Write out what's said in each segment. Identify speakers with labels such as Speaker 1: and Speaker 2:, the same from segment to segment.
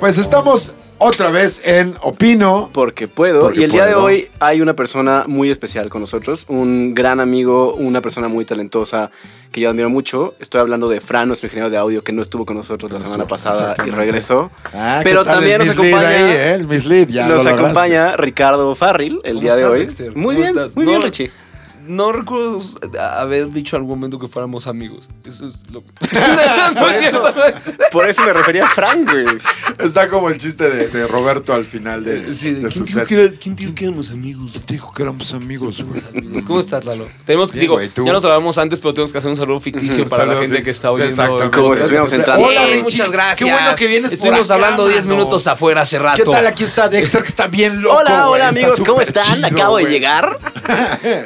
Speaker 1: Pues estamos otra vez en Opino.
Speaker 2: Porque puedo.
Speaker 1: Porque
Speaker 2: y el día de
Speaker 1: puedo.
Speaker 2: hoy hay una persona muy especial con nosotros, un gran amigo, una persona muy talentosa que yo admiro mucho. Estoy hablando de Fran, nuestro ingeniero de audio, que no estuvo con nosotros la semana pasada y
Speaker 1: exactamente.
Speaker 2: regresó.
Speaker 1: Ah, ¿qué
Speaker 2: Pero
Speaker 1: tal
Speaker 2: también
Speaker 1: el
Speaker 2: nos
Speaker 1: mislead
Speaker 2: acompaña.
Speaker 1: ahí, eh? El mislead, ya lo
Speaker 2: nos
Speaker 1: lograste.
Speaker 2: acompaña Ricardo Farril el
Speaker 3: ¿Cómo
Speaker 2: día de
Speaker 3: estás,
Speaker 2: hoy.
Speaker 3: Dexter?
Speaker 2: Muy
Speaker 3: ¿Cómo
Speaker 2: bien,
Speaker 3: estás?
Speaker 2: muy bien,
Speaker 3: No.
Speaker 2: Richie.
Speaker 3: No recuerdo haber dicho en algún momento que fuéramos amigos. Eso es lo no es cierto.
Speaker 2: Por eso me refería a Fran, güey.
Speaker 1: Está como el chiste de, de Roberto al final de,
Speaker 3: Sí,
Speaker 1: de
Speaker 3: ¿quién,
Speaker 1: su
Speaker 3: dijo
Speaker 1: set.
Speaker 3: que era- quién dijo que éramos amigos?
Speaker 1: Te dijo que éramos amigos, güey.
Speaker 3: ¿Cómo estás, Lalo? Tenemos que,
Speaker 1: Bien,
Speaker 3: digo,
Speaker 1: güey, ¿tú?
Speaker 3: ya nos hablábamos antes, pero tenemos que hacer un saludo ficticio
Speaker 1: Ujú,
Speaker 3: para la
Speaker 1: saludo
Speaker 3: gente
Speaker 1: fic-
Speaker 3: que está oyendo.
Speaker 1: Exactamente.
Speaker 3: el
Speaker 2: Como si
Speaker 3: podcast.
Speaker 2: estuviéramos entrando.
Speaker 3: Hola,
Speaker 1: Richie,
Speaker 3: muchas gracias.
Speaker 1: qué bueno que vienes por
Speaker 3: Estuvimos
Speaker 1: acá,
Speaker 3: hablando 10
Speaker 1: mano.
Speaker 3: minutos afuera hace rato.
Speaker 1: ¿Qué tal? Aquí está Dexter, que está bien loco.
Speaker 2: Hola,
Speaker 1: güey.
Speaker 2: hola
Speaker 1: Está
Speaker 2: amigos, ¿cómo
Speaker 1: súper
Speaker 2: están?
Speaker 1: chido,
Speaker 2: Acabo de
Speaker 1: güey.
Speaker 2: llegar.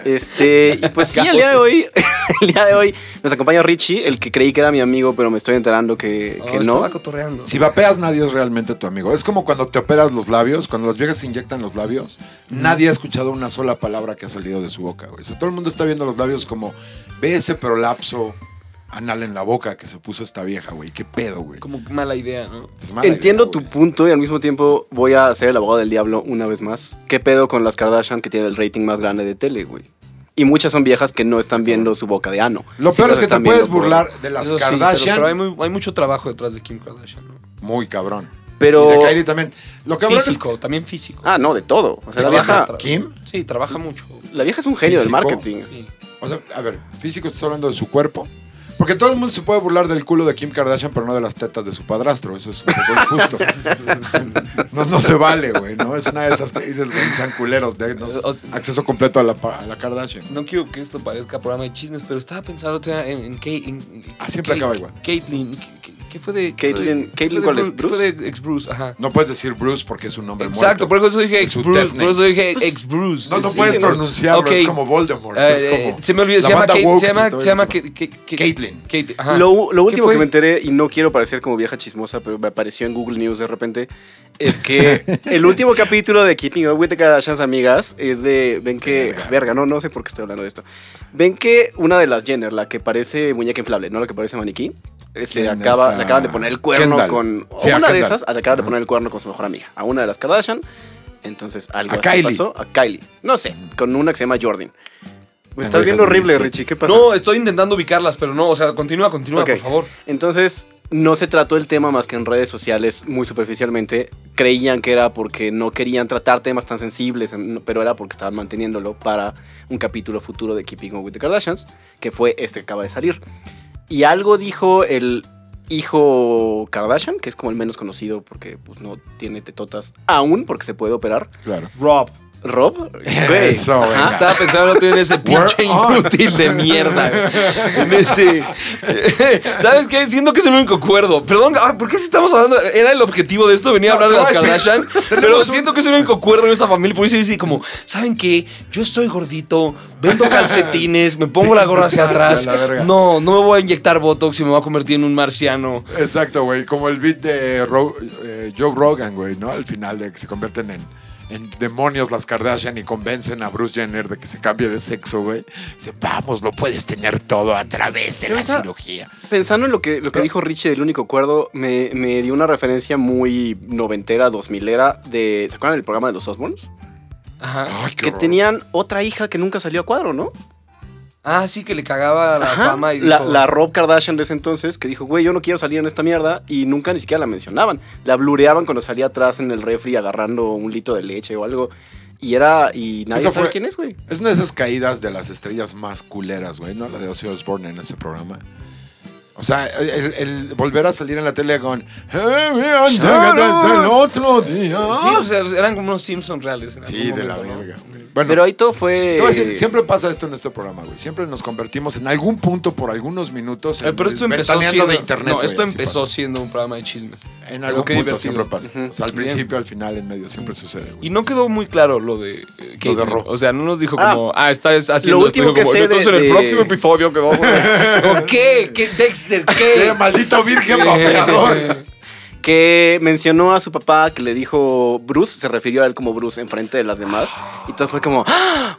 Speaker 2: Este, y pues sí, el día de hoy, el día de hoy nos acompaña Richie, el que creí que era mi amigo, pero me estoy enterando que,
Speaker 3: Oh,
Speaker 2: que
Speaker 3: Estaba
Speaker 2: no.
Speaker 3: cotorreando.
Speaker 1: Si vapeas, nadie es realmente tu amigo. Es como cuando te operas los labios, cuando las viejas se inyectan los labios,
Speaker 3: Mm.
Speaker 1: nadie ha escuchado una sola palabra que ha salido de su boca, güey. O sea, todo el mundo está viendo los labios como, ve ese prolapso anal en la boca que se puso esta vieja, güey. ¿Qué pedo, güey?
Speaker 3: Como mala idea, ¿no?
Speaker 1: Es mala
Speaker 2: Entiendo
Speaker 1: idea,
Speaker 2: tu
Speaker 1: güey.
Speaker 2: punto y al mismo tiempo voy a ser el abogado del diablo una vez más. ¿Qué pedo con las Kardashian que tienen el rating más grande de tele, güey? Y muchas son viejas que no están viendo su boca de ano.
Speaker 1: Lo
Speaker 2: Sí,
Speaker 1: peor
Speaker 2: no
Speaker 1: es que te
Speaker 2: están
Speaker 1: puedes
Speaker 2: viendo por-
Speaker 1: burlar de las
Speaker 3: Eso sí, pero-
Speaker 1: Kardashian.
Speaker 3: pero hay, muy- hay mucho trabajo detrás de Kim Kardashian, ¿no?
Speaker 1: Muy cabrón.
Speaker 2: Pero-
Speaker 1: Y de Kylie también. Lo cabrón
Speaker 3: Físico, también físico.
Speaker 2: Ah, no, de todo. O sea, la
Speaker 1: ¿Trabaja?
Speaker 2: vieja,
Speaker 3: Tra-
Speaker 1: ¿Kim?
Speaker 3: Sí, trabaja mucho.
Speaker 2: la vieja es un genio
Speaker 1: ¿Físico?
Speaker 2: del marketing.
Speaker 3: Sí.
Speaker 1: es que. O sea, a ver, físico, estás hablando de su cuerpo. Porque todo el mundo se puede burlar del culo de Kim Kardashian, pero no de las tetas de su padrastro. Eso es un poco injusto. no, no se vale, güey, ¿no? Es una de esas que dices, güey, sean culeros. denos
Speaker 3: O sea-
Speaker 1: acceso completo a la, pa- a la Kardashian.
Speaker 3: No quiero que esto parezca programa de chismes, pero estaba pensando o sea, en, en, Kate- en-
Speaker 1: Ah, siempre
Speaker 3: Kate-
Speaker 1: acaba igual.
Speaker 3: Caitlyn. ¿qué- ¿Qué fue de.
Speaker 2: Caitlyn-
Speaker 3: fue de-
Speaker 2: Caitlyn,
Speaker 3: fue de
Speaker 2: ¿cuál es?
Speaker 3: Bru- qué fue
Speaker 2: ¿Bruce?
Speaker 3: de ex Bruce, ajá.
Speaker 1: No puedes decir Bruce porque es un nombre
Speaker 3: Exacto,
Speaker 1: muerto.
Speaker 3: por eso dije
Speaker 1: Es
Speaker 3: ex
Speaker 1: su
Speaker 3: Bruce.
Speaker 1: death
Speaker 3: Por eso dije
Speaker 2: Pues,
Speaker 3: ex Bruce.
Speaker 1: No, no
Speaker 3: Sí,
Speaker 1: puedes
Speaker 3: sí.
Speaker 1: pronunciarlo,
Speaker 3: Ok,
Speaker 1: es como Voldemort.
Speaker 3: eh,
Speaker 1: es como
Speaker 3: se me olvidó, se
Speaker 1: la
Speaker 3: llama
Speaker 1: banda
Speaker 3: Kate.
Speaker 1: woke
Speaker 3: se
Speaker 1: que
Speaker 3: llama,
Speaker 1: te
Speaker 3: se llama
Speaker 1: va encima.
Speaker 3: Kate- Kate-
Speaker 1: Caitlyn.
Speaker 3: Kate- ajá.
Speaker 2: Lo, lo
Speaker 3: ¿Qué
Speaker 2: último
Speaker 3: fue?
Speaker 2: que me enteré, y no quiero parecer como vieja chismosa, pero me apareció en Google News de repente, es que el último capítulo de Keeping Up with the Kardashians, amigas, es de. Ven que. Verga, no, no sé por qué estoy hablando de esto. Ven que una de las Jenner, la que parece muñeca inflable, no la que parece maniquí, eh, se
Speaker 1: ¿Quién
Speaker 2: acaba,
Speaker 1: está?
Speaker 2: le acaban de poner el cuerno
Speaker 1: Kendall.
Speaker 2: con.
Speaker 1: Sí, a
Speaker 2: una de
Speaker 1: Kendall.
Speaker 2: esas, le acaban de poner el cuerno con su mejor amiga, a una de las Kardashian. Entonces algo
Speaker 1: A
Speaker 2: así
Speaker 1: Kylie.
Speaker 2: pasó a Kylie. No sé, con una que se llama Jordan. Me
Speaker 1: Las
Speaker 2: estás
Speaker 1: viejas
Speaker 2: viendo horrible,
Speaker 1: dicen.
Speaker 2: Richie. ¿Qué pasa?
Speaker 3: No, estoy intentando ubicarlas, pero no, o sea, continúa, continúa,
Speaker 2: Ok.
Speaker 3: por favor.
Speaker 2: Entonces, no se trató el tema más que en redes sociales, muy superficialmente. Creían que era porque no querían tratar temas tan sensibles, en- pero era porque estaban manteniéndolo para un capítulo futuro de Keeping Up with the Kardashians, que fue este que acaba de salir. Y algo dijo el hijo Kardashian, que es como el menos conocido porque pues, no tiene tetotas aún, porque se puede operar.
Speaker 1: Claro.
Speaker 3: Rob.
Speaker 2: Rob. güey,
Speaker 1: Eso,
Speaker 2: ajá.
Speaker 1: venga.
Speaker 3: Estaba pensando no tener ese pinche
Speaker 1: We're on.
Speaker 3: inútil de mierda. güey. En ese. ¿Sabes qué? Siento que se me concuerdo. Perdón, ah, ¿por qué si estamos hablando? Era el objetivo de esto, venía
Speaker 1: No,
Speaker 3: a hablar de
Speaker 1: te
Speaker 3: las
Speaker 1: voy a decir,
Speaker 3: Kardashian. Pero siento que se me concuerdo en esta familia. Por eso dice como, ¿saben qué? Yo estoy gordito, vendo calcetines, me pongo la gorra hacia atrás.
Speaker 1: La verga.
Speaker 3: No, no me voy a inyectar Botox y me voy a convertir en un marciano.
Speaker 1: Exacto, güey. Como el beat de Ro- eh, Joe Rogan, güey, ¿no? Al final de que se convierten en, en demonios las Kardashian y convencen a Bruce Jenner de que se cambie de sexo, güey. Dice, vamos, lo puedes tener todo a través de la
Speaker 2: Esa-
Speaker 1: cirugía.
Speaker 2: Pensando en lo que, lo que dijo Richie del único cuerdo, me, me dio una referencia muy noventera, dos milera, de. ¿Se acuerdan del programa de los Osborns?
Speaker 3: Ajá.
Speaker 1: Ay, qué
Speaker 2: Que
Speaker 1: horror.
Speaker 2: tenían otra hija que nunca salió a cuadro, ¿no?
Speaker 3: Ah, sí, que le cagaba la
Speaker 2: Ajá.
Speaker 3: fama y
Speaker 2: la,
Speaker 3: dijo,
Speaker 2: la Rob Kardashian de ese entonces, que dijo, güey, yo no quiero salir en esta mierda, y nunca ni siquiera la mencionaban. La blureaban cuando salía atrás en el refri agarrando un litro de leche o algo. Y era. Y nadie
Speaker 1: Eso
Speaker 2: sabe
Speaker 1: fue-
Speaker 2: quién es, güey.
Speaker 1: Es una de esas caídas de las estrellas más culeras, güey, ¿no? La de Ozzy Osbourne en ese programa. O sea, el, el volver a salir en la tele con... "Eh, me han llegado desde el otro día".
Speaker 3: Sí, o sea, eran como unos Simpsons reales. en
Speaker 1: Sí,
Speaker 3: algún
Speaker 1: de la
Speaker 3: momento, ¿no?
Speaker 1: verga, güey. Bueno,
Speaker 2: Pero ahí todo fue.
Speaker 1: Te voy a decir, siempre pasa esto en este programa, güey. Siempre nos convertimos en algún punto por algunos minutos.
Speaker 3: Eh,
Speaker 1: en
Speaker 3: pero
Speaker 1: el
Speaker 3: esto empezó
Speaker 1: ventaneando
Speaker 3: siendo,
Speaker 1: de internet.
Speaker 3: no,
Speaker 1: güey,
Speaker 3: esto
Speaker 1: así
Speaker 3: empezó
Speaker 1: pasa.
Speaker 3: siendo un programa de chismes.
Speaker 1: En
Speaker 3: Pero
Speaker 1: algún punto
Speaker 3: qué
Speaker 1: siempre pasa.
Speaker 3: divertido.
Speaker 2: Ujú.
Speaker 1: O sea, al
Speaker 3: Bien.
Speaker 1: principio, al final, en medio, siempre sucede, güey.
Speaker 3: Y no quedó muy claro lo de eh, Caitlyn.
Speaker 1: Ro.
Speaker 3: O sea, no nos dijo
Speaker 2: Ah,
Speaker 3: como, ah, está es- haciendo
Speaker 2: lo
Speaker 3: esto.
Speaker 2: último
Speaker 3: Dijo
Speaker 2: que
Speaker 3: como,
Speaker 2: sé
Speaker 3: entonces
Speaker 2: de-
Speaker 3: en el
Speaker 2: de-
Speaker 3: próximo episodio que vamos a- ¿O qué? ¿Qué, Dexter?
Speaker 1: ¡Qué
Speaker 3: ¿Qué?
Speaker 1: maldito virgen papeador!
Speaker 2: que mencionó a su papá que le dijo Bruce, se refirió a él como Bruce enfrente de las demás. Y todo fue como, "Ah,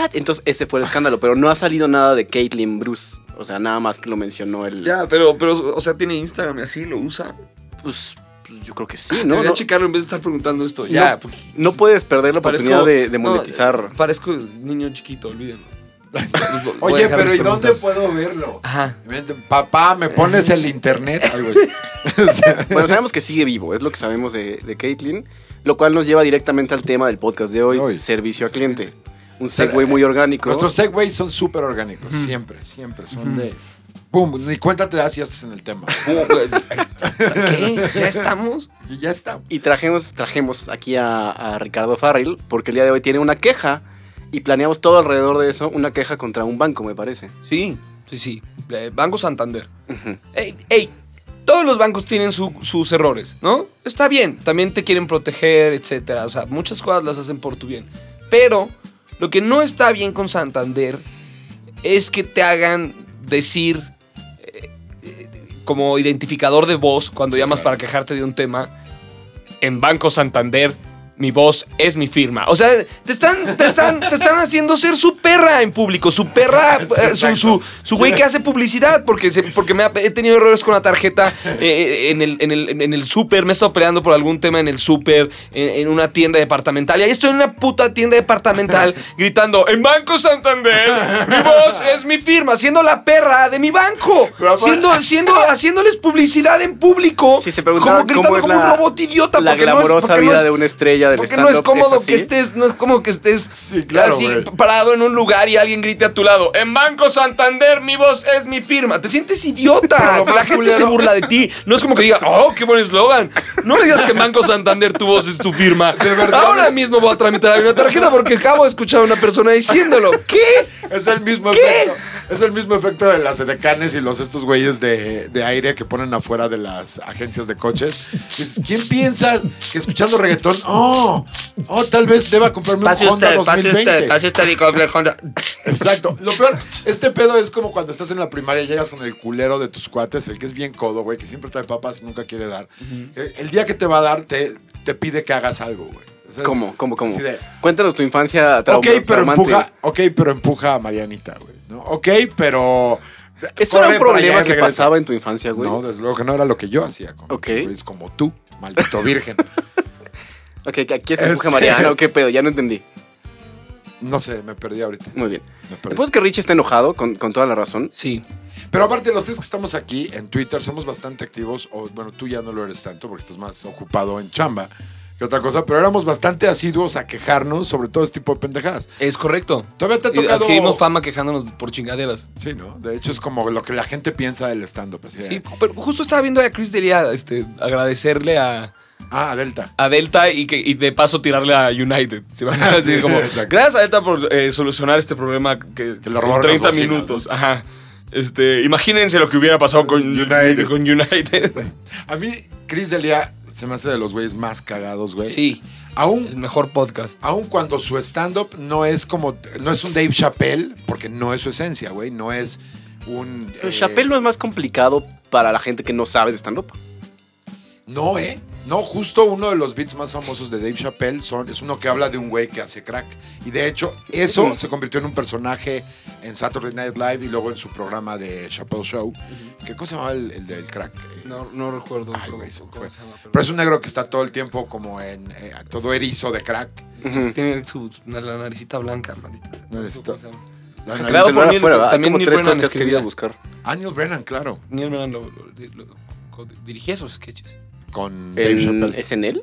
Speaker 2: ¿what? Entonces ese fue el escándalo, pero no ha salido nada de Caitlyn Bruce. O sea, nada más que lo mencionó el...
Speaker 3: ya, pero, pero, o sea, tiene Instagram y así lo usa.
Speaker 2: Pues, Pues yo creo que sí, ¿no?
Speaker 3: Debería
Speaker 2: No,
Speaker 3: checarlo en vez de estar preguntando esto. Ya,
Speaker 2: no,
Speaker 3: porque
Speaker 2: no puedes perder la
Speaker 3: parezco-
Speaker 2: oportunidad de, de
Speaker 3: no,
Speaker 2: monetizar.
Speaker 3: parezco niño chiquito, olvídenlo. Voy a
Speaker 1: Oye,
Speaker 3: dejar
Speaker 1: pero
Speaker 3: mis
Speaker 1: ¿y dónde
Speaker 3: preguntas.
Speaker 1: puedo verlo?
Speaker 3: Ajá.
Speaker 1: Vente, Papá, ¿me pones el internet? Ay, güey. O
Speaker 3: eh.
Speaker 1: sea,
Speaker 2: Bueno, sabemos que sigue vivo, es lo que sabemos de, de Caitlyn, lo cual nos lleva directamente al tema del podcast de hoy,
Speaker 1: Hoy.
Speaker 2: servicio a cliente. Un segue muy orgánico.
Speaker 1: Nuestros segways son súper orgánicos, siempre, siempre. Son de... ¡Pum! Ni cuenta te das si ya estás en el tema.
Speaker 3: ¿Cómo? ¿Qué? ¿Ya estamos?
Speaker 1: Y ya está.
Speaker 2: Y trajemos, trajemos aquí a, a Ricardo Farrell, porque el día de hoy tiene una queja y planeamos todo alrededor de eso, una queja contra un banco, me parece.
Speaker 3: Sí, sí, sí. Eh, Banco Santander. Ey, ey, todos los bancos tienen su- sus errores, ¿no? Está bien, también te quieren proteger, etcétera. O sea, muchas cosas las hacen por tu bien. Pero lo que no está bien con Santander es que te hagan decir eh, eh, como identificador de voz cuando
Speaker 1: Sí,
Speaker 3: llamas
Speaker 1: claro.
Speaker 3: para quejarte de un tema. En Banco Santander, mi voz es mi firma. O sea, te están, te están, te están haciendo ser su perra en público, su perra,
Speaker 1: Sí,
Speaker 3: eh, su,
Speaker 1: exacto.
Speaker 3: su, su güey que hace publicidad, porque, se- porque me ha- he tenido errores con la tarjeta eh, eh, en el, en el, en el súper, me he estado peleando por algún tema en el súper, en, en una tienda departamental, y ahí estoy en una puta tienda departamental gritando, en Banco Santander, mi voz es mi firma, siendo la perra de mi banco,
Speaker 1: Pero aparte-
Speaker 3: siendo, siendo, haciéndoles publicidad en público,
Speaker 2: Si se preguntaban
Speaker 3: como Oh, gritando
Speaker 2: cómo es
Speaker 3: como
Speaker 2: la-
Speaker 3: un robot idiota,
Speaker 2: la
Speaker 3: porque no es-
Speaker 2: glamorosa
Speaker 3: porque no
Speaker 2: vida
Speaker 3: es-
Speaker 2: de una estrella del
Speaker 3: porque no es
Speaker 2: stand-up
Speaker 3: cómodo
Speaker 2: así.
Speaker 3: que estés, no es como que estés
Speaker 1: Sí, claro,
Speaker 3: así
Speaker 1: güey.
Speaker 3: parado en un lugar y alguien grite a tu lado, en Banco Santander mi voz es mi firma. Te sientes
Speaker 1: Pero
Speaker 3: idiota.
Speaker 1: lo más
Speaker 3: La gente se
Speaker 1: culero-
Speaker 3: burla de ti. No es como que diga, oh, qué buen eslogan. No le digas que en Banco Santander tu voz es tu firma.
Speaker 1: De verdad
Speaker 3: Ahora
Speaker 1: es-
Speaker 3: mismo voy a tramitar una tarjeta porque acabo de escuchar a una persona diciéndolo. ¿Qué?
Speaker 1: Es el mismo efecto. Es el mismo efecto de las edecanes y los estos güeyes de, de aire que ponen afuera de las agencias de coches. Dices, ¿Quién piensa que escuchando reggaetón? Oh, oh, tal vez deba comprarme un Honda 2020.
Speaker 3: usted y compre el Honda.
Speaker 1: Exacto. Lo peor, este pedo es como cuando estás en la primaria y llegas con el culero de tus cuates, el que es bien codo, güey, que siempre trae papas y nunca quiere dar. Eh, El día que te va a dar, te, te pide que hagas algo, güey. O sea,
Speaker 2: ¿Cómo? ¿Cómo? ¿Cómo?
Speaker 1: así de,
Speaker 2: Cuéntanos tu infancia trauma,
Speaker 1: ok, pero
Speaker 2: traumante.
Speaker 1: empuja, ok, pero empuja a Marianita, güey. ¿no? Ok, pero.
Speaker 2: ¿Eso era
Speaker 1: corre
Speaker 2: un
Speaker 1: por allá
Speaker 2: problema
Speaker 1: y
Speaker 2: que
Speaker 1: regresa.
Speaker 2: pasaba en tu infancia, güey?
Speaker 1: No, desde luego que no era lo que yo hacía con
Speaker 2: Ok.
Speaker 1: los güeyes como tú, maldito virgen.
Speaker 2: Ok, aquí está
Speaker 1: Este-
Speaker 2: empuja Mariano, qué pedo, ya no entendí.
Speaker 1: No sé, me perdí ahorita.
Speaker 2: Muy bien.
Speaker 1: me perdí.
Speaker 2: Después que Richie está enojado, con, con toda la razón.
Speaker 3: Sí.
Speaker 1: Pero aparte, los tres que estamos aquí en Twitter somos bastante activos. O, bueno, tú ya no lo eres tanto porque estás más ocupado en chamba que otra cosa. Pero éramos bastante asiduos a quejarnos sobre todo este tipo de pendejadas.
Speaker 3: Es correcto.
Speaker 1: Todavía te ha
Speaker 3: Y
Speaker 1: tocado.
Speaker 3: Adquirimos fama quejándonos por chingaderas.
Speaker 1: Sí, ¿no? De hecho, es como lo que la gente piensa del stand-up. así de,
Speaker 3: Sí, pero justo estaba viendo a Chris Delia este, agradecerle a,
Speaker 1: Ah, Delta.
Speaker 3: a Delta y, que, y de paso tirarle a United. ¿se imaginan?
Speaker 1: Ah,
Speaker 3: Así
Speaker 1: sí,
Speaker 3: como,
Speaker 1: exacto.
Speaker 3: gracias a Delta por eh, solucionar este problema que,
Speaker 1: Que le
Speaker 3: en
Speaker 1: robaron
Speaker 3: 30
Speaker 1: las bocinas,
Speaker 3: minutos. Ajá. Este, imagínense lo que hubiera pasado con United.
Speaker 1: United.
Speaker 3: Con United.
Speaker 1: A mí, Chris Delia se me hace de los güeyes más cagados, güey.
Speaker 3: Sí, el
Speaker 1: Aún,
Speaker 3: mejor podcast.
Speaker 1: aún cuando su stand-up no es como. No es un Dave Chappelle, porque no es su esencia, güey. No es un.
Speaker 2: Pero
Speaker 1: eh,
Speaker 2: Chappelle no es más complicado para la gente que no sabe de stand-up.
Speaker 1: No, ¿eh? No, justo uno de los beats más famosos de Dave Chappelle son, es uno que habla de un güey que hace crack. Y de hecho, eso se convirtió en un personaje en Saturday Night Live y luego en su programa de Chappelle Show. ¿Qué cosa se llamaba el, el del crack? Eh,
Speaker 3: No, no recuerdo
Speaker 1: Ay,
Speaker 3: cómo-
Speaker 1: güey, se me
Speaker 3: cómo
Speaker 1: fue.
Speaker 3: se llama, pero-
Speaker 1: Pero es un negro que está todo el tiempo como en eh, todo erizo de crack.
Speaker 2: Ujú.
Speaker 3: Tiene su, la, la naricita blanca, maldita. sea.
Speaker 1: No, está-
Speaker 3: ¿Cómo se llama?
Speaker 1: La nariz-
Speaker 3: Claro.
Speaker 2: Se me va
Speaker 3: por Neil-
Speaker 2: afuera, ¿verdad? Hay
Speaker 3: también
Speaker 2: como
Speaker 3: Neil
Speaker 2: tres
Speaker 3: Brennan
Speaker 2: cosas que has querido
Speaker 3: escribía.
Speaker 2: buscar.
Speaker 1: Daniel Brennan, claro,
Speaker 3: Neil Brennan lo- lo- lo- co- dirigía esos sketches.
Speaker 1: con Dave
Speaker 2: ¿En
Speaker 1: Chappelle.
Speaker 2: SNL?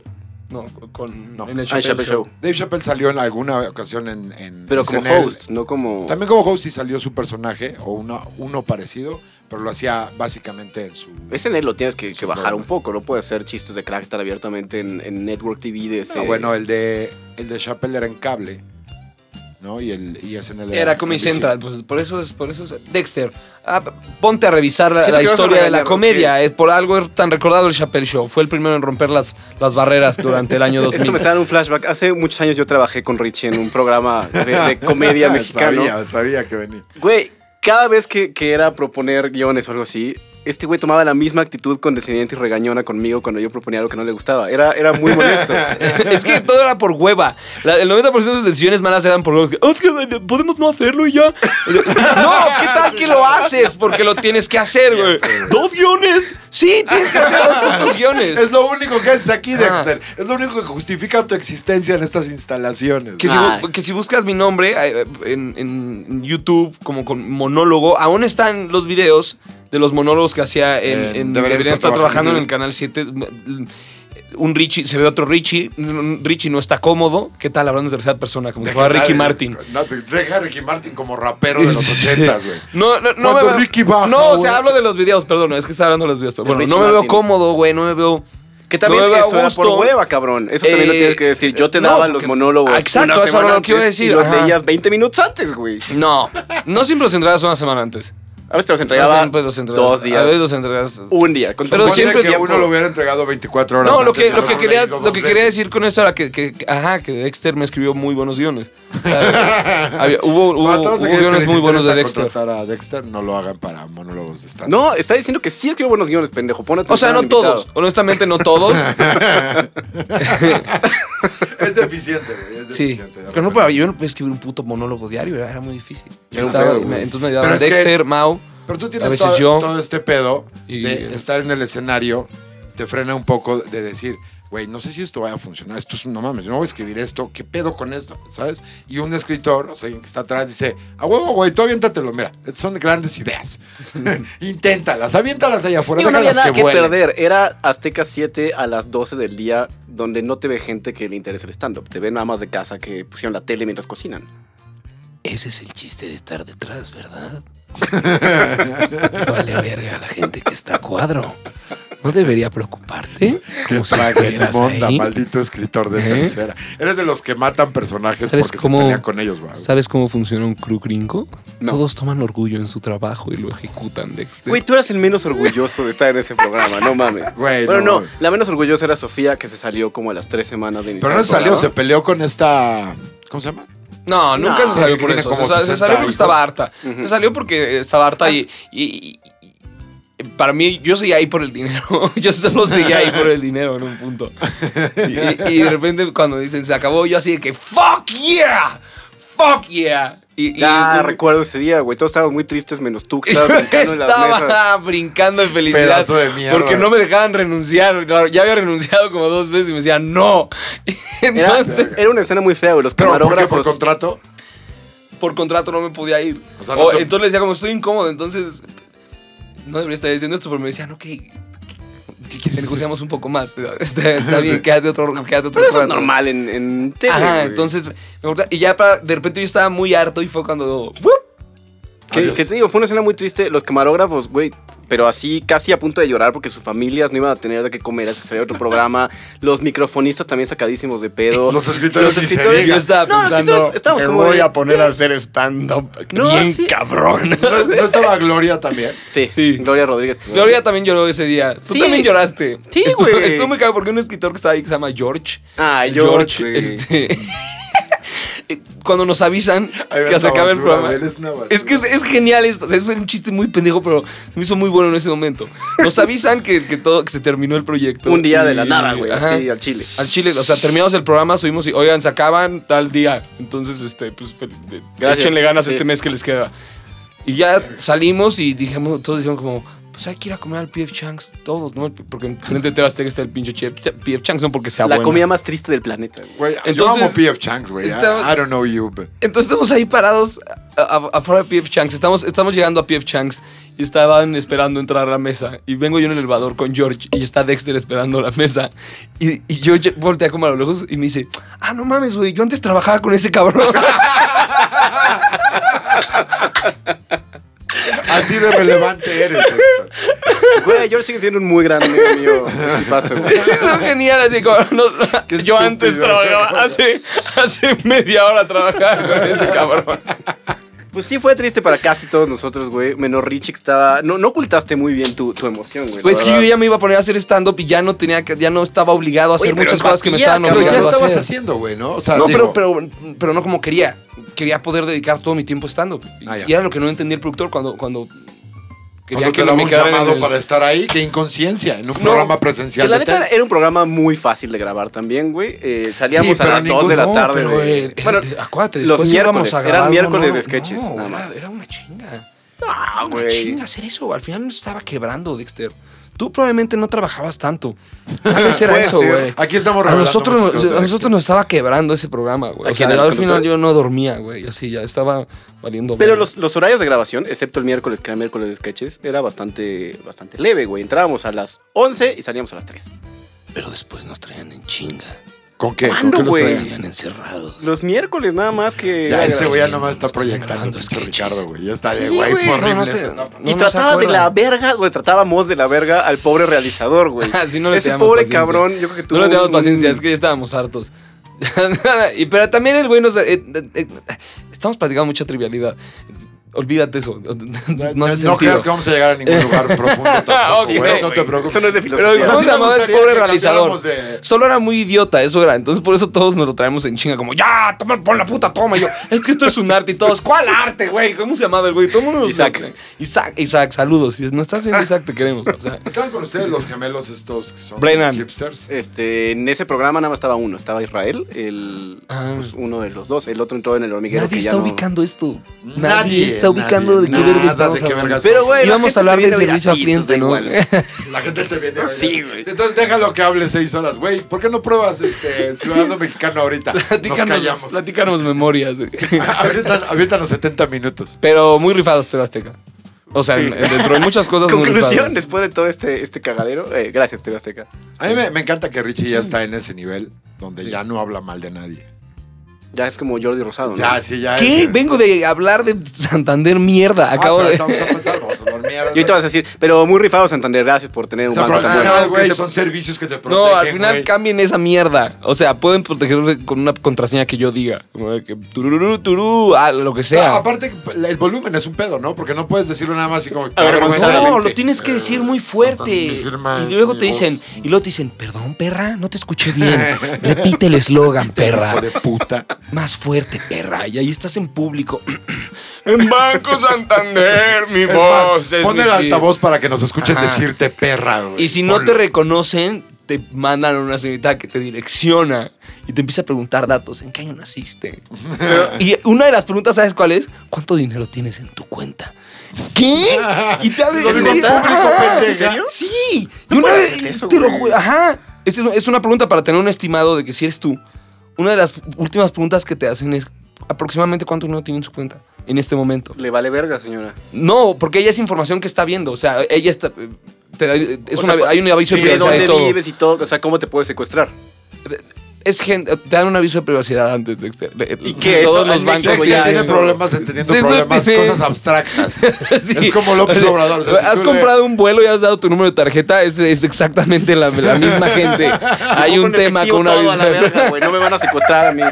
Speaker 3: No, con
Speaker 1: No.
Speaker 3: en el
Speaker 2: Ah, en
Speaker 3: Chappelle
Speaker 2: Chappelle Show.
Speaker 1: Dave Chappelle salió en alguna ocasión en... en
Speaker 2: Pero como
Speaker 1: SNL.
Speaker 2: host, no como...
Speaker 1: También como host sí salió su personaje o una- uno parecido, pero lo hacía básicamente en su...
Speaker 2: SNL lo tienes que, que bajar
Speaker 1: programa.
Speaker 2: un poco, no puedes hacer chistes de crack tan abiertamente en, en Network TV de ese...
Speaker 1: No, Ah, bueno, el de el de Chappelle era en cable, ¿no? Y el y SNL
Speaker 3: Era Comedy
Speaker 1: NBC.
Speaker 3: Central, pues por eso es, por eso es. Dexter, ah, ponte a revisar la,
Speaker 2: Siento
Speaker 3: la
Speaker 2: que vas a
Speaker 3: historia de la
Speaker 2: regañar,
Speaker 3: comedia. eh, por algo es tan recordado el Chappelle Show. Fue el primero en romper las, las barreras durante el año 2000.
Speaker 2: Esto me está dando un flashback. Hace muchos años yo trabajé con Richie en un programa de, de comedia mexicano.
Speaker 1: Sabía, sabía que venía.
Speaker 2: Güey, cada vez que, que era proponer guiones o algo así, este güey tomaba la misma actitud condescendiente y regañona conmigo cuando yo proponía algo que no le gustaba. Era, era muy molesto.
Speaker 3: es que todo era por hueva. La- el 90% de sus decisiones malas eran por hueva. "Oh, es que, eh, podemos no hacerlo y ya. no, ¿qué tal que lo haces? Porque lo tienes que hacer, güey. Dos guiones. Sí, tienes que hacer los putos guiones.
Speaker 1: Es lo único que haces aquí,
Speaker 3: Ah.
Speaker 1: Dexter. Es lo único que justifica tu existencia en estas instalaciones.
Speaker 3: Que si,
Speaker 2: Ah.
Speaker 3: bu- que si buscas mi nombre eh, en, en YouTube, como con monólogo, aún están los videos de los monólogos que hacía en,
Speaker 1: En
Speaker 3: en-
Speaker 1: Debería
Speaker 3: Debería
Speaker 1: Estar
Speaker 3: estar
Speaker 1: Trabajando.
Speaker 3: trabajando en el Canal 7. Un Richie, se ve otro Richie. un Richie no está cómodo. ¿Qué tal hablando en tercera persona? Como si fuera Ricky Martin.
Speaker 1: No, te deja a Ricky Martin como rapero de los
Speaker 3: Sí.
Speaker 1: ochentas, güey.
Speaker 3: No, no, no.
Speaker 1: Cuando Ricky baja,
Speaker 3: no, o
Speaker 1: güey.
Speaker 3: sea, hablo de los videos, perdón, es que estaba hablando de los videos. pero
Speaker 2: De
Speaker 3: bueno, no
Speaker 2: Richie
Speaker 3: me veo
Speaker 2: Martin.
Speaker 3: cómodo, güey, no me veo.
Speaker 2: Que también
Speaker 3: No me da
Speaker 2: eso era por
Speaker 3: gusto.
Speaker 2: hueva, cabrón. Eso también lo
Speaker 3: Eh,
Speaker 2: tienes que decir. Yo te
Speaker 3: no,
Speaker 2: daba
Speaker 3: porque-
Speaker 2: los monólogos.
Speaker 3: Ah, exacto, eso
Speaker 2: semana
Speaker 3: era lo que iba a
Speaker 2: antes
Speaker 3: decir,
Speaker 2: Y los
Speaker 3: ajá.
Speaker 2: leías 20 minutos antes, güey.
Speaker 3: No, no siempre los entregas una semana antes.
Speaker 2: A veces te los
Speaker 3: no
Speaker 2: entregaba
Speaker 3: siempre los entregas.
Speaker 2: dos días.
Speaker 3: A veces los entregas.
Speaker 2: Un día. Con
Speaker 3: Pero
Speaker 1: Suponte
Speaker 3: siempre
Speaker 1: que
Speaker 3: tiempo.
Speaker 1: uno lo hubiera entregado 24 horas.
Speaker 3: No, lo
Speaker 1: antes
Speaker 3: que,
Speaker 1: y
Speaker 3: lo que
Speaker 1: hubieran
Speaker 3: quería,
Speaker 1: leído
Speaker 3: lo
Speaker 1: dos
Speaker 3: que quería
Speaker 1: veces.
Speaker 3: decir con esto era que, que- que- ajá, que Dexter me escribió muy buenos guiones. O sea, había- hubo hubo-
Speaker 1: Para todos
Speaker 3: hubo
Speaker 1: aquellos que
Speaker 3: guiones
Speaker 1: les
Speaker 3: uh, muy buenos de
Speaker 1: interesa
Speaker 3: Dexter.
Speaker 1: contratar a Dexter, no lo hagan para monólogos de stand
Speaker 2: No, está diciendo que sí escribo buenos guiones, pendejo. Pon
Speaker 3: O
Speaker 2: atención
Speaker 3: sea,
Speaker 2: al
Speaker 3: no
Speaker 2: invitado.
Speaker 3: todos. Honestamente, no todos.
Speaker 1: Es deficiente, güey. Es
Speaker 3: Sí.
Speaker 1: deficiente. de
Speaker 3: Pero no,
Speaker 1: repente.
Speaker 3: pero yo no podía escribir un puto monólogo diario, era era muy difícil.
Speaker 1: Era un
Speaker 3: Estaba-
Speaker 1: pedo, güey.
Speaker 3: me- entonces me
Speaker 1: Pero
Speaker 3: daban
Speaker 1: es que-
Speaker 3: Dexter, Mau.
Speaker 1: Pero tú
Speaker 3: A
Speaker 1: tienes
Speaker 3: veces
Speaker 1: todo,
Speaker 3: yo.
Speaker 1: todo este pedo
Speaker 3: Y-
Speaker 1: de estar en el escenario, te frena un poco de decir, güey, no sé si esto vaya a funcionar, esto es, no mames, yo no voy a escribir esto, ¿qué pedo con esto? ¿Sabes? Y un escritor, o sea, alguien que está atrás, dice, a huevo, güey, tú aviéntatelo, mira, estas son grandes ideas. Inténtalas, aviéntalas allá afuera,
Speaker 2: Digo, no había
Speaker 1: déjalas
Speaker 2: nada
Speaker 1: que
Speaker 2: que,
Speaker 1: vuelen.
Speaker 2: perder. Era Azteca 7 a las 12 del día, donde no te ve gente que le interese el stand-up. Te ven nada más de casa que pusieron la tele mientras cocinan.
Speaker 4: Ese es el chiste de estar detrás, ¿verdad? vale verga a la gente que está a cuadro. No debería preocuparte.
Speaker 1: Qué
Speaker 4: Como si estuvieras
Speaker 1: monda,
Speaker 4: ahí.
Speaker 1: maldito escritor de
Speaker 4: ¿Eh?
Speaker 1: tercera. Eres de los que matan personajes
Speaker 4: ¿Sabes
Speaker 1: porque
Speaker 4: cómo-
Speaker 1: se pelean con ellos, güey.
Speaker 4: ¿Sabes cómo funciona un crew gringo?
Speaker 2: No.
Speaker 4: Todos toman orgullo en su trabajo y lo ejecutan, Dexter.
Speaker 2: Güey, tú eras el menos orgulloso de estar en ese programa, no mames.
Speaker 1: Güey,
Speaker 2: bueno,
Speaker 1: no.
Speaker 2: no. la menos orgullosa era Sofía, que se salió como a las tres semanas de iniciar
Speaker 1: Pero no
Speaker 2: el
Speaker 1: se salió, se
Speaker 2: programa.
Speaker 1: peleó con esta... ¿Cómo se llama?
Speaker 3: No, nunca
Speaker 2: No.
Speaker 3: se salió
Speaker 1: Que
Speaker 3: por
Speaker 1: tiene
Speaker 3: eso.
Speaker 1: como
Speaker 3: Se, sa- se
Speaker 1: 60
Speaker 3: salió porque
Speaker 1: hijos.
Speaker 3: estaba harta.
Speaker 2: Ujú.
Speaker 3: Se salió porque estaba harta y, y- y- y- para mí yo seguía ahí por el dinero. yo solo seguía ahí por el dinero en un punto. Y, y de repente cuando dicen se acabó, yo así de que ¡Fuck yeah! ¡Fuck yeah! Y, y-
Speaker 2: Ya ah, recuerdo ese día, güey. Todos estábamos muy tristes, menos tú, que
Speaker 3: y
Speaker 2: estabas
Speaker 3: yo
Speaker 2: brincando en las mesas.
Speaker 3: estaba brincando de felicidad
Speaker 1: Pedazo de mierda.
Speaker 3: porque no me dejaban renunciar. Claro, ya había renunciado como dos veces y me decían no.
Speaker 2: Era,
Speaker 3: Entonces,
Speaker 2: era una escena muy fea, güey. Los
Speaker 1: ¿Pero por qué? ¿Por
Speaker 2: camarógrafos.
Speaker 1: contrato?
Speaker 3: por contrato no me podía ir.
Speaker 1: O sea, no
Speaker 3: O-
Speaker 1: te-
Speaker 3: Entonces le decía, como estoy incómodo, entonces no debería estar diciendo esto, pero me decían, ok,
Speaker 1: ¿Qué quieres decir?
Speaker 3: negociamos un poco más. Está, está bien, quédate otro, quédate otro
Speaker 2: Pero eso es
Speaker 3: rato.
Speaker 2: normal en, en tele.
Speaker 3: Ajá,
Speaker 2: güey.
Speaker 3: entonces, me acordaba- y ya para- de repente yo estaba muy harto y fue cuando. ¡wup!
Speaker 2: Que,
Speaker 1: Adiós.
Speaker 2: que te digo, fue una escena muy triste. Los camarógrafos, güey, pero así casi a punto de llorar porque sus familias no iban a tener de qué comer. Así que salió otro programa. Los microfonistas también sacadísimos de pedo.
Speaker 1: Los escritores
Speaker 2: Los
Speaker 1: ni se
Speaker 2: escritores-
Speaker 1: digan.
Speaker 3: Yo estaba
Speaker 2: No, los
Speaker 3: pensando,
Speaker 2: escritores estábamos como de-
Speaker 4: poner a hacer stand-up
Speaker 2: No, sí.
Speaker 4: cabrón.
Speaker 1: ¿No, no estaba Gloria también?
Speaker 2: Sí,
Speaker 3: Sí.
Speaker 2: Gloria Rodríguez.
Speaker 3: Gloria también lloró ese día. Tú
Speaker 2: Sí.
Speaker 3: también lloraste.
Speaker 2: Sí,
Speaker 3: Estuvo-
Speaker 2: güey.
Speaker 3: Estuvo muy caro porque un escritor que estaba ahí que se llama George.
Speaker 2: Ah, George.
Speaker 3: George,
Speaker 2: güey.
Speaker 3: este, cuando nos avisan
Speaker 1: Ahí ven
Speaker 3: que se
Speaker 1: la
Speaker 3: acaba el
Speaker 1: basura,
Speaker 3: programa.
Speaker 1: ven, es una basura.
Speaker 3: Es que es, es genial esto. o sea, es un chiste muy pendejo, pero se me hizo muy bueno en ese momento. Nos avisan que, que todo, que se terminó el proyecto.
Speaker 2: Un día de
Speaker 3: y-
Speaker 2: la nada, güey.
Speaker 3: ajá.
Speaker 2: Así al chile.
Speaker 3: Al chile, o sea, terminamos el programa, subimos y, oigan, se acaban tal día. Entonces, este, pues, fel- de-
Speaker 2: Gracias.
Speaker 3: échenle ganas
Speaker 2: Sí.
Speaker 3: este mes que les queda. Y ya salimos y dijimos, todos dijeron como, pues hay que ir a comer al PF Changs, todos, ¿no? Porque enfrente de TV Azteca está el pinche chef- PF Changs, no porque sea
Speaker 2: La
Speaker 3: bueno.
Speaker 2: comida más triste del planeta. güey.
Speaker 1: Güey, yo
Speaker 3: Entonces-
Speaker 1: amo P.F. Changs, güey. I-
Speaker 3: Estaba-
Speaker 1: I don't know you, but...
Speaker 3: Entonces estamos ahí parados a- a- afuera de PF Changs. Estamos, estamos llegando a PF Changs y estaban esperando entrar a la mesa. Y vengo yo en el elevador con George y está Dexter esperando la mesa. Y, y George voltea como a lo lejos y me dice: Ah, no mames, güey, yo antes trabajaba con ese cabrón.
Speaker 1: Así de relevante eres. Dexter.
Speaker 2: Güey, George sigue siendo un muy gran amigo mío. Sí, pasa, güey.
Speaker 3: Eso es genial, así como no-
Speaker 1: Qué
Speaker 3: yo antes
Speaker 1: estúpido.
Speaker 3: trabajaba, hace, hace media hora trabajaba con ese cabrón.
Speaker 2: Pues sí, fue triste para casi todos nosotros, güey. Menos Richie que estaba. No, no ocultaste muy bien tu, tu emoción, güey. la
Speaker 3: Pues es que
Speaker 2: verdad.
Speaker 3: yo ya me iba a poner a hacer stand-up y ya no tenía que- ya no estaba obligado a hacer
Speaker 2: pero
Speaker 3: muchas cosas que me
Speaker 2: empatía,
Speaker 3: estaban
Speaker 2: cabrón.
Speaker 1: Pero ya
Speaker 3: obligando a
Speaker 1: estabas
Speaker 3: hacer.
Speaker 1: haciendo, güey, ¿no? O sea,
Speaker 3: no,
Speaker 1: digo,
Speaker 3: pero, pero, pero no como quería. Quería poder dedicar todo mi tiempo a stand-up. Y-
Speaker 1: Ah, ya.
Speaker 3: y era lo que no entendía el productor cuando, cuando
Speaker 1: Cuando te
Speaker 3: me
Speaker 1: daba un
Speaker 3: quedara en
Speaker 1: llamado
Speaker 3: el-
Speaker 1: para estar ahí, qué inconsciencia, en un
Speaker 3: No,
Speaker 1: programa
Speaker 2: Que
Speaker 1: presencial.
Speaker 2: la
Speaker 1: de
Speaker 2: neta
Speaker 1: tele.
Speaker 2: era un programa muy fácil de grabar también, güey. Eh, salíamos
Speaker 1: Sí,
Speaker 2: a
Speaker 1: pero
Speaker 2: las 2 de la
Speaker 1: ningún- no,
Speaker 2: tarde.
Speaker 3: Pero,
Speaker 2: güey.
Speaker 3: eh, era-
Speaker 2: bueno,
Speaker 3: acuérdate,
Speaker 2: los
Speaker 3: después íbamos
Speaker 2: miércoles,
Speaker 3: a
Speaker 2: eran
Speaker 3: grabar
Speaker 2: miércoles de
Speaker 3: monólogos.
Speaker 2: sketches,
Speaker 3: No,
Speaker 2: nada
Speaker 3: era-
Speaker 2: más.
Speaker 3: Era una chinga.
Speaker 2: ah,
Speaker 3: Una
Speaker 2: güey.
Speaker 3: chinga hacer eso. Al final estaba quebrando, Dexter. Tú probablemente no trabajabas tanto. Tal vez era
Speaker 1: Puede
Speaker 3: eso,
Speaker 1: ser.
Speaker 3: güey.
Speaker 1: Aquí estamos
Speaker 3: A
Speaker 1: revelando
Speaker 3: nosotros,
Speaker 1: muchas cosas
Speaker 3: nos-
Speaker 1: de
Speaker 3: a nosotros nos estaba quebrando ese programa,
Speaker 2: ¿A
Speaker 3: güey. O sea,
Speaker 2: quién, a
Speaker 3: yo
Speaker 2: los
Speaker 3: al final
Speaker 2: conductores?
Speaker 3: yo no dormía, güey. Así ya estaba valiendo.
Speaker 2: Pero
Speaker 3: verga.
Speaker 2: los, los horarios de grabación, excepto el miércoles, que era miércoles de sketches, era bastante, bastante leve, güey. Entrábamos a las 11 y salíamos a las 3.
Speaker 4: Pero después nos traían en chinga.
Speaker 1: ¿Con qué? ¿Con
Speaker 2: ¿Cuándo,
Speaker 1: qué los
Speaker 2: güey?
Speaker 1: traen?
Speaker 4: Tenían encerrados.
Speaker 2: Los miércoles nada más que...
Speaker 1: Ya,
Speaker 2: era
Speaker 1: ese güey ya
Speaker 4: grabando,
Speaker 1: nomás está
Speaker 4: estoy
Speaker 1: proyectando,
Speaker 4: grabando
Speaker 1: pinche
Speaker 4: sketches.
Speaker 1: Ricardo, güey. Ya está de,
Speaker 2: Sí,
Speaker 1: güey, fue
Speaker 2: güey. No, no
Speaker 1: horrible.
Speaker 3: sé.
Speaker 1: esa etapa.
Speaker 2: Y
Speaker 3: No, no se
Speaker 2: tratabas de
Speaker 3: acuerdan.
Speaker 2: la verga, güey, tratábamos de la verga al pobre realizador, güey.
Speaker 3: Así Ah, no le
Speaker 2: Ese
Speaker 3: teníamos
Speaker 2: pobre
Speaker 3: paciencia.
Speaker 2: cabrón, yo creo que tuvo
Speaker 3: No le teníamos
Speaker 2: un-
Speaker 3: paciencia, es que ya estábamos hartos. y, pero también el güey nos. eh, eh, eh, estamos platicando mucha trivialidad. Olvídate eso.
Speaker 1: No,
Speaker 3: No, hace sentido.
Speaker 1: creas que vamos a llegar a ningún lugar profundo tampoco,
Speaker 3: Ok,
Speaker 1: güey. No
Speaker 2: güey.
Speaker 1: te preocupes.
Speaker 2: Esto Ah, no es de
Speaker 3: Ah, Pero
Speaker 2: filosofía.
Speaker 1: O sea, sí
Speaker 3: ¿cómo se
Speaker 1: me
Speaker 3: llamaba el
Speaker 1: gustaría
Speaker 3: pobre
Speaker 1: que
Speaker 3: realizador?
Speaker 1: cambiáramos de-
Speaker 3: Solo era muy idiota, eso era. Entonces por eso todos nos lo traemos en chinga, como, ya, toma, pon la puta, toma. Y Yo, es que esto es un arte y todos, ¿cuál arte, güey? ¿Cómo se llamaba el güey? Todo el mundo nos-
Speaker 2: Isaac.
Speaker 3: Isaac, Isaac, saludos. Y, No estás viendo, Isaac, te queremos. O sea,
Speaker 1: ¿Están con ustedes los gemelos estos que son
Speaker 3: Brennan.
Speaker 1: hipsters?
Speaker 2: Este, en ese programa nada más estaba uno, estaba Israel, el,
Speaker 3: Ah.
Speaker 2: pues, uno de los dos, el otro entró en el hormiguero.
Speaker 4: Nadie
Speaker 2: que ya
Speaker 4: está
Speaker 2: no-
Speaker 4: ubicando esto. Nadie,
Speaker 1: Nadie,
Speaker 4: está ubicando
Speaker 1: nadie,
Speaker 4: de qué verga
Speaker 1: nada
Speaker 4: estamos
Speaker 1: de qué
Speaker 4: hablando.
Speaker 1: vergas.
Speaker 2: Pero, güey, la
Speaker 3: íbamos
Speaker 2: gente
Speaker 3: a hablar
Speaker 2: te viene
Speaker 3: de
Speaker 2: oír a
Speaker 3: servicio al
Speaker 2: ti, entonces da
Speaker 3: cliente, ¿no?
Speaker 2: igual.
Speaker 1: La gente te viene. a
Speaker 2: Sí,
Speaker 1: ver.
Speaker 2: güey.
Speaker 1: Entonces déjalo que hable seis horas, güey. ¿Por qué no pruebas este ciudadano mexicano ahorita? Nos
Speaker 3: Platícanos,
Speaker 1: callamos.
Speaker 3: platícanos memorias. güey.
Speaker 1: Ahorita ahorita los 70 minutos.
Speaker 3: Pero muy rifados TV Azteca. O sea,
Speaker 2: Sí.
Speaker 3: en- dentro de muchas cosas muy
Speaker 2: Conclusión,
Speaker 3: rifados.
Speaker 2: después de todo este, este cagadero, eh, gracias, TV Azteca.
Speaker 1: A mí me, me encanta que Richie ya está en ese nivel donde ya no habla mal de nadie.
Speaker 2: Ya es como Jordi Rosado, ¿no?
Speaker 1: Ya, sí, ya.
Speaker 3: ¿Qué?
Speaker 1: es-
Speaker 3: Vengo de hablar de Santander mierda.
Speaker 1: Ah,
Speaker 3: Acabo
Speaker 1: pero
Speaker 3: de...
Speaker 1: ahorita Vamos a pasar, vamos a hablar mierda.
Speaker 2: Y ahorita vas a decir, pero muy rifado Santander, gracias por tener
Speaker 1: O
Speaker 2: un
Speaker 1: sea, pero
Speaker 2: banco
Speaker 1: al
Speaker 2: tan
Speaker 3: Ah,
Speaker 2: bueno.
Speaker 1: final, güey,
Speaker 3: que se-
Speaker 1: son servicios que te protegen.
Speaker 3: No, al final
Speaker 1: güey.
Speaker 3: cambien esa mierda. O sea, pueden protegerse con una contraseña que yo diga. Como de que tururú, turú, ah, lo que
Speaker 1: No,
Speaker 3: sea.
Speaker 1: aparte, el volumen es un pedo, ¿no? Porque no puedes decirlo nada más así como.
Speaker 2: Avergonzadamente.
Speaker 4: Pues No, lo tienes que decir muy fuerte.
Speaker 1: Mi firma
Speaker 4: Y
Speaker 1: es
Speaker 4: luego
Speaker 1: mi
Speaker 4: te dicen,
Speaker 1: voz.
Speaker 4: y luego te dicen, perdón, perra, no te escuché bien. Repite el eslogan, perra.
Speaker 1: Hijo de puta.
Speaker 4: Más fuerte, perra. Y ahí estás en público.
Speaker 3: En Banco Santander, mi
Speaker 1: Es
Speaker 3: voz.
Speaker 1: más,
Speaker 3: es
Speaker 1: pon
Speaker 3: mi
Speaker 1: el
Speaker 3: vida.
Speaker 1: altavoz para que nos escuchen
Speaker 3: Ajá.
Speaker 1: decirte perra, güey.
Speaker 4: Y si no te
Speaker 1: Ponlo.
Speaker 4: reconocen, te mandan a una señorita que te direcciona y te empieza a preguntar datos. ¿En qué año naciste? Pero- y una de las preguntas, ¿sabes cuál es? ¿Cuánto dinero tienes en tu cuenta? ¿Qué? Y te hablan-
Speaker 2: Lo digo
Speaker 4: Sí,
Speaker 2: en público,
Speaker 4: ajá,
Speaker 2: pendeja. ¿En serio?
Speaker 4: Sí.
Speaker 2: No
Speaker 4: y una
Speaker 2: puedes
Speaker 4: vez,
Speaker 2: hacer eso,
Speaker 4: te lo
Speaker 2: güey.
Speaker 4: juro, ajá.
Speaker 3: Es, es una pregunta para tener un estimado de que si eres tú. Una de las últimas preguntas que te hacen es aproximadamente cuánto dinero tiene en su cuenta en este momento.
Speaker 2: Le vale verga, señora.
Speaker 3: No, porque ella es información que está viendo. O sea, ella está. te da- es
Speaker 2: O
Speaker 3: una-
Speaker 2: sea,
Speaker 3: hay un aviso de
Speaker 2: Y de
Speaker 3: privacidad. y
Speaker 2: dónde
Speaker 3: todo.
Speaker 2: vives y todo, o sea, cómo te puedes secuestrar.
Speaker 3: Es gente, te dan un aviso de privacidad antes de exter-
Speaker 2: ¿Y qué?
Speaker 3: Todos
Speaker 2: Eso,
Speaker 3: los
Speaker 2: en
Speaker 3: bancos
Speaker 2: México
Speaker 1: Güey,
Speaker 2: ya
Speaker 3: tienen
Speaker 1: tiene
Speaker 2: eso.
Speaker 1: problemas entendiendo
Speaker 3: Sí, no
Speaker 1: problemas,
Speaker 3: tiene-
Speaker 1: cosas abstractas.
Speaker 3: Sí.
Speaker 1: Es como López
Speaker 3: O sea,
Speaker 1: Obrador. o sea, si
Speaker 3: has
Speaker 1: tú le-
Speaker 3: comprado un vuelo y has dado tu número de tarjeta, es, es exactamente la, la misma gente. Hay
Speaker 2: Yo
Speaker 3: un
Speaker 2: con
Speaker 3: tema
Speaker 2: efectivo
Speaker 3: con una
Speaker 2: todo a la verga,
Speaker 3: visa.
Speaker 2: güey, no me van a secuestrar a mí.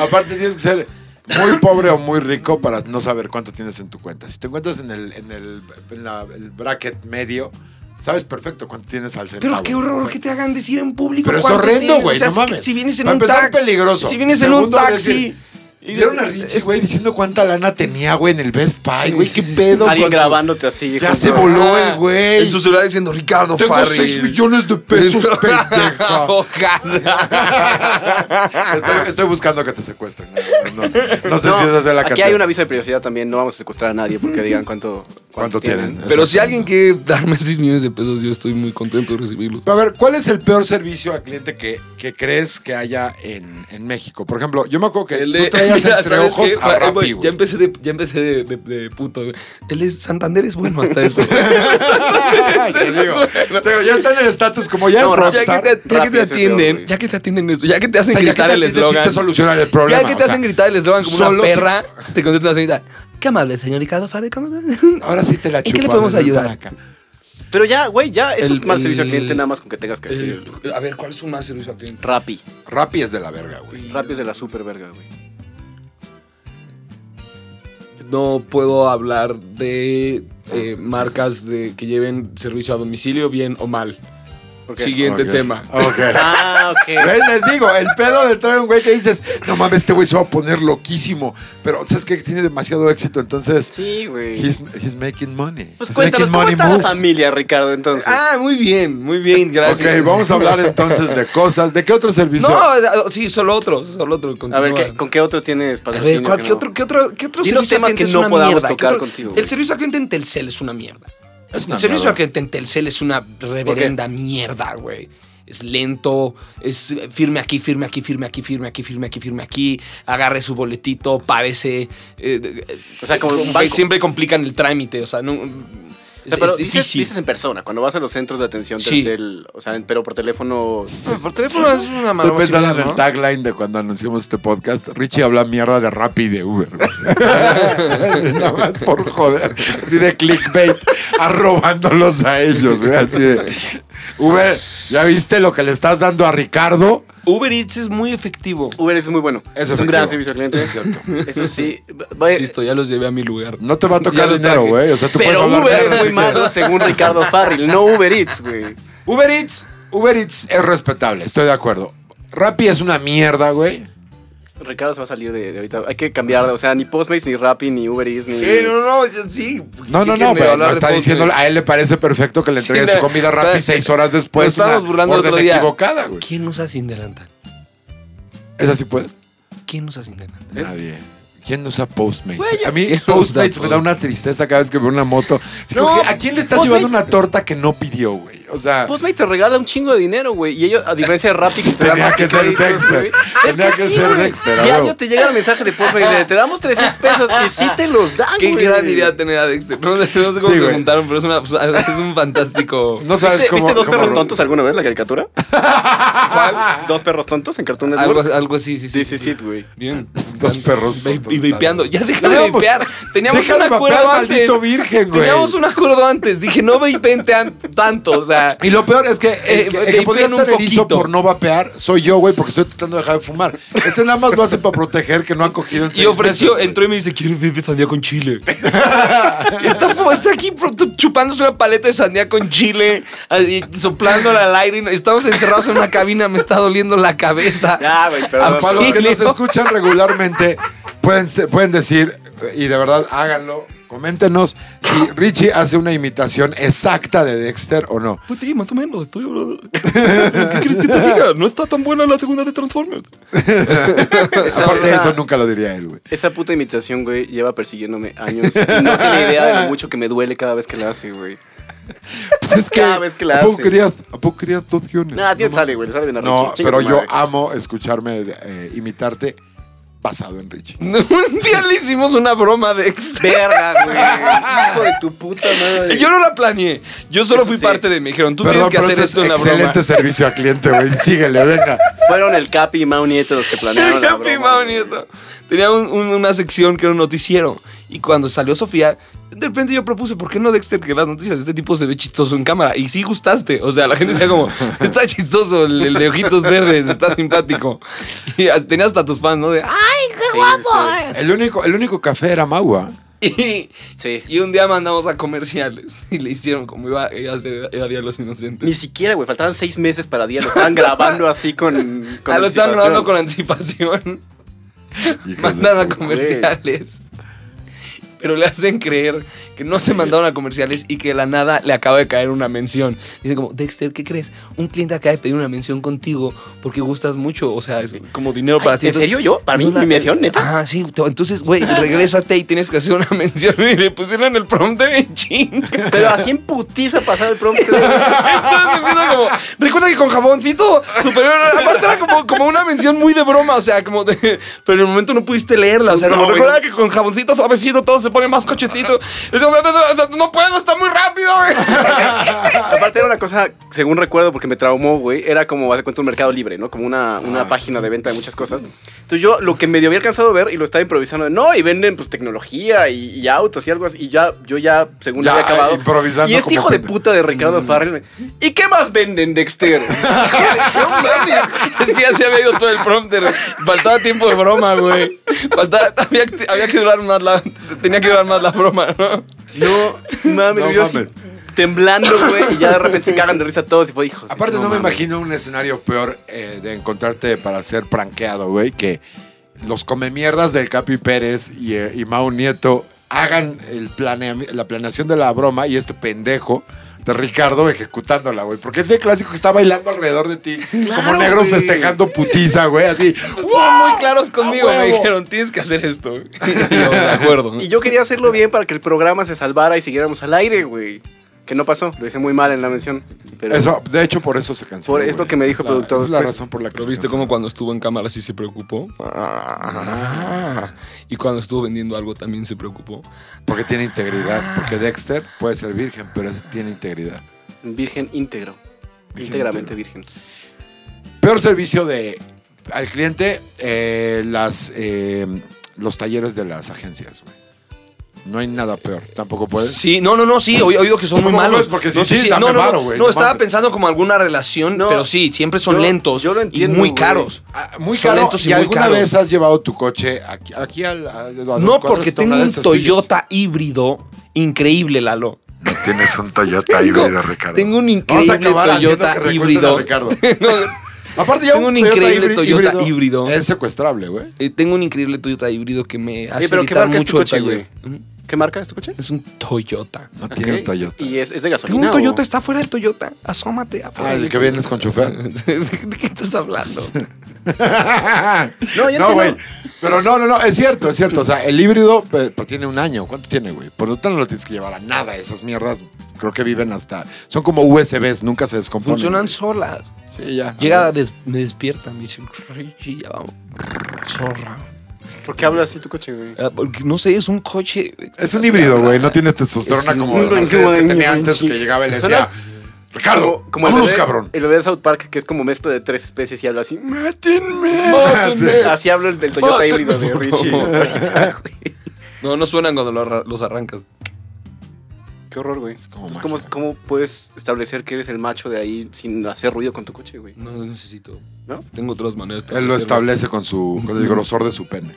Speaker 1: Aparte, tienes que ser muy pobre o muy rico para no saber cuánto tienes en tu cuenta. Si te encuentras en el, en el, en la- el bracket medio, sabes perfecto cuánto tienes al centavo.
Speaker 4: Pero qué
Speaker 1: O
Speaker 4: horror
Speaker 1: sea,
Speaker 4: que te hagan decir en público.
Speaker 1: Pero es
Speaker 4: cuánto
Speaker 1: horrendo,
Speaker 4: tienes.
Speaker 1: güey.
Speaker 4: O sea,
Speaker 1: no
Speaker 4: es que
Speaker 1: mames.
Speaker 4: Si vienes en
Speaker 1: Para
Speaker 4: un
Speaker 1: empezar,
Speaker 4: taxi.
Speaker 1: peligroso.
Speaker 4: Si vienes en un
Speaker 1: Segundo,
Speaker 4: taxi.
Speaker 1: decir, Vieron a Richie, güey, diciendo cuánta lana tenía, güey, en el Best Buy, güey. ¿Qué pedo?
Speaker 2: Alguien
Speaker 1: con su-
Speaker 2: grabándote así.
Speaker 1: Ya
Speaker 2: junto-
Speaker 1: se voló
Speaker 3: Ah,
Speaker 1: el güey.
Speaker 4: En su celular diciendo Ricardo
Speaker 1: Tengo
Speaker 4: Farril.
Speaker 1: 6 millones de pesos, pendeja. estoy, estoy buscando que te secuestren. No, no, no. No sé si esa es la
Speaker 2: aquí
Speaker 1: cantidad.
Speaker 2: hay un aviso de privacidad también, no vamos a secuestrar a nadie porque digan cuánto, cuánto,
Speaker 1: ¿Cuánto tienen?
Speaker 3: Pero si alguien quiere darme 6 millones de pesos, yo estoy muy contento de recibirlos.
Speaker 1: A ver, ¿cuál es el peor servicio al cliente que, que crees que haya en, en México? Por ejemplo, yo me acuerdo que
Speaker 3: El
Speaker 1: tú traías
Speaker 3: Mira,
Speaker 1: entre
Speaker 3: ¿sabes
Speaker 1: ojos
Speaker 3: qué?
Speaker 1: a
Speaker 3: Eh,
Speaker 1: Rappi,
Speaker 3: güey,
Speaker 1: güey.
Speaker 3: Ya empecé de, ya empecé de, de- de puto, güey. El de Santander es bueno hasta eso.
Speaker 1: Te digo, te digo, ya está en el estatus como ya
Speaker 2: No,
Speaker 1: es
Speaker 2: Rappi,
Speaker 3: ya
Speaker 1: rockstar.
Speaker 3: que te, ya que
Speaker 2: Rappi
Speaker 3: te
Speaker 2: es el peor,
Speaker 3: atienden,
Speaker 2: güey.
Speaker 3: ya que te atienden esto, ya que te
Speaker 1: O
Speaker 3: hacen
Speaker 1: sea, ya que
Speaker 3: gritar
Speaker 1: te
Speaker 3: el
Speaker 1: atiendes, sí
Speaker 3: eslogan.
Speaker 1: te solucionan el problema.
Speaker 3: ya que
Speaker 1: o
Speaker 3: te
Speaker 1: sea,
Speaker 3: hacen gritar el eslogan como
Speaker 1: solo
Speaker 3: una
Speaker 1: si-
Speaker 3: perra, te contesta una señorita. Qué amable, señor Ricardo Farrell, ¿cómo estás?
Speaker 1: Ahora sí te la
Speaker 4: ¿En qué
Speaker 1: chupo.
Speaker 4: le podemos
Speaker 1: a ver, ven
Speaker 4: ayudar?
Speaker 1: para acá.
Speaker 2: Pero ya, güey, ya es un
Speaker 3: El-
Speaker 2: mal servicio al
Speaker 3: el-
Speaker 2: cliente nada más con que tengas que decir
Speaker 3: Eh, a ver, ¿cuál es un mal servicio al cliente?
Speaker 2: Rappi.
Speaker 1: Rappi es de la verga, güey.
Speaker 2: Rappi es de la super verga, güey.
Speaker 3: No puedo hablar de eh, marcas de, que lleven servicio a domicilio, bien o mal.
Speaker 2: ¿Por qué?
Speaker 3: Siguiente
Speaker 1: Ok.
Speaker 3: tema.
Speaker 1: Ok.
Speaker 2: Ah, ok.
Speaker 1: ¿Ves? Les digo, el pedo de traer un güey que dices, no mames, este güey se va a poner loquísimo. Pero sabes que tiene demasiado éxito, entonces.
Speaker 2: Sí, güey.
Speaker 1: He's, he's making money.
Speaker 2: Pues
Speaker 1: He's making
Speaker 2: cuéntanos, ¿cómo
Speaker 1: money
Speaker 2: está
Speaker 1: moves.
Speaker 2: la familia, Ricardo, entonces?
Speaker 3: Ah, muy bien, muy bien, gracias.
Speaker 1: Ok, vamos a hablar entonces de cosas. ¿De qué otro servicio?
Speaker 3: No, sí, solo otro, solo otro. continúa.
Speaker 2: a ver, ¿qué- ¿con qué otro tienes
Speaker 4: A
Speaker 2: patrocinio?
Speaker 4: ver, ¿cuál-
Speaker 2: que
Speaker 4: ¿qué,
Speaker 2: no?
Speaker 4: otro, ¿qué otro, qué otro
Speaker 2: Dinos
Speaker 4: servicio al
Speaker 2: temas
Speaker 4: cliente
Speaker 2: que
Speaker 4: es
Speaker 2: no
Speaker 4: una
Speaker 2: podamos
Speaker 4: mierda? ¿Qué
Speaker 2: tocar
Speaker 4: otro-
Speaker 2: contigo, güey.
Speaker 4: El servicio al cliente en Telcel es una mierda.
Speaker 1: Es una
Speaker 3: El servicio
Speaker 1: mierda.
Speaker 3: al cliente en Telcel es una reverenda mierda, güey. Es lento, es eh, firme aquí, firme aquí, firme aquí, firme aquí, firme aquí, firme aquí. Agarre su boletito, parece. eh,
Speaker 2: O sea, como un banco.
Speaker 3: Siempre complican el trámite, o sea, no.
Speaker 2: O
Speaker 3: Es,
Speaker 2: sea, pero
Speaker 3: es
Speaker 2: dices,
Speaker 3: difícil.
Speaker 2: dices en persona, cuando vas a los centros de atención
Speaker 3: Sí.
Speaker 2: Telcel, o sea, pero por teléfono.
Speaker 5: No, por teléfono es una
Speaker 1: Estoy
Speaker 5: maravilla.
Speaker 1: pensando en el
Speaker 5: ¿no?
Speaker 1: tagline de cuando anunciamos este podcast. Richie habla mierda de Rappi y de Uber. güey. Nada más por joder. Así de clickbait, arrobándolos a ellos, güey. Así de. Uber, ¿ya viste lo que le estás dando a Ricardo?
Speaker 3: Uber Eats es muy efectivo.
Speaker 2: Uber es muy bueno.
Speaker 1: Es
Speaker 2: Es, un gran
Speaker 1: efectivo.
Speaker 2: servicio al cliente.
Speaker 1: Es cierto.
Speaker 2: Eso sí. va- eh,
Speaker 3: Listo, ya los llevé a mi lugar.
Speaker 1: No te va a
Speaker 3: Ya
Speaker 1: tocar
Speaker 3: los
Speaker 1: dinero,
Speaker 3: traje.
Speaker 1: güey. O sea, tú puedes
Speaker 2: Pero
Speaker 1: hablar
Speaker 2: Uber
Speaker 1: mierda
Speaker 2: es
Speaker 1: si
Speaker 2: muy
Speaker 1: quieres.
Speaker 2: malo, según Ricardo Farril. No Uber Eats, güey.
Speaker 1: Uber Eats, Uber Eats es respetable, estoy de acuerdo. Rappi es una mierda, güey.
Speaker 2: Ricardo se va a salir de, de ahorita. Hay que cambiar, o sea, ni Postmates, ni Rappi, ni Uber Eats, ni.
Speaker 3: Eh, no, no, yo- sí.
Speaker 1: No,
Speaker 3: ¿Qué
Speaker 1: no,
Speaker 3: quieren
Speaker 1: no, pero
Speaker 3: hablar
Speaker 1: no
Speaker 3: de
Speaker 1: está
Speaker 3: postre?
Speaker 1: diciendo, a él le parece perfecto que le
Speaker 3: Sí,
Speaker 1: entreguen
Speaker 3: la-
Speaker 1: su comida
Speaker 3: ¿sabes
Speaker 1: Rappi
Speaker 3: qué?
Speaker 1: seis horas después.
Speaker 3: Nos estábamos
Speaker 1: una
Speaker 3: burlando el
Speaker 1: orden
Speaker 3: otro día.
Speaker 1: equivocada, güey.
Speaker 3: ¿Quién usa sin delantal?
Speaker 1: ¿Esa sí puedes?
Speaker 3: ¿Quién usa sin delantal?
Speaker 1: Nadie. ¿Quién usa Postmates? a
Speaker 3: ¿Quién
Speaker 1: mí
Speaker 3: usa
Speaker 1: Postmates me da
Speaker 3: Postmates?
Speaker 1: una tristeza cada vez que veo una moto. Sí,
Speaker 2: No,
Speaker 1: como que, ¿A quién le estás
Speaker 2: Postmates-
Speaker 1: llevando una torta que no pidió, güey? O sea,
Speaker 2: Postmates te regala un chingo de dinero, güey. Y ellos, a diferencia de Rappi, que te dan
Speaker 1: tenía
Speaker 2: más
Speaker 1: que ser
Speaker 2: créditos, güey.
Speaker 1: Dexter.
Speaker 2: Es
Speaker 1: Tenía que
Speaker 2: sí,
Speaker 1: ser
Speaker 2: güey.
Speaker 1: Dexter. a
Speaker 2: Diario
Speaker 1: huevo.
Speaker 2: te llega el mensaje de Postmates de te damos 300 pesos y sí te los dan,
Speaker 3: Qué
Speaker 2: güey.
Speaker 3: gran idea tener a Dexter. No, sé no sé cómo
Speaker 1: Sí,
Speaker 3: se
Speaker 1: güey.
Speaker 3: juntaron, pero es, una, pues, es un fantástico.
Speaker 1: No sabes
Speaker 2: ¿Viste,
Speaker 1: cómo.
Speaker 2: ¿Viste dos
Speaker 1: cómo
Speaker 2: perros
Speaker 1: ro-
Speaker 2: tontos alguna vez la caricatura? ¿Dos perros tontos en Cartoon
Speaker 3: Algo,
Speaker 2: Network?
Speaker 3: algo así, sí, sí.
Speaker 2: Sí, sí, sí, güey.
Speaker 3: Bien.
Speaker 1: Dos perros
Speaker 3: Ve-
Speaker 1: tontos,
Speaker 3: Y vipeando. Ya deja de
Speaker 1: Pues, Teníamos-
Speaker 3: vipear. Teníamos
Speaker 1: Deja
Speaker 3: un
Speaker 1: de
Speaker 3: acuerdo
Speaker 1: vapear,
Speaker 3: antes.
Speaker 1: maldito virgen, güey.
Speaker 3: Teníamos un acuerdo antes. Dije, no vipeen tan- tanto. O sea,
Speaker 1: Y lo peor es que el,
Speaker 3: Eh,
Speaker 1: que, el
Speaker 3: te
Speaker 1: que podría
Speaker 3: impidan un
Speaker 1: estar erizo
Speaker 3: poquito.
Speaker 1: por no vapear soy yo, güey, porque estoy tratando de dejar de fumar. Este nada más lo hace para proteger que no ha cogido en
Speaker 3: y
Speaker 1: seis
Speaker 3: ofreció,
Speaker 1: meses, güey.
Speaker 3: entró y me dice, ¿quieres vivir sandía con chile? Y está, fu- está aquí pro- chupándose una paleta de sandía con chile, así, soplándola al aire. y no- Estamos encerrados en una cabina, me está doliendo la cabeza.
Speaker 2: Ya, güey, perdón.
Speaker 3: Al
Speaker 1: Para los que nos
Speaker 3: Auxilio.
Speaker 1: escuchan regularmente, pueden, se- pueden decir, eh, y de verdad háganlo, coméntenos si Richie hace una imitación exacta de Dexter o no.
Speaker 3: Pues sí, más o menos, estoy hablando. ¿Qué quieres que te diga? No está tan buena la segunda de Transformers.
Speaker 2: Esa-
Speaker 1: Aparte de
Speaker 2: esa-
Speaker 1: eso, nunca lo diría él, güey.
Speaker 2: Esa puta imitación, güey, lleva persiguiéndome años. Y No tiene idea de lo mucho que me duele cada vez que la hace, güey.
Speaker 1: Es que,
Speaker 2: Cada vez que la
Speaker 1: ¿a poco
Speaker 2: hace.
Speaker 1: querías- ¿A poco querías dos guiones?
Speaker 2: Nada, tío,
Speaker 1: No
Speaker 2: sale, güey, le sale de
Speaker 1: mames.
Speaker 2: Naruto.
Speaker 1: No, pero yo amo escucharme eh, imitarte basado en Richie.
Speaker 3: Un día le hicimos una broma de extra.
Speaker 2: Verga, güey. Hijo de tu puta madre.
Speaker 3: Yo no la planeé. Yo solo
Speaker 2: Eso
Speaker 3: fui
Speaker 2: sí.
Speaker 3: parte de. Me dijeron, tú tienes que
Speaker 1: pero
Speaker 3: hacer
Speaker 1: este
Speaker 3: esto en la broma.
Speaker 1: excelente servicio al cliente, güey. Síguele, venga.
Speaker 2: Fueron el Capi y Mau Nieto los que planearon. la
Speaker 3: Tenía
Speaker 2: broma,
Speaker 3: prima,
Speaker 2: güey.
Speaker 3: nieto. Tenía un- un- una sección que era un noticiero. Y cuando salió Sofía, de repente yo propuse, ¿por qué no Dexter que las noticias? Este tipo se ve chistoso en cámara. Y sí gustaste. O sea, la gente decía como, está chistoso el, el de ojitos verdes, está simpático. Y as- tenía hasta tus fans, ¿no? De, "Ah, ¡ay, qué
Speaker 2: Sí,
Speaker 3: guapo!
Speaker 1: El único, el único café era Magua.
Speaker 3: Y,
Speaker 2: Sí.
Speaker 3: y un día mandamos a comerciales. Y le hicieron como iba, iba a hacer era Día de los Inocentes.
Speaker 2: Ni siquiera, güey. Faltaban seis meses para día. Lo estaban grabando así con. con
Speaker 3: Ah, lo estaban
Speaker 2: anticipación.
Speaker 3: grabando con anticipación.
Speaker 1: Hijos de
Speaker 3: mandan a
Speaker 1: puta.
Speaker 3: comerciales. Pero le hacen creer que no se mandaron a comerciales y que de la nada le acaba de caer una mención. Dicen como, Dexter, ¿qué crees? Un cliente acaba de pedir una mención contigo porque gustas mucho. O sea, es como dinero para ti.
Speaker 2: ¿En serio yo? ¿Para mí? ¿Mi mención, neta?
Speaker 3: Ah, sí. te- Entonces, güey, regrésate y tienes que hacer una mención. Y le pusieron el prompter en ching.
Speaker 2: Pero así en putiza pasaba el prompt.
Speaker 3: Entonces empieza como, recuerda que con jaboncito superior, aparte era como, como una mención muy de broma, o sea, como de, pero en el momento no pudiste leerla, o sea,
Speaker 2: No,
Speaker 3: como,
Speaker 2: güey.
Speaker 3: recuerda que con jaboncito suavecito todo se pone más cochecito. Es como, no, no, no, no puedo, está muy rápido.
Speaker 2: Aparte era una cosa, según recuerdo, porque me traumó, güey, era como, hace cuenta, un mercado libre, ¿no? Como una, una
Speaker 1: Ah.
Speaker 2: página de venta de muchas cosas. Entonces yo lo que medio había alcanzado a ver y lo estaba improvisando, de, no, y venden pues tecnología y, y autos y algo así, y ya, yo ya, según
Speaker 1: Ya,
Speaker 2: había acabado.
Speaker 1: improvisando
Speaker 2: Y este
Speaker 1: como Mm.
Speaker 2: hijo de
Speaker 1: pendejo.
Speaker 2: puta de Ricardo Farrell, ¿y qué más venden, Dexter? No mames.
Speaker 3: Es que ya se había ido todo el prompter, faltaba tiempo de broma, güey. Faltaba, había, que- había que durar más la, tenía que durar más la broma, ¿no?
Speaker 2: no mames,
Speaker 1: No
Speaker 2: yo así
Speaker 1: mames.
Speaker 2: temblando, güey, y ya de repente se cagan de risa todos y fue, hijos.
Speaker 1: Aparte, no, me
Speaker 2: mames.
Speaker 1: imagino un escenario peor eh, de encontrarte para ser pranqueado, güey, que los comemierdas del Capi Pérez y, eh, y Mau Nieto hagan el planeami- la planeación de la broma y este pendejo de Ricardo ejecutándola, güey. Porque es el clásico que está bailando alrededor de ti, como negro
Speaker 2: güey.
Speaker 1: festejando putiza, güey, así.
Speaker 3: Fueron
Speaker 1: ¡Wow!
Speaker 3: muy claros conmigo,
Speaker 1: ¡A
Speaker 3: me
Speaker 1: huevo!
Speaker 3: dijeron, tienes que hacer esto. Y yo, de acuerdo.
Speaker 2: Y yo quería hacerlo bien para que el programa se salvara y siguiéramos al aire, güey. Que no pasó, lo hice muy mal en la mención. Pero
Speaker 1: Eso, de hecho, por eso se canceló.
Speaker 2: Por- es
Speaker 1: güey.
Speaker 2: lo que me dijo el
Speaker 1: la-
Speaker 2: productor Pues,
Speaker 1: Es la
Speaker 2: después.
Speaker 1: razón por la que
Speaker 3: Pero
Speaker 1: se
Speaker 3: viste
Speaker 1: canceló.
Speaker 3: cómo cuando estuvo en cámara sí se preocupó. Ah. Y cuando estuvo vendiendo algo también se preocupó.
Speaker 1: Porque tiene integridad. Porque Dexter puede ser virgen, pero es- tiene integridad.
Speaker 2: virgen íntegro.
Speaker 1: Virgen
Speaker 2: íntegramente virgen.
Speaker 1: Peor servicio de al cliente, eh, las, eh, los talleres de las agencias, güey. No hay nada peor. Tampoco puedes.
Speaker 3: Sí, no, no, no, sí, he oído que
Speaker 1: son muy Pues. No, malos. mames, porque si No, sí, sí, sí, dame no,
Speaker 3: no,
Speaker 1: no, varo, güey,
Speaker 3: No,
Speaker 1: no
Speaker 3: estaba
Speaker 1: mames.
Speaker 3: pensando como alguna relación,
Speaker 2: No,
Speaker 3: pero sí, siempre son
Speaker 2: yo-
Speaker 3: lentos
Speaker 2: yo lo entiendo,
Speaker 3: y muy
Speaker 2: güey.
Speaker 3: caros.
Speaker 1: Ah, Muy
Speaker 3: Son
Speaker 1: caro.
Speaker 3: lentos y
Speaker 1: ¿Y
Speaker 3: muy
Speaker 1: alguna
Speaker 3: caros.
Speaker 1: vez has llevado tu coche aquí, aquí al, a- a dos cuadras
Speaker 3: No porque
Speaker 1: está una
Speaker 3: tengo
Speaker 1: de
Speaker 3: un
Speaker 1: estas tuyas?
Speaker 3: Toyota híbrido increíble, Lalo.
Speaker 1: No tienes un Toyota híbrido, Ricardo.
Speaker 3: Tengo un
Speaker 1: Vamos a
Speaker 3: increíble
Speaker 1: acabar haciendo
Speaker 3: Toyota
Speaker 1: que recuesten a
Speaker 3: híbrido.
Speaker 1: Ricardo. Aparte, ya
Speaker 3: Tengo un
Speaker 1: Toyota
Speaker 3: increíble
Speaker 1: híbrido-
Speaker 3: Toyota híbrido.
Speaker 1: Es secuestrable, güey.
Speaker 3: Eh, Tengo un increíble Toyota híbrido que me hace
Speaker 2: pero ¿qué
Speaker 3: evitar
Speaker 2: marca es tu
Speaker 3: mucho el
Speaker 2: coche,
Speaker 3: taller.
Speaker 2: ¿Qué marca es tu coche?
Speaker 3: Es un Toyota.
Speaker 1: No tiene
Speaker 2: Ok.
Speaker 1: un Toyota.
Speaker 2: ¿Y es, es de gasolina?
Speaker 3: Tengo un
Speaker 2: o-
Speaker 3: Toyota, está fuera del Toyota. Asómate afuera.
Speaker 1: Ah, el que vienes con chofer.
Speaker 3: ¿De qué estás hablando?
Speaker 2: No, ya
Speaker 1: no,
Speaker 2: entiendo.
Speaker 1: güey. Pero no, no, no, es cierto, es cierto. O sea, el híbrido pe- pero tiene un año. ¿Cuánto tiene, güey? Por lo tanto, no lo tienes que llevar a nada. Esas mierdas creo que viven hasta. Son como USBs, nunca se descomponen.
Speaker 3: Funcionan
Speaker 1: güey.
Speaker 3: solas.
Speaker 1: Sí, ya.
Speaker 3: Llega, des- me despierta, me dice, "Richie, ya vamos. Zorra.
Speaker 2: ¿Por qué habla así tu coche, güey?
Speaker 3: Ah, porque no sé, es un coche. ah,
Speaker 1: Es un híbrido, güey. No tiene testosterona
Speaker 3: Es
Speaker 1: como
Speaker 2: un
Speaker 1: el Mercedes que
Speaker 2: buen
Speaker 1: tenía antes
Speaker 2: pinche.
Speaker 1: que llegaba y le
Speaker 2: Suena
Speaker 1: decía. Ricardo,
Speaker 2: el
Speaker 1: vámonos,
Speaker 2: bebé-
Speaker 1: cabrón.
Speaker 2: El bebé de South Park, que es como mezcla de tres especies y habla así.
Speaker 3: ah,
Speaker 1: Sí.
Speaker 2: Así habla el del Toyota
Speaker 3: Mátame,
Speaker 2: híbrido de
Speaker 3: por
Speaker 2: Richie.
Speaker 3: favor. No, no suenan cuando lo arra- los arrancas.
Speaker 2: Qué horror, güey.
Speaker 1: como
Speaker 2: Entonces, ¿cómo,
Speaker 1: magia.
Speaker 2: cómo puedes establecer que eres el macho de ahí sin hacer ruido con tu coche, güey?
Speaker 3: No no necesito.
Speaker 2: ¿No?
Speaker 3: Tengo otras maneras. de
Speaker 1: Él lo
Speaker 3: hacerlo.
Speaker 1: establece con su con el grosor de su pene.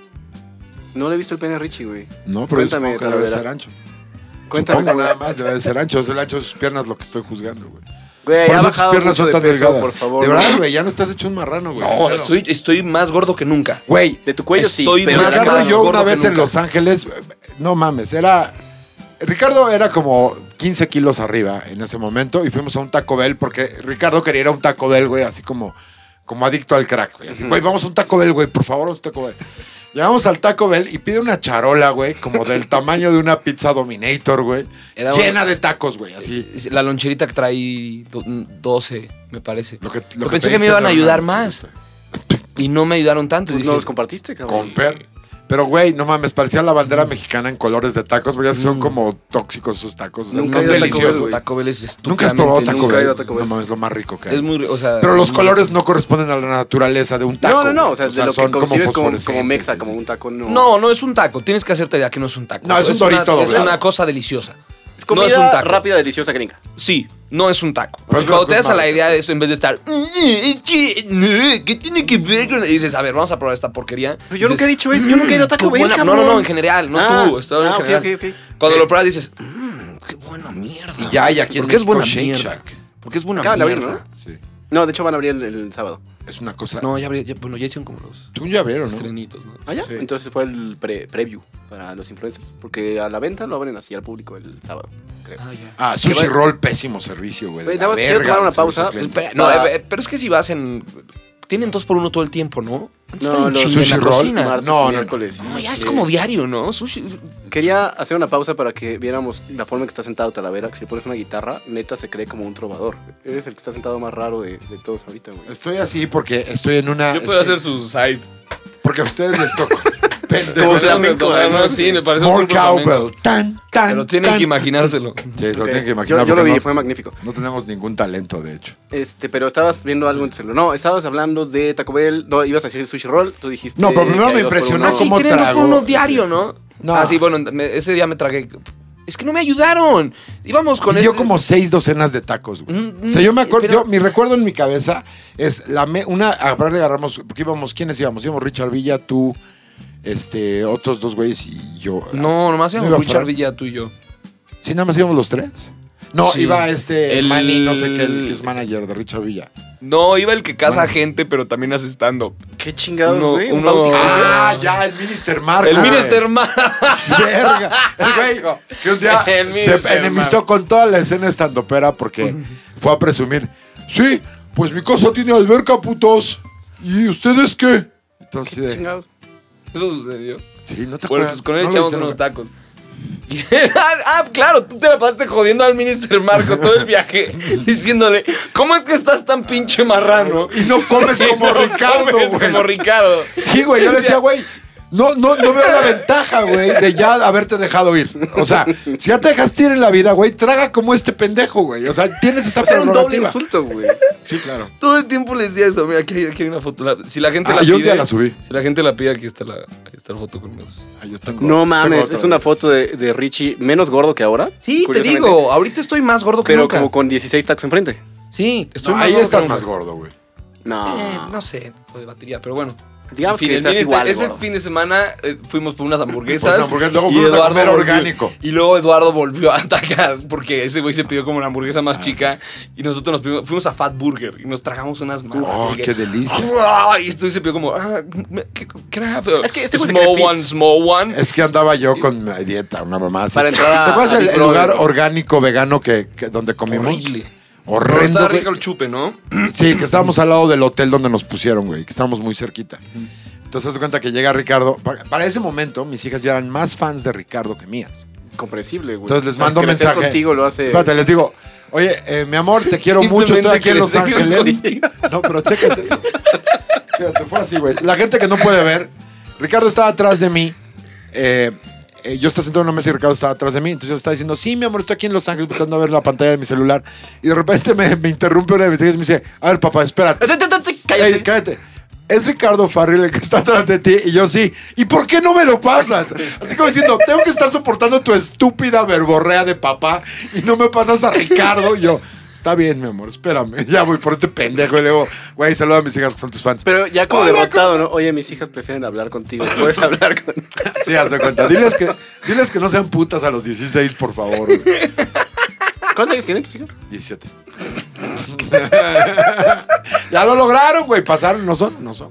Speaker 2: No le he visto el pene a Richie, güey.
Speaker 1: No, pero yo
Speaker 2: Cuéntame,
Speaker 1: supongo que debe de
Speaker 2: Talavera.
Speaker 1: ser ancho.
Speaker 2: Cuéntame,
Speaker 1: Supongo nada
Speaker 2: güey.
Speaker 1: más, debe de ser ancho. Es el ancho de sus piernas lo que estoy juzgando, güey.
Speaker 2: Güey,
Speaker 1: Por eso
Speaker 2: ha
Speaker 1: tus
Speaker 2: bajado
Speaker 1: piernas
Speaker 2: mucho
Speaker 1: son
Speaker 2: de
Speaker 1: tan
Speaker 2: peso,
Speaker 1: delgadas.
Speaker 2: por favor.
Speaker 1: de
Speaker 2: güey.
Speaker 1: verdad, güey, ya no estás hecho un marrano, güey.
Speaker 3: No,
Speaker 1: Claro.
Speaker 3: estoy, estoy más gordo que nunca.
Speaker 1: Güey,
Speaker 2: De tu cuello sí,
Speaker 3: Estoy
Speaker 2: pero
Speaker 3: más
Speaker 2: de la
Speaker 1: Ricardo
Speaker 2: cara
Speaker 1: y yo
Speaker 3: gordo
Speaker 1: una
Speaker 3: que
Speaker 1: vez en
Speaker 3: nunca.
Speaker 1: Los Ángeles, no mames, era... Ricardo era como 15 kilos arriba en ese momento y fuimos a un Taco Bell porque Ricardo quería ir a un Taco Bell, güey, así como, como adicto al crack, güey. Así, güey, vamos a un Taco Bell, güey, por favor, vamos a un Taco Bell. Llegamos al Taco Bell y pide una charola, güey, como del tamaño de una pizza Dominator, güey.
Speaker 3: Era una-
Speaker 1: llena de tacos, güey, así.
Speaker 3: Es La loncherita que trae do- 12, me parece.
Speaker 1: Lo que, lo
Speaker 3: Yo
Speaker 1: que
Speaker 3: pensé que
Speaker 1: pediste
Speaker 3: me
Speaker 1: era
Speaker 3: iban a
Speaker 1: una
Speaker 3: ayudar
Speaker 1: loncherita.
Speaker 3: más. Y no me ayudaron tanto. y
Speaker 2: Pues no
Speaker 3: dije, "Este
Speaker 2: los compartiste, cabrón.
Speaker 1: Con per. Pero, güey, no mames, parecía la bandera
Speaker 2: Mm.
Speaker 1: mexicana en colores de tacos, porque ya son como tóxicos sus tacos. O sea,
Speaker 2: Nunca
Speaker 1: están
Speaker 2: he ido a Taco Bell,
Speaker 1: deliciosos.
Speaker 2: güey.
Speaker 3: Taco Bell es
Speaker 1: Nunca has probado
Speaker 3: estúpidamente
Speaker 1: Taco
Speaker 2: nunca he ido
Speaker 1: Bell.
Speaker 2: a Taco Bell.
Speaker 1: No mames, es lo más rico que hay.
Speaker 3: Es muy, o sea,
Speaker 1: Pero los
Speaker 3: muy-
Speaker 1: colores no corresponden a la naturaleza de un taco.
Speaker 2: Mm. No, no, no. O sea,
Speaker 1: güey.
Speaker 2: de lo
Speaker 1: son
Speaker 2: que concibes como, como,
Speaker 1: fosforescentes,
Speaker 2: mexa,
Speaker 1: sí,
Speaker 2: como
Speaker 1: sí.
Speaker 2: un taco, no.
Speaker 3: No, no es un taco. Tienes que hacerte idea que no es un taco.
Speaker 1: No, es un
Speaker 3: una-
Speaker 1: dorito
Speaker 3: Es
Speaker 1: doblado.
Speaker 3: una cosa deliciosa.
Speaker 2: Es comida
Speaker 3: no es un taco.
Speaker 2: rápida, deliciosa, gringa.
Speaker 3: Sí, no es un taco.
Speaker 1: Pero
Speaker 3: Y
Speaker 1: es
Speaker 3: cuando
Speaker 1: de Pues las
Speaker 3: te das a
Speaker 1: cosas
Speaker 3: la
Speaker 1: más
Speaker 3: idea de eso, en vez de estar. "Mm, ¿Qué, No, ¿qué tiene que ver con.? Y dices, a ver, vamos a probar esta porquería.
Speaker 2: Pero yo
Speaker 3: Dices,
Speaker 2: nunca he dicho eso. Yo nunca he ido a Taco
Speaker 3: "Qué
Speaker 2: Bell,
Speaker 3: buena-".
Speaker 2: cabrón.
Speaker 3: No, no, no, en general, no
Speaker 2: Ah,
Speaker 3: tú. estoy en
Speaker 2: ah, ok,
Speaker 3: general.
Speaker 2: ok, ok.
Speaker 3: Cuando
Speaker 2: Sí.
Speaker 3: lo pruebas dices, "Mm, qué buena mierda.
Speaker 1: Y ya hay aquí en
Speaker 3: Porque es
Speaker 1: México
Speaker 3: buena
Speaker 1: Shake
Speaker 3: mierda.
Speaker 1: Shack.
Speaker 3: Porque es buena
Speaker 2: Acaban de abrir,
Speaker 3: mierda.
Speaker 1: Sí.
Speaker 2: No, de hecho van a abrir el, el sábado.
Speaker 1: Es una cosa.
Speaker 3: No, ya, abrí- ya- bueno, ya hicieron como los
Speaker 1: Tú ya abrieron, ¿no?
Speaker 3: estrenitos, ¿no?
Speaker 2: ¿Ah, ya?
Speaker 1: Sí.
Speaker 2: Entonces fue el pre- preview para los influencers. Porque a la venta lo abren así al público el sábado, creo.
Speaker 3: Ah, ya.
Speaker 1: Ah,
Speaker 2: Que
Speaker 1: sushi
Speaker 2: bueno.
Speaker 1: roll, pésimo servicio, güey. de
Speaker 2: Güey,
Speaker 1: la
Speaker 2: nada más quiero
Speaker 1: verga,
Speaker 2: tomar una
Speaker 1: el servicio
Speaker 2: pausa.
Speaker 1: al cliente.
Speaker 3: Pero, no,
Speaker 2: Para-
Speaker 3: eh, pero es que si vas en. Tienen dos por uno todo el tiempo, ¿no? Antes
Speaker 2: No,
Speaker 3: estaban
Speaker 2: los
Speaker 3: chidos en
Speaker 1: sushi
Speaker 3: la
Speaker 1: roll,
Speaker 3: cocina.
Speaker 1: mar-
Speaker 2: Martes
Speaker 1: No, no,
Speaker 2: y
Speaker 1: no.
Speaker 2: miércoles.
Speaker 3: No, ya es
Speaker 2: Sí.
Speaker 3: como diario, ¿no? Sushi.
Speaker 2: Quería hacer una pausa para que viéramos la forma en que está sentado Talavera. que Si le pones una guitarra, neta se cree como un trovador. Eres el que está sentado más raro de, de todos ahorita, güey.
Speaker 1: Estoy así porque estoy en una.
Speaker 3: este,
Speaker 6: Yo puedo
Speaker 1: estoy-
Speaker 6: hacer su side.
Speaker 1: Porque a ustedes les toca.
Speaker 2: Como
Speaker 1: Pendejos.
Speaker 2: sea,
Speaker 6: No,
Speaker 2: flamenco,
Speaker 6: no, no,
Speaker 2: además.
Speaker 6: sí, me parece
Speaker 1: More
Speaker 6: un flamenco.
Speaker 1: cowbell. Tan, tan.
Speaker 3: Pero tienen
Speaker 1: tan.
Speaker 3: que imaginárselo.
Speaker 1: Sí, lo
Speaker 2: Ok.
Speaker 1: tienen que
Speaker 2: yo,
Speaker 1: imaginar.
Speaker 2: yo lo
Speaker 1: porque
Speaker 2: vi,
Speaker 1: no-
Speaker 2: fue magnífico.
Speaker 1: No tenemos ningún talento, de hecho.
Speaker 2: Este, pero estabas viendo algo en tu celular. No, estabas hablando de Taco Bell. No, ibas a decir sushi roll. Tú dijiste.
Speaker 1: No, pero primero
Speaker 2: que hay
Speaker 1: me
Speaker 2: dos por
Speaker 1: impresionó
Speaker 2: uno.
Speaker 3: Ah, sí,
Speaker 1: ¿Cómo
Speaker 3: tienen dos por
Speaker 1: trago?
Speaker 3: uno diario, ¿no?
Speaker 1: No.
Speaker 3: Ah, sí, bueno, me- ese día me tragué. Es que no me ayudaron. Íbamos con
Speaker 1: Y yo
Speaker 3: este-
Speaker 1: como seis docenas de tacos, güey.
Speaker 3: Mm,
Speaker 1: o sea, yo me acuerdo,
Speaker 3: pero-
Speaker 1: yo- mi recuerdo en mi cabeza es la me- una, aparte agarramos, porque íbamos, ¿quiénes íbamos? Íbamos Richard Villa, tú, este, otros dos güeyes y yo.
Speaker 3: No, nomás
Speaker 1: ¿No
Speaker 3: íbamos
Speaker 1: iba
Speaker 3: a Richard
Speaker 1: Fran?
Speaker 3: Villa, tú y yo.
Speaker 1: ¿Sí nada más íbamos los tres? No,
Speaker 3: Sí.
Speaker 1: iba este
Speaker 3: El-
Speaker 1: Manny, no sé qué, el que es manager de Richard Villa.
Speaker 3: No, iba el que caza gente, pero también hace stand-up.
Speaker 2: Qué chingados,
Speaker 3: Uno-
Speaker 2: güey. Un
Speaker 3: uno-
Speaker 2: bautizo.
Speaker 1: Ah, ya, el Minister Marco.
Speaker 3: Oh. El
Speaker 1: güey.
Speaker 3: Minister Ma-
Speaker 1: Verga. El güey que un día
Speaker 3: El Minister
Speaker 1: se enemistó con toda la escena estandopera porque fue a presumir. Sí, pues mi casa tiene alberca, putos. ¿Y ustedes qué? Entonces,
Speaker 2: Chingados.
Speaker 3: Eso sucedió.
Speaker 1: Sí, no te
Speaker 3: Bueno,
Speaker 1: acuerdas.
Speaker 3: pues con él
Speaker 1: No lo
Speaker 3: echamos
Speaker 1: hicieron.
Speaker 3: unos tacos. ah, claro, tú te la pasaste jodiendo al ministro Marco todo el viaje, diciéndole, ¿cómo es que estás tan pinche marrano?
Speaker 1: Y no comes como
Speaker 3: No
Speaker 1: Ricardo,
Speaker 3: comes
Speaker 1: güey.
Speaker 3: Como Ricardo.
Speaker 1: Sí, güey, yo le decía, güey. No, no, no veo la ventaja, güey, de ya haberte dejado ir. O sea, si ya te dejaste ir en la vida, güey, traga como este pendejo, güey. O sea, tienes esa
Speaker 2: O sea, un doble
Speaker 1: prerrogativa.
Speaker 2: insulto, güey.
Speaker 1: Sí, claro.
Speaker 3: Todo el tiempo les decía eso. Mira, aquí hay, aquí hay una foto. La- si la gente
Speaker 1: Ah,
Speaker 3: la
Speaker 1: yo un
Speaker 3: pide.
Speaker 1: día la subí.
Speaker 3: Si la gente la pide, aquí está la, ahí está la foto conmigo.
Speaker 1: Ah, yo tengo-
Speaker 2: No
Speaker 1: tengo
Speaker 2: mames, es
Speaker 1: otra.
Speaker 2: una foto de, de Richie menos gordo que ahora.
Speaker 3: Sí, te
Speaker 2: curiosamente,
Speaker 3: digo, ahorita estoy más gordo que
Speaker 2: Pero
Speaker 3: nunca.
Speaker 2: como con 16 tacos enfrente.
Speaker 3: Sí, estoy
Speaker 1: No,
Speaker 3: más
Speaker 1: Ah, ahí
Speaker 3: gordo
Speaker 1: estás
Speaker 3: que
Speaker 1: más
Speaker 3: nunca.
Speaker 1: gordo, güey.
Speaker 2: No.
Speaker 3: Eh, no sé, tipo de batería, pero bueno.
Speaker 2: Digamos
Speaker 3: En
Speaker 2: que
Speaker 3: fin, el
Speaker 2: estás
Speaker 3: fin de-
Speaker 2: igual.
Speaker 3: Ese
Speaker 2: gordo.
Speaker 3: fin de semana eh, fuimos por unas hamburguesas.
Speaker 1: Por unas hamburguesas, luego
Speaker 3: y
Speaker 1: fuimos a
Speaker 3: Eduardo
Speaker 1: comer
Speaker 3: volvió-
Speaker 1: orgánico.
Speaker 3: Y luego Eduardo volvió a atacar porque ese güey se pidió como una hamburguesa
Speaker 1: Ah,
Speaker 3: más chica. Y nosotros nos fuimos, fuimos a Fat Burger y nos tragamos unas más.
Speaker 1: Oh,
Speaker 3: así que-
Speaker 1: qué delicia.
Speaker 3: ¡Ah! Y este güey se pidió como. ah, ¿Qué, qué era?
Speaker 2: Es que este güey se cree
Speaker 3: small
Speaker 2: fit.
Speaker 3: one, small one.
Speaker 1: Es que andaba yo con mi dieta, una mamá así.
Speaker 2: Para entrar a-
Speaker 1: ¿Te acuerdas
Speaker 2: a
Speaker 1: el,
Speaker 2: Big
Speaker 1: el lugar
Speaker 2: Brother?
Speaker 1: orgánico vegano que, que- donde comimos?
Speaker 3: Horrible. Pero
Speaker 1: Horrendo.
Speaker 3: estaba
Speaker 1: güey.
Speaker 3: rico el chupe, ¿no?
Speaker 1: Sí, que estábamos al lado del hotel donde nos pusieron, güey, que estábamos muy cerquita. Entonces, haz de cuenta que llega Ricardo. Para, para ese momento, mis hijas ya eran más fans de Ricardo que mías.
Speaker 2: Comprensible, güey.
Speaker 1: Entonces, les
Speaker 2: O sea,
Speaker 1: mando un
Speaker 2: crecer
Speaker 1: mensaje.
Speaker 2: contigo lo hace.
Speaker 1: Espérate, les digo, oye, eh, mi amor, te quiero mucho, estoy
Speaker 3: Simplemente
Speaker 1: aquí en Los
Speaker 3: crecer
Speaker 1: Ángeles.
Speaker 2: contigo.
Speaker 1: No, pero chécate. esto. Chécate, fue así, güey. La gente que no puede ver, Ricardo estaba atrás de mí. eh, eh, yo estaba sentado en una mesa y Ricardo estaba atrás de mí. Entonces yo estaba diciendo, sí, mi amor, estoy aquí en Los Ángeles buscando ver la pantalla de mi celular. Y de repente me, me interrumpe una de mis hijas y me dice, a ver, papá, espérate.
Speaker 2: Te- te- te- te-
Speaker 1: Ey,
Speaker 2: Cállate.
Speaker 1: cállate. Es Ricardo Farril el que está atrás de ti y yo sí. ¿Y por qué no me lo pasas? Así como diciendo, tengo que estar soportando tu estúpida verborrea de papá y no me pasas a Ricardo. Y yo, está bien, mi amor, espérame. Ya voy por este pendejo y le digo, güey, saluda a mis hijas que son tus fans.
Speaker 2: Pero ya como
Speaker 1: Hola,
Speaker 2: derrotado, ¿no? Oye, mis hijas prefieren hablar contigo. Puedes hablar con.
Speaker 1: Sí, haz de cuenta. Diles que, diles que no sean putas a los 16, por favor. güey.
Speaker 2: ¿Cuántos años tienen tus hijas?
Speaker 1: 17. ya lo lograron, güey. Pasaron, no son, no son.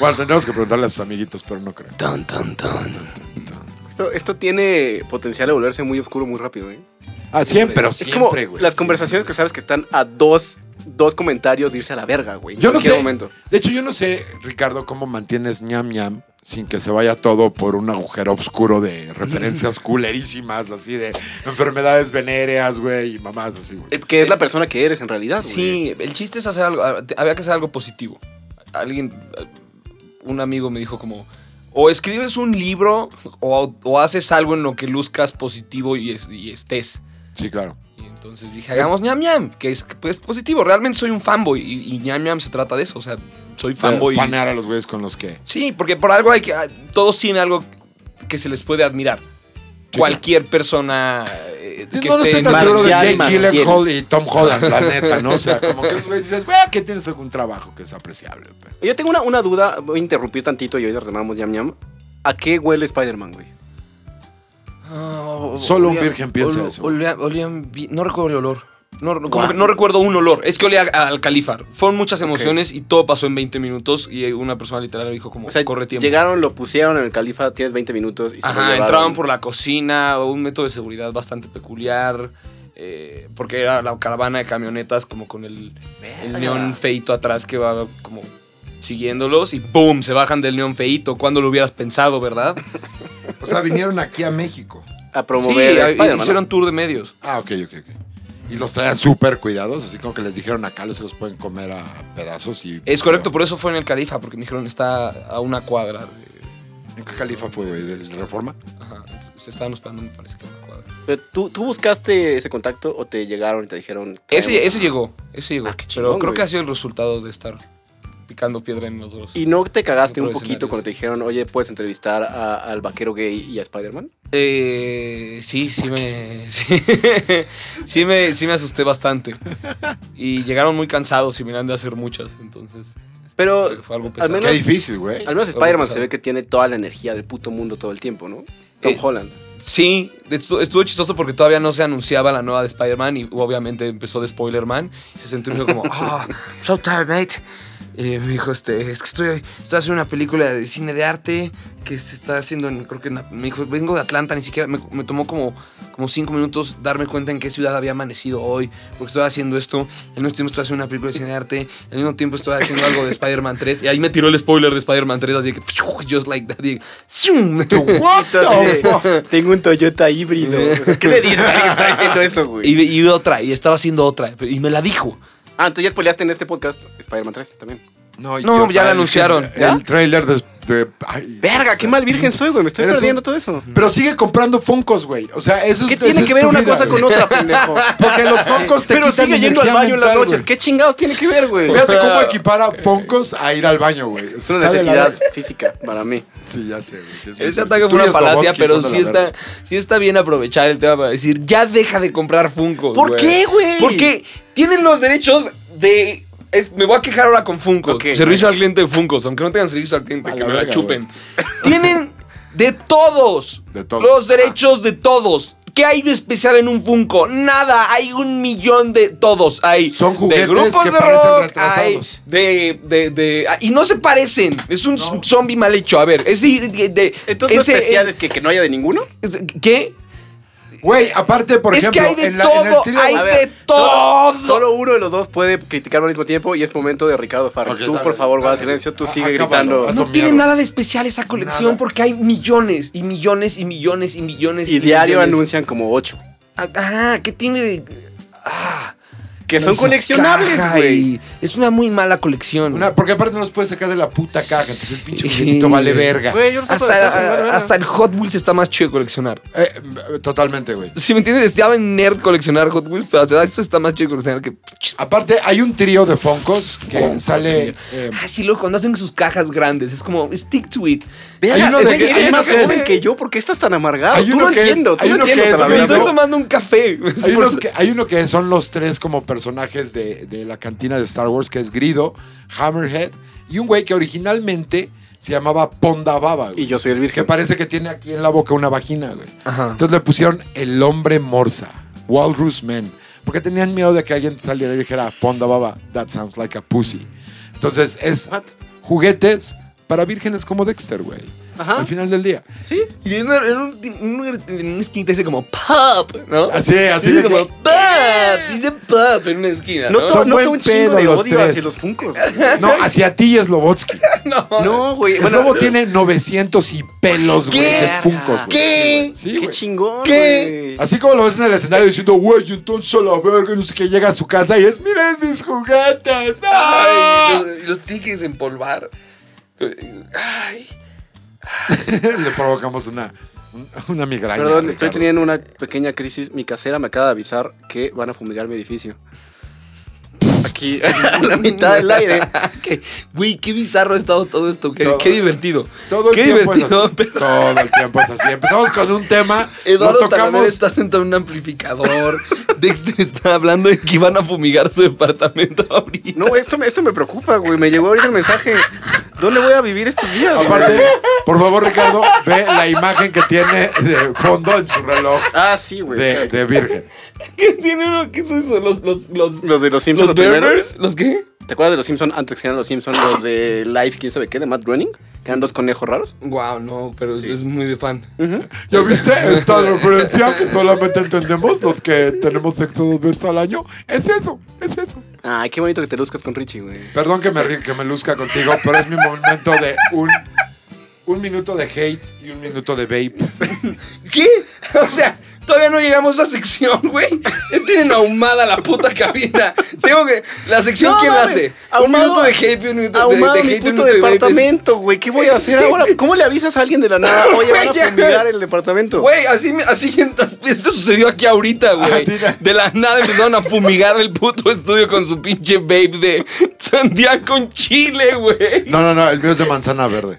Speaker 1: bueno, tendremos que preguntarle a sus amiguitos, pero no creo.
Speaker 4: Tan, tan, tan.
Speaker 2: Esto, esto tiene potencial de volverse muy oscuro muy rápido, ¿eh?
Speaker 1: Ah, siempre, pero
Speaker 2: Es como
Speaker 1: siempre, güey.
Speaker 2: las conversaciones que sabes que están a dos, dos comentarios de irse a la verga, güey. en
Speaker 1: Yo no
Speaker 2: cualquier
Speaker 1: sé.
Speaker 2: momento.
Speaker 1: De hecho, yo no sé, Ricardo, cómo mantienes ñam ñam sin que se vaya todo por un agujero oscuro de referencias culerísimas, así de enfermedades venéreas, güey, y mamás así, güey.
Speaker 2: Eh, Que es la persona que eres en realidad, güey.
Speaker 3: Sí, el chiste es hacer algo. ah, te- Había que hacer algo positivo. Alguien, ah, un amigo me dijo como. O escribes un libro o, o haces algo en lo que luzcas positivo y, es- y estés.
Speaker 1: Sí, claro.
Speaker 3: Y entonces dije, hagamos ñam ñam, que es pues, positivo. Realmente soy un fanboy y, y ñam ñam se trata de eso. O sea, soy fanboy.
Speaker 1: Eh, Fanear a los güeyes con los que.
Speaker 3: Sí, porque por algo hay que. ah, Todos tienen algo que se les puede admirar.
Speaker 1: Sí,
Speaker 3: Cualquier persona eh, que
Speaker 1: no, no estoy
Speaker 3: esté en
Speaker 1: tan seguro de
Speaker 2: Marcial
Speaker 1: Jake
Speaker 2: Maciel.
Speaker 1: Gyllenhaal y Tom Holland, la neta, ¿no? O sea, como que esos güeyes dices, güey, que tienes algún trabajo que es apreciable, pero.
Speaker 2: Yo tengo una, una duda, voy a interrumpir tantito y hoy retomamos Yam Yam. ¿a qué huele Spider-Man, güey?
Speaker 3: Ah,
Speaker 1: Solo un
Speaker 3: olía-
Speaker 1: virgen piensa eso.
Speaker 3: olía- olían vi- no recuerdo el olor. No, no- como
Speaker 2: Guau.
Speaker 3: que no recuerdo un olor. Es que olía a- al califar. Fueron muchas emociones y todo pasó en 20 minutos. Y una persona literal dijo como,
Speaker 2: O sea,
Speaker 3: corre tiempo.
Speaker 2: llegaron, lo pusieron en el califa, tienes 20 minutos y se lo
Speaker 3: Ajá,
Speaker 2: llevaron.
Speaker 3: entraban por la cocina, un método de seguridad bastante peculiar. eh, porque era la caravana de camionetas como con el, el
Speaker 2: Verga.
Speaker 3: neón feito atrás que va como siguiéndolos y ¡boom! Se bajan del neón feito. Cuando lo hubieras pensado, ¿verdad?
Speaker 1: O sea, vinieron aquí a México.
Speaker 2: a promover
Speaker 3: sí,
Speaker 2: a
Speaker 3: ahí
Speaker 2: Spider-Man. ¿no?
Speaker 3: hicieron tour de medios.
Speaker 1: Ah, ok, ok, ok. Y los traían súper cuidados, así como que les dijeron acá, les los pueden comer a pedazos y...
Speaker 3: Es correcto, por eso fue en el Califa, porque me dijeron está a una cuadra. de-
Speaker 1: ¿En qué califa fue, güey? ¿De la reforma?
Speaker 3: Ajá, se estaban esperando, me parece que a una cuadra.
Speaker 2: Pero, ¿tú, ¿Tú buscaste ese contacto o te llegaron y te dijeron?
Speaker 3: Ese,
Speaker 2: "Traemos
Speaker 3: ese
Speaker 2: a-"?
Speaker 3: llegó, ese llegó.
Speaker 2: Ah, qué
Speaker 3: pero
Speaker 2: chingón,
Speaker 3: creo que
Speaker 2: güey.
Speaker 3: ha sido el resultado de estar picando piedra en los dos.
Speaker 2: ¿Y no te cagaste
Speaker 3: Otro
Speaker 2: un poquito
Speaker 3: escenario,
Speaker 2: cuando te dijeron, oye, puedes entrevistar a- al vaquero gay y a Spider-Man?
Speaker 3: Eh, sí, sí me, sí, sí me. Sí me asusté bastante. Y llegaron muy cansados y miran de hacer muchas, entonces.
Speaker 2: Pero
Speaker 3: fue- fue algo
Speaker 2: al
Speaker 3: pesado.
Speaker 1: Qué
Speaker 2: menos-
Speaker 1: difícil, güey.
Speaker 2: al menos
Speaker 3: Algo
Speaker 2: Spider-Man
Speaker 3: pasado.
Speaker 2: se ve que tiene toda la energía del puto mundo todo el tiempo, ¿no? Tom
Speaker 3: Eh,
Speaker 2: Holland.
Speaker 3: Sí,
Speaker 7: estu- estuvo chistoso porque todavía no se anunciaba la nueva de Spider-Man y obviamente empezó de Spoiler-Man. Y se sentó y dijo como, ah, so tired, mate. Y me dijo, este, es que estoy, estoy haciendo una película de cine de arte que se está haciendo en, creo que, en- me dijo, vengo de Atlanta, ni siquiera, me, me tomó como, como cinco minutos darme cuenta en qué ciudad había amanecido hoy, porque estoy haciendo esto, al mismo tiempo estoy haciendo una película de cine de arte, al mismo tiempo estoy haciendo algo de Spider-Man 3, y ahí me tiró el spoiler de Spider-Man 3, así que, just like that, y,
Speaker 1: What the
Speaker 2: Entonces,
Speaker 1: fuck?
Speaker 2: Tengo un Toyota híbrido. ¿Qué le dices a alguien que está haciendo eso, güey?
Speaker 7: Y, y otra, y estaba haciendo otra, y me la dijo.
Speaker 2: Ah, entonces ya spoileaste en este podcast Spider-Man 3 también.
Speaker 7: No,
Speaker 1: idiota,
Speaker 7: ya la
Speaker 1: el-
Speaker 7: anunciaron.
Speaker 1: El,
Speaker 7: ¿Ya?
Speaker 1: trailer de. de- ay,
Speaker 2: Verga, qué
Speaker 1: está-
Speaker 2: mal virgen soy, güey. Me estoy
Speaker 1: Eres un-
Speaker 2: perdiendo todo eso.
Speaker 1: Pero sigue comprando Funkos, güey. O sea, eso es-
Speaker 2: ¿Qué
Speaker 1: esa
Speaker 2: tiene
Speaker 1: es
Speaker 2: que ver
Speaker 1: tu
Speaker 2: una
Speaker 1: vida,
Speaker 2: cosa
Speaker 1: güey.
Speaker 2: con otra, pendejo?
Speaker 1: Porque los Funkos te
Speaker 2: Pero
Speaker 1: quitan
Speaker 2: sigue yendo al
Speaker 1: energía
Speaker 2: baño en las
Speaker 1: mental,
Speaker 2: noches.
Speaker 1: güey.
Speaker 2: ¿Qué chingados tiene que ver, güey?
Speaker 1: Fíjate cómo equipar a Funkos a ir al baño, güey.
Speaker 2: Es una necesidad física para mí.
Speaker 1: Sí, ya sé, güey. que es muy fuerte.
Speaker 3: Ese ataque
Speaker 1: Tú
Speaker 3: fue
Speaker 1: y
Speaker 3: una
Speaker 1: Slobodsky
Speaker 3: falacia, pero
Speaker 1: son de
Speaker 3: sí
Speaker 1: la
Speaker 3: está,
Speaker 1: verga.
Speaker 3: sí está bien aprovechar el tema para decir, ya deja de comprar Funko.
Speaker 2: ¿Por qué, güey?
Speaker 3: Porque tienen los derechos de... es- me voy a quejar ahora con Funko.
Speaker 2: Ok.
Speaker 3: servicio al cliente de Funko, aunque no tengan servicio al cliente,
Speaker 1: A
Speaker 3: que
Speaker 1: la
Speaker 3: me la
Speaker 1: verga,
Speaker 3: chupen. Tienen de todos,
Speaker 1: De todos. Ah.
Speaker 3: los derechos de todos. ¿Qué hay de especial en un Funko? Nada, hay un millón de todos. Hay
Speaker 1: Son juguetes
Speaker 3: de grupos
Speaker 1: que
Speaker 3: de
Speaker 1: parecen
Speaker 3: rock,
Speaker 1: retrasados.
Speaker 3: hay de, de, de- ah, y no se parecen. Es un
Speaker 1: No.
Speaker 3: zombie mal hecho. A ver, es de, de- de-
Speaker 2: Entonces,
Speaker 3: ese-
Speaker 1: eh,
Speaker 2: lo especial es que, que no haya de ninguno.
Speaker 3: es- ¿Qué?
Speaker 1: Güey, aparte, por
Speaker 3: Es que
Speaker 1: ejemplo,
Speaker 3: hay de
Speaker 1: en la- en el
Speaker 3: todo,
Speaker 1: trío-
Speaker 3: hay-
Speaker 2: A
Speaker 3: de todo.
Speaker 2: Solo, solo uno de los dos puede criticarlo al mismo tiempo y es momento de Ricardo Farrell.
Speaker 1: Ok,
Speaker 2: tú,
Speaker 1: dale,
Speaker 2: por favor,
Speaker 1: dale.
Speaker 2: va a silencio, tú
Speaker 1: Ah,
Speaker 2: sigue
Speaker 1: acábalo,
Speaker 2: gritando.
Speaker 1: hazlo
Speaker 3: No tiene
Speaker 1: mierda.
Speaker 3: nada de especial esa colección
Speaker 1: Nada.
Speaker 3: porque hay millones y millones y millones y millones.
Speaker 2: Y diario
Speaker 3: millones.
Speaker 2: anuncian como ocho.
Speaker 3: Ah, ¿qué tiene de.? Ah,
Speaker 2: Que son
Speaker 3: Las
Speaker 2: coleccionables,
Speaker 3: caja
Speaker 2: güey.
Speaker 3: y- Es una muy mala colección.
Speaker 1: Una- porque aparte no los puedes sacar de la puta caja, entonces el pinche
Speaker 3: Sí.
Speaker 1: muñequito vale verga.
Speaker 2: Güey, yo no sé
Speaker 3: hasta,
Speaker 2: por qué hacen nada.
Speaker 3: hasta el Hot Wheels está más chido de coleccionar.
Speaker 1: Eh, m- totalmente, güey.
Speaker 3: Si me entiendes, estaba en nerd coleccionar Hot Wheels, pero o sea, esto está más chido de coleccionar que.
Speaker 1: Aparte, hay un trío de Funkos que sale. eh,
Speaker 3: Ah, sí, luego cuando hacen sus cajas grandes, es como stick to it.
Speaker 1: Hay
Speaker 2: Verga,
Speaker 1: uno de
Speaker 2: güey,
Speaker 1: que- hay
Speaker 2: eres
Speaker 1: uno
Speaker 2: más
Speaker 1: que es-
Speaker 2: joven que yo, ¿por qué estás tan amargado?
Speaker 1: Hay
Speaker 2: Tú
Speaker 1: uno
Speaker 2: no
Speaker 1: que es-
Speaker 2: entiendo, tú
Speaker 1: hay
Speaker 2: no
Speaker 1: uno que
Speaker 2: entiendo.
Speaker 1: es-
Speaker 3: Me
Speaker 2: Talavera,
Speaker 1: Pero-
Speaker 3: estoy
Speaker 2: pero-
Speaker 3: tomando un café.
Speaker 1: hay, unos que, hay uno que son los tres como personajes de, de la cantina de Star Wars, que es Grido, Hammerhead y un güey que originalmente se llamaba Pondababa, güey.
Speaker 2: Y yo soy el
Speaker 1: Que
Speaker 2: virgen.
Speaker 1: parece que tiene aquí en la boca una vagina, güey.
Speaker 3: Ajá.
Speaker 1: Entonces le pusieron el hombre morsa, Walrus Man, porque tenían miedo de que alguien saliera y dijera, Ponda Baba, that sounds like a pussy. Entonces es
Speaker 2: What?
Speaker 1: juguetes para vírgenes como Dexter, güey.
Speaker 2: Ajá.
Speaker 1: Al final del día.
Speaker 2: ¿Sí?
Speaker 3: Y en una, en un, en un- en una esquina dice como pop, ¿no?
Speaker 1: Así, así de
Speaker 3: Dice como
Speaker 1: que-
Speaker 3: pop, dice pop en una esquina.
Speaker 2: No,
Speaker 3: No,
Speaker 2: to-
Speaker 1: Son
Speaker 2: no
Speaker 1: buen
Speaker 2: tengo un chingo
Speaker 1: pedo
Speaker 2: de
Speaker 1: los
Speaker 2: odio
Speaker 1: tres.
Speaker 2: hacia los funcos.
Speaker 1: No, hacia ti es Lobotsky.
Speaker 2: No, güey.
Speaker 1: El
Speaker 2: Bueno,
Speaker 1: lobo tiene 900 y pelos, güey, de
Speaker 3: ¿Qué?
Speaker 1: funcos, güey.
Speaker 3: ¿Qué?
Speaker 1: Sí,
Speaker 2: qué
Speaker 1: güey.
Speaker 2: chingón,
Speaker 3: ¿Qué?
Speaker 2: güey.
Speaker 1: Así como lo ves en el escenario diciendo, güey, entonces a la verga, no sé qué, llega a su casa y es, miren mis juguetes. ¡Ah!
Speaker 3: Ay, los, los tiene que desempolvar. Ay.
Speaker 1: Le provocamos una, un- una migraña.
Speaker 2: Perdón, estoy
Speaker 1: Ricardo.
Speaker 2: teniendo una pequeña crisis. Mi casera me acaba de avisar que van a fumigar mi edificio. Aquí, a la mitad del aire.
Speaker 3: Qué- Güey, qué bizarro ha estado todo esto. Qué,
Speaker 1: Todo.
Speaker 3: qué divertido.
Speaker 1: Todo el
Speaker 3: qué
Speaker 1: tiempo
Speaker 3: divertido.
Speaker 1: es así.
Speaker 3: pero-
Speaker 1: Todo el tiempo es así. Empezamos con un tema,
Speaker 3: Eduardo
Speaker 1: lo
Speaker 3: Talavera
Speaker 1: tocamos.
Speaker 3: está sentado en un amplificador. Dexter está hablando de que iban a fumigar su departamento ahorita.
Speaker 2: No, esto, me- esto me preocupa, güey. Me llegó ahorita el mensaje. ¿Dónde voy a vivir estos días? güey?
Speaker 1: Aparte, por favor, Ricardo, ve la imagen que tiene de fondo en su reloj
Speaker 2: Ah, sí, güey.
Speaker 1: de, de virgen.
Speaker 3: ¿Qué tiene uno? ¿Qué es eso? Los, los, los,
Speaker 2: Los de los Simpsons,
Speaker 3: los
Speaker 2: los,
Speaker 3: Burners.
Speaker 2: primeros.
Speaker 3: ¿Los qué?
Speaker 2: ¿Te acuerdas de los Simpsons antes que eran los Simpsons? Los de Life, quién sabe qué, de Matt Groening, que eran dos conejos raros.
Speaker 3: Wow, no, pero es muy de fan.
Speaker 1: ¿Ya viste esta referencia que solamente entendemos los que tenemos sexo dos veces al año? Es eso, es eso.
Speaker 2: Ay, qué bonito que te luzcas con Richie, güey.
Speaker 1: Perdón que me, ri- que me luzca contigo, pero es mi momento de un, un minuto de hate y un minuto de vape.
Speaker 3: ¿Qué? O sea, todavía no llegamos a esa sección, güey. Ya tienen ahumada la puta cabina. Tengo que. La sección,
Speaker 2: No,
Speaker 3: ¿quién la
Speaker 2: mames.
Speaker 3: hace?
Speaker 2: Ahumado-
Speaker 3: un minuto de hate, un minuto de, de
Speaker 2: Ahumado
Speaker 3: hate,
Speaker 2: mi
Speaker 3: un
Speaker 2: puto
Speaker 3: minuto de vape.
Speaker 2: departamento, güey. ¿Qué voy a hacer ahora? ¿Cómo le avisas a alguien de la nada? Oye, van a
Speaker 3: Güey, ya.
Speaker 2: fumigar el departamento.
Speaker 3: Güey, así, me- así entonces, eso sucedió aquí ahorita, güey.
Speaker 1: tira.
Speaker 3: De la nada empezaron a fumigar el puto estudio con su pinche vape de Santiago con Chile, güey.
Speaker 1: No, no, no, el mío es de manzana verde.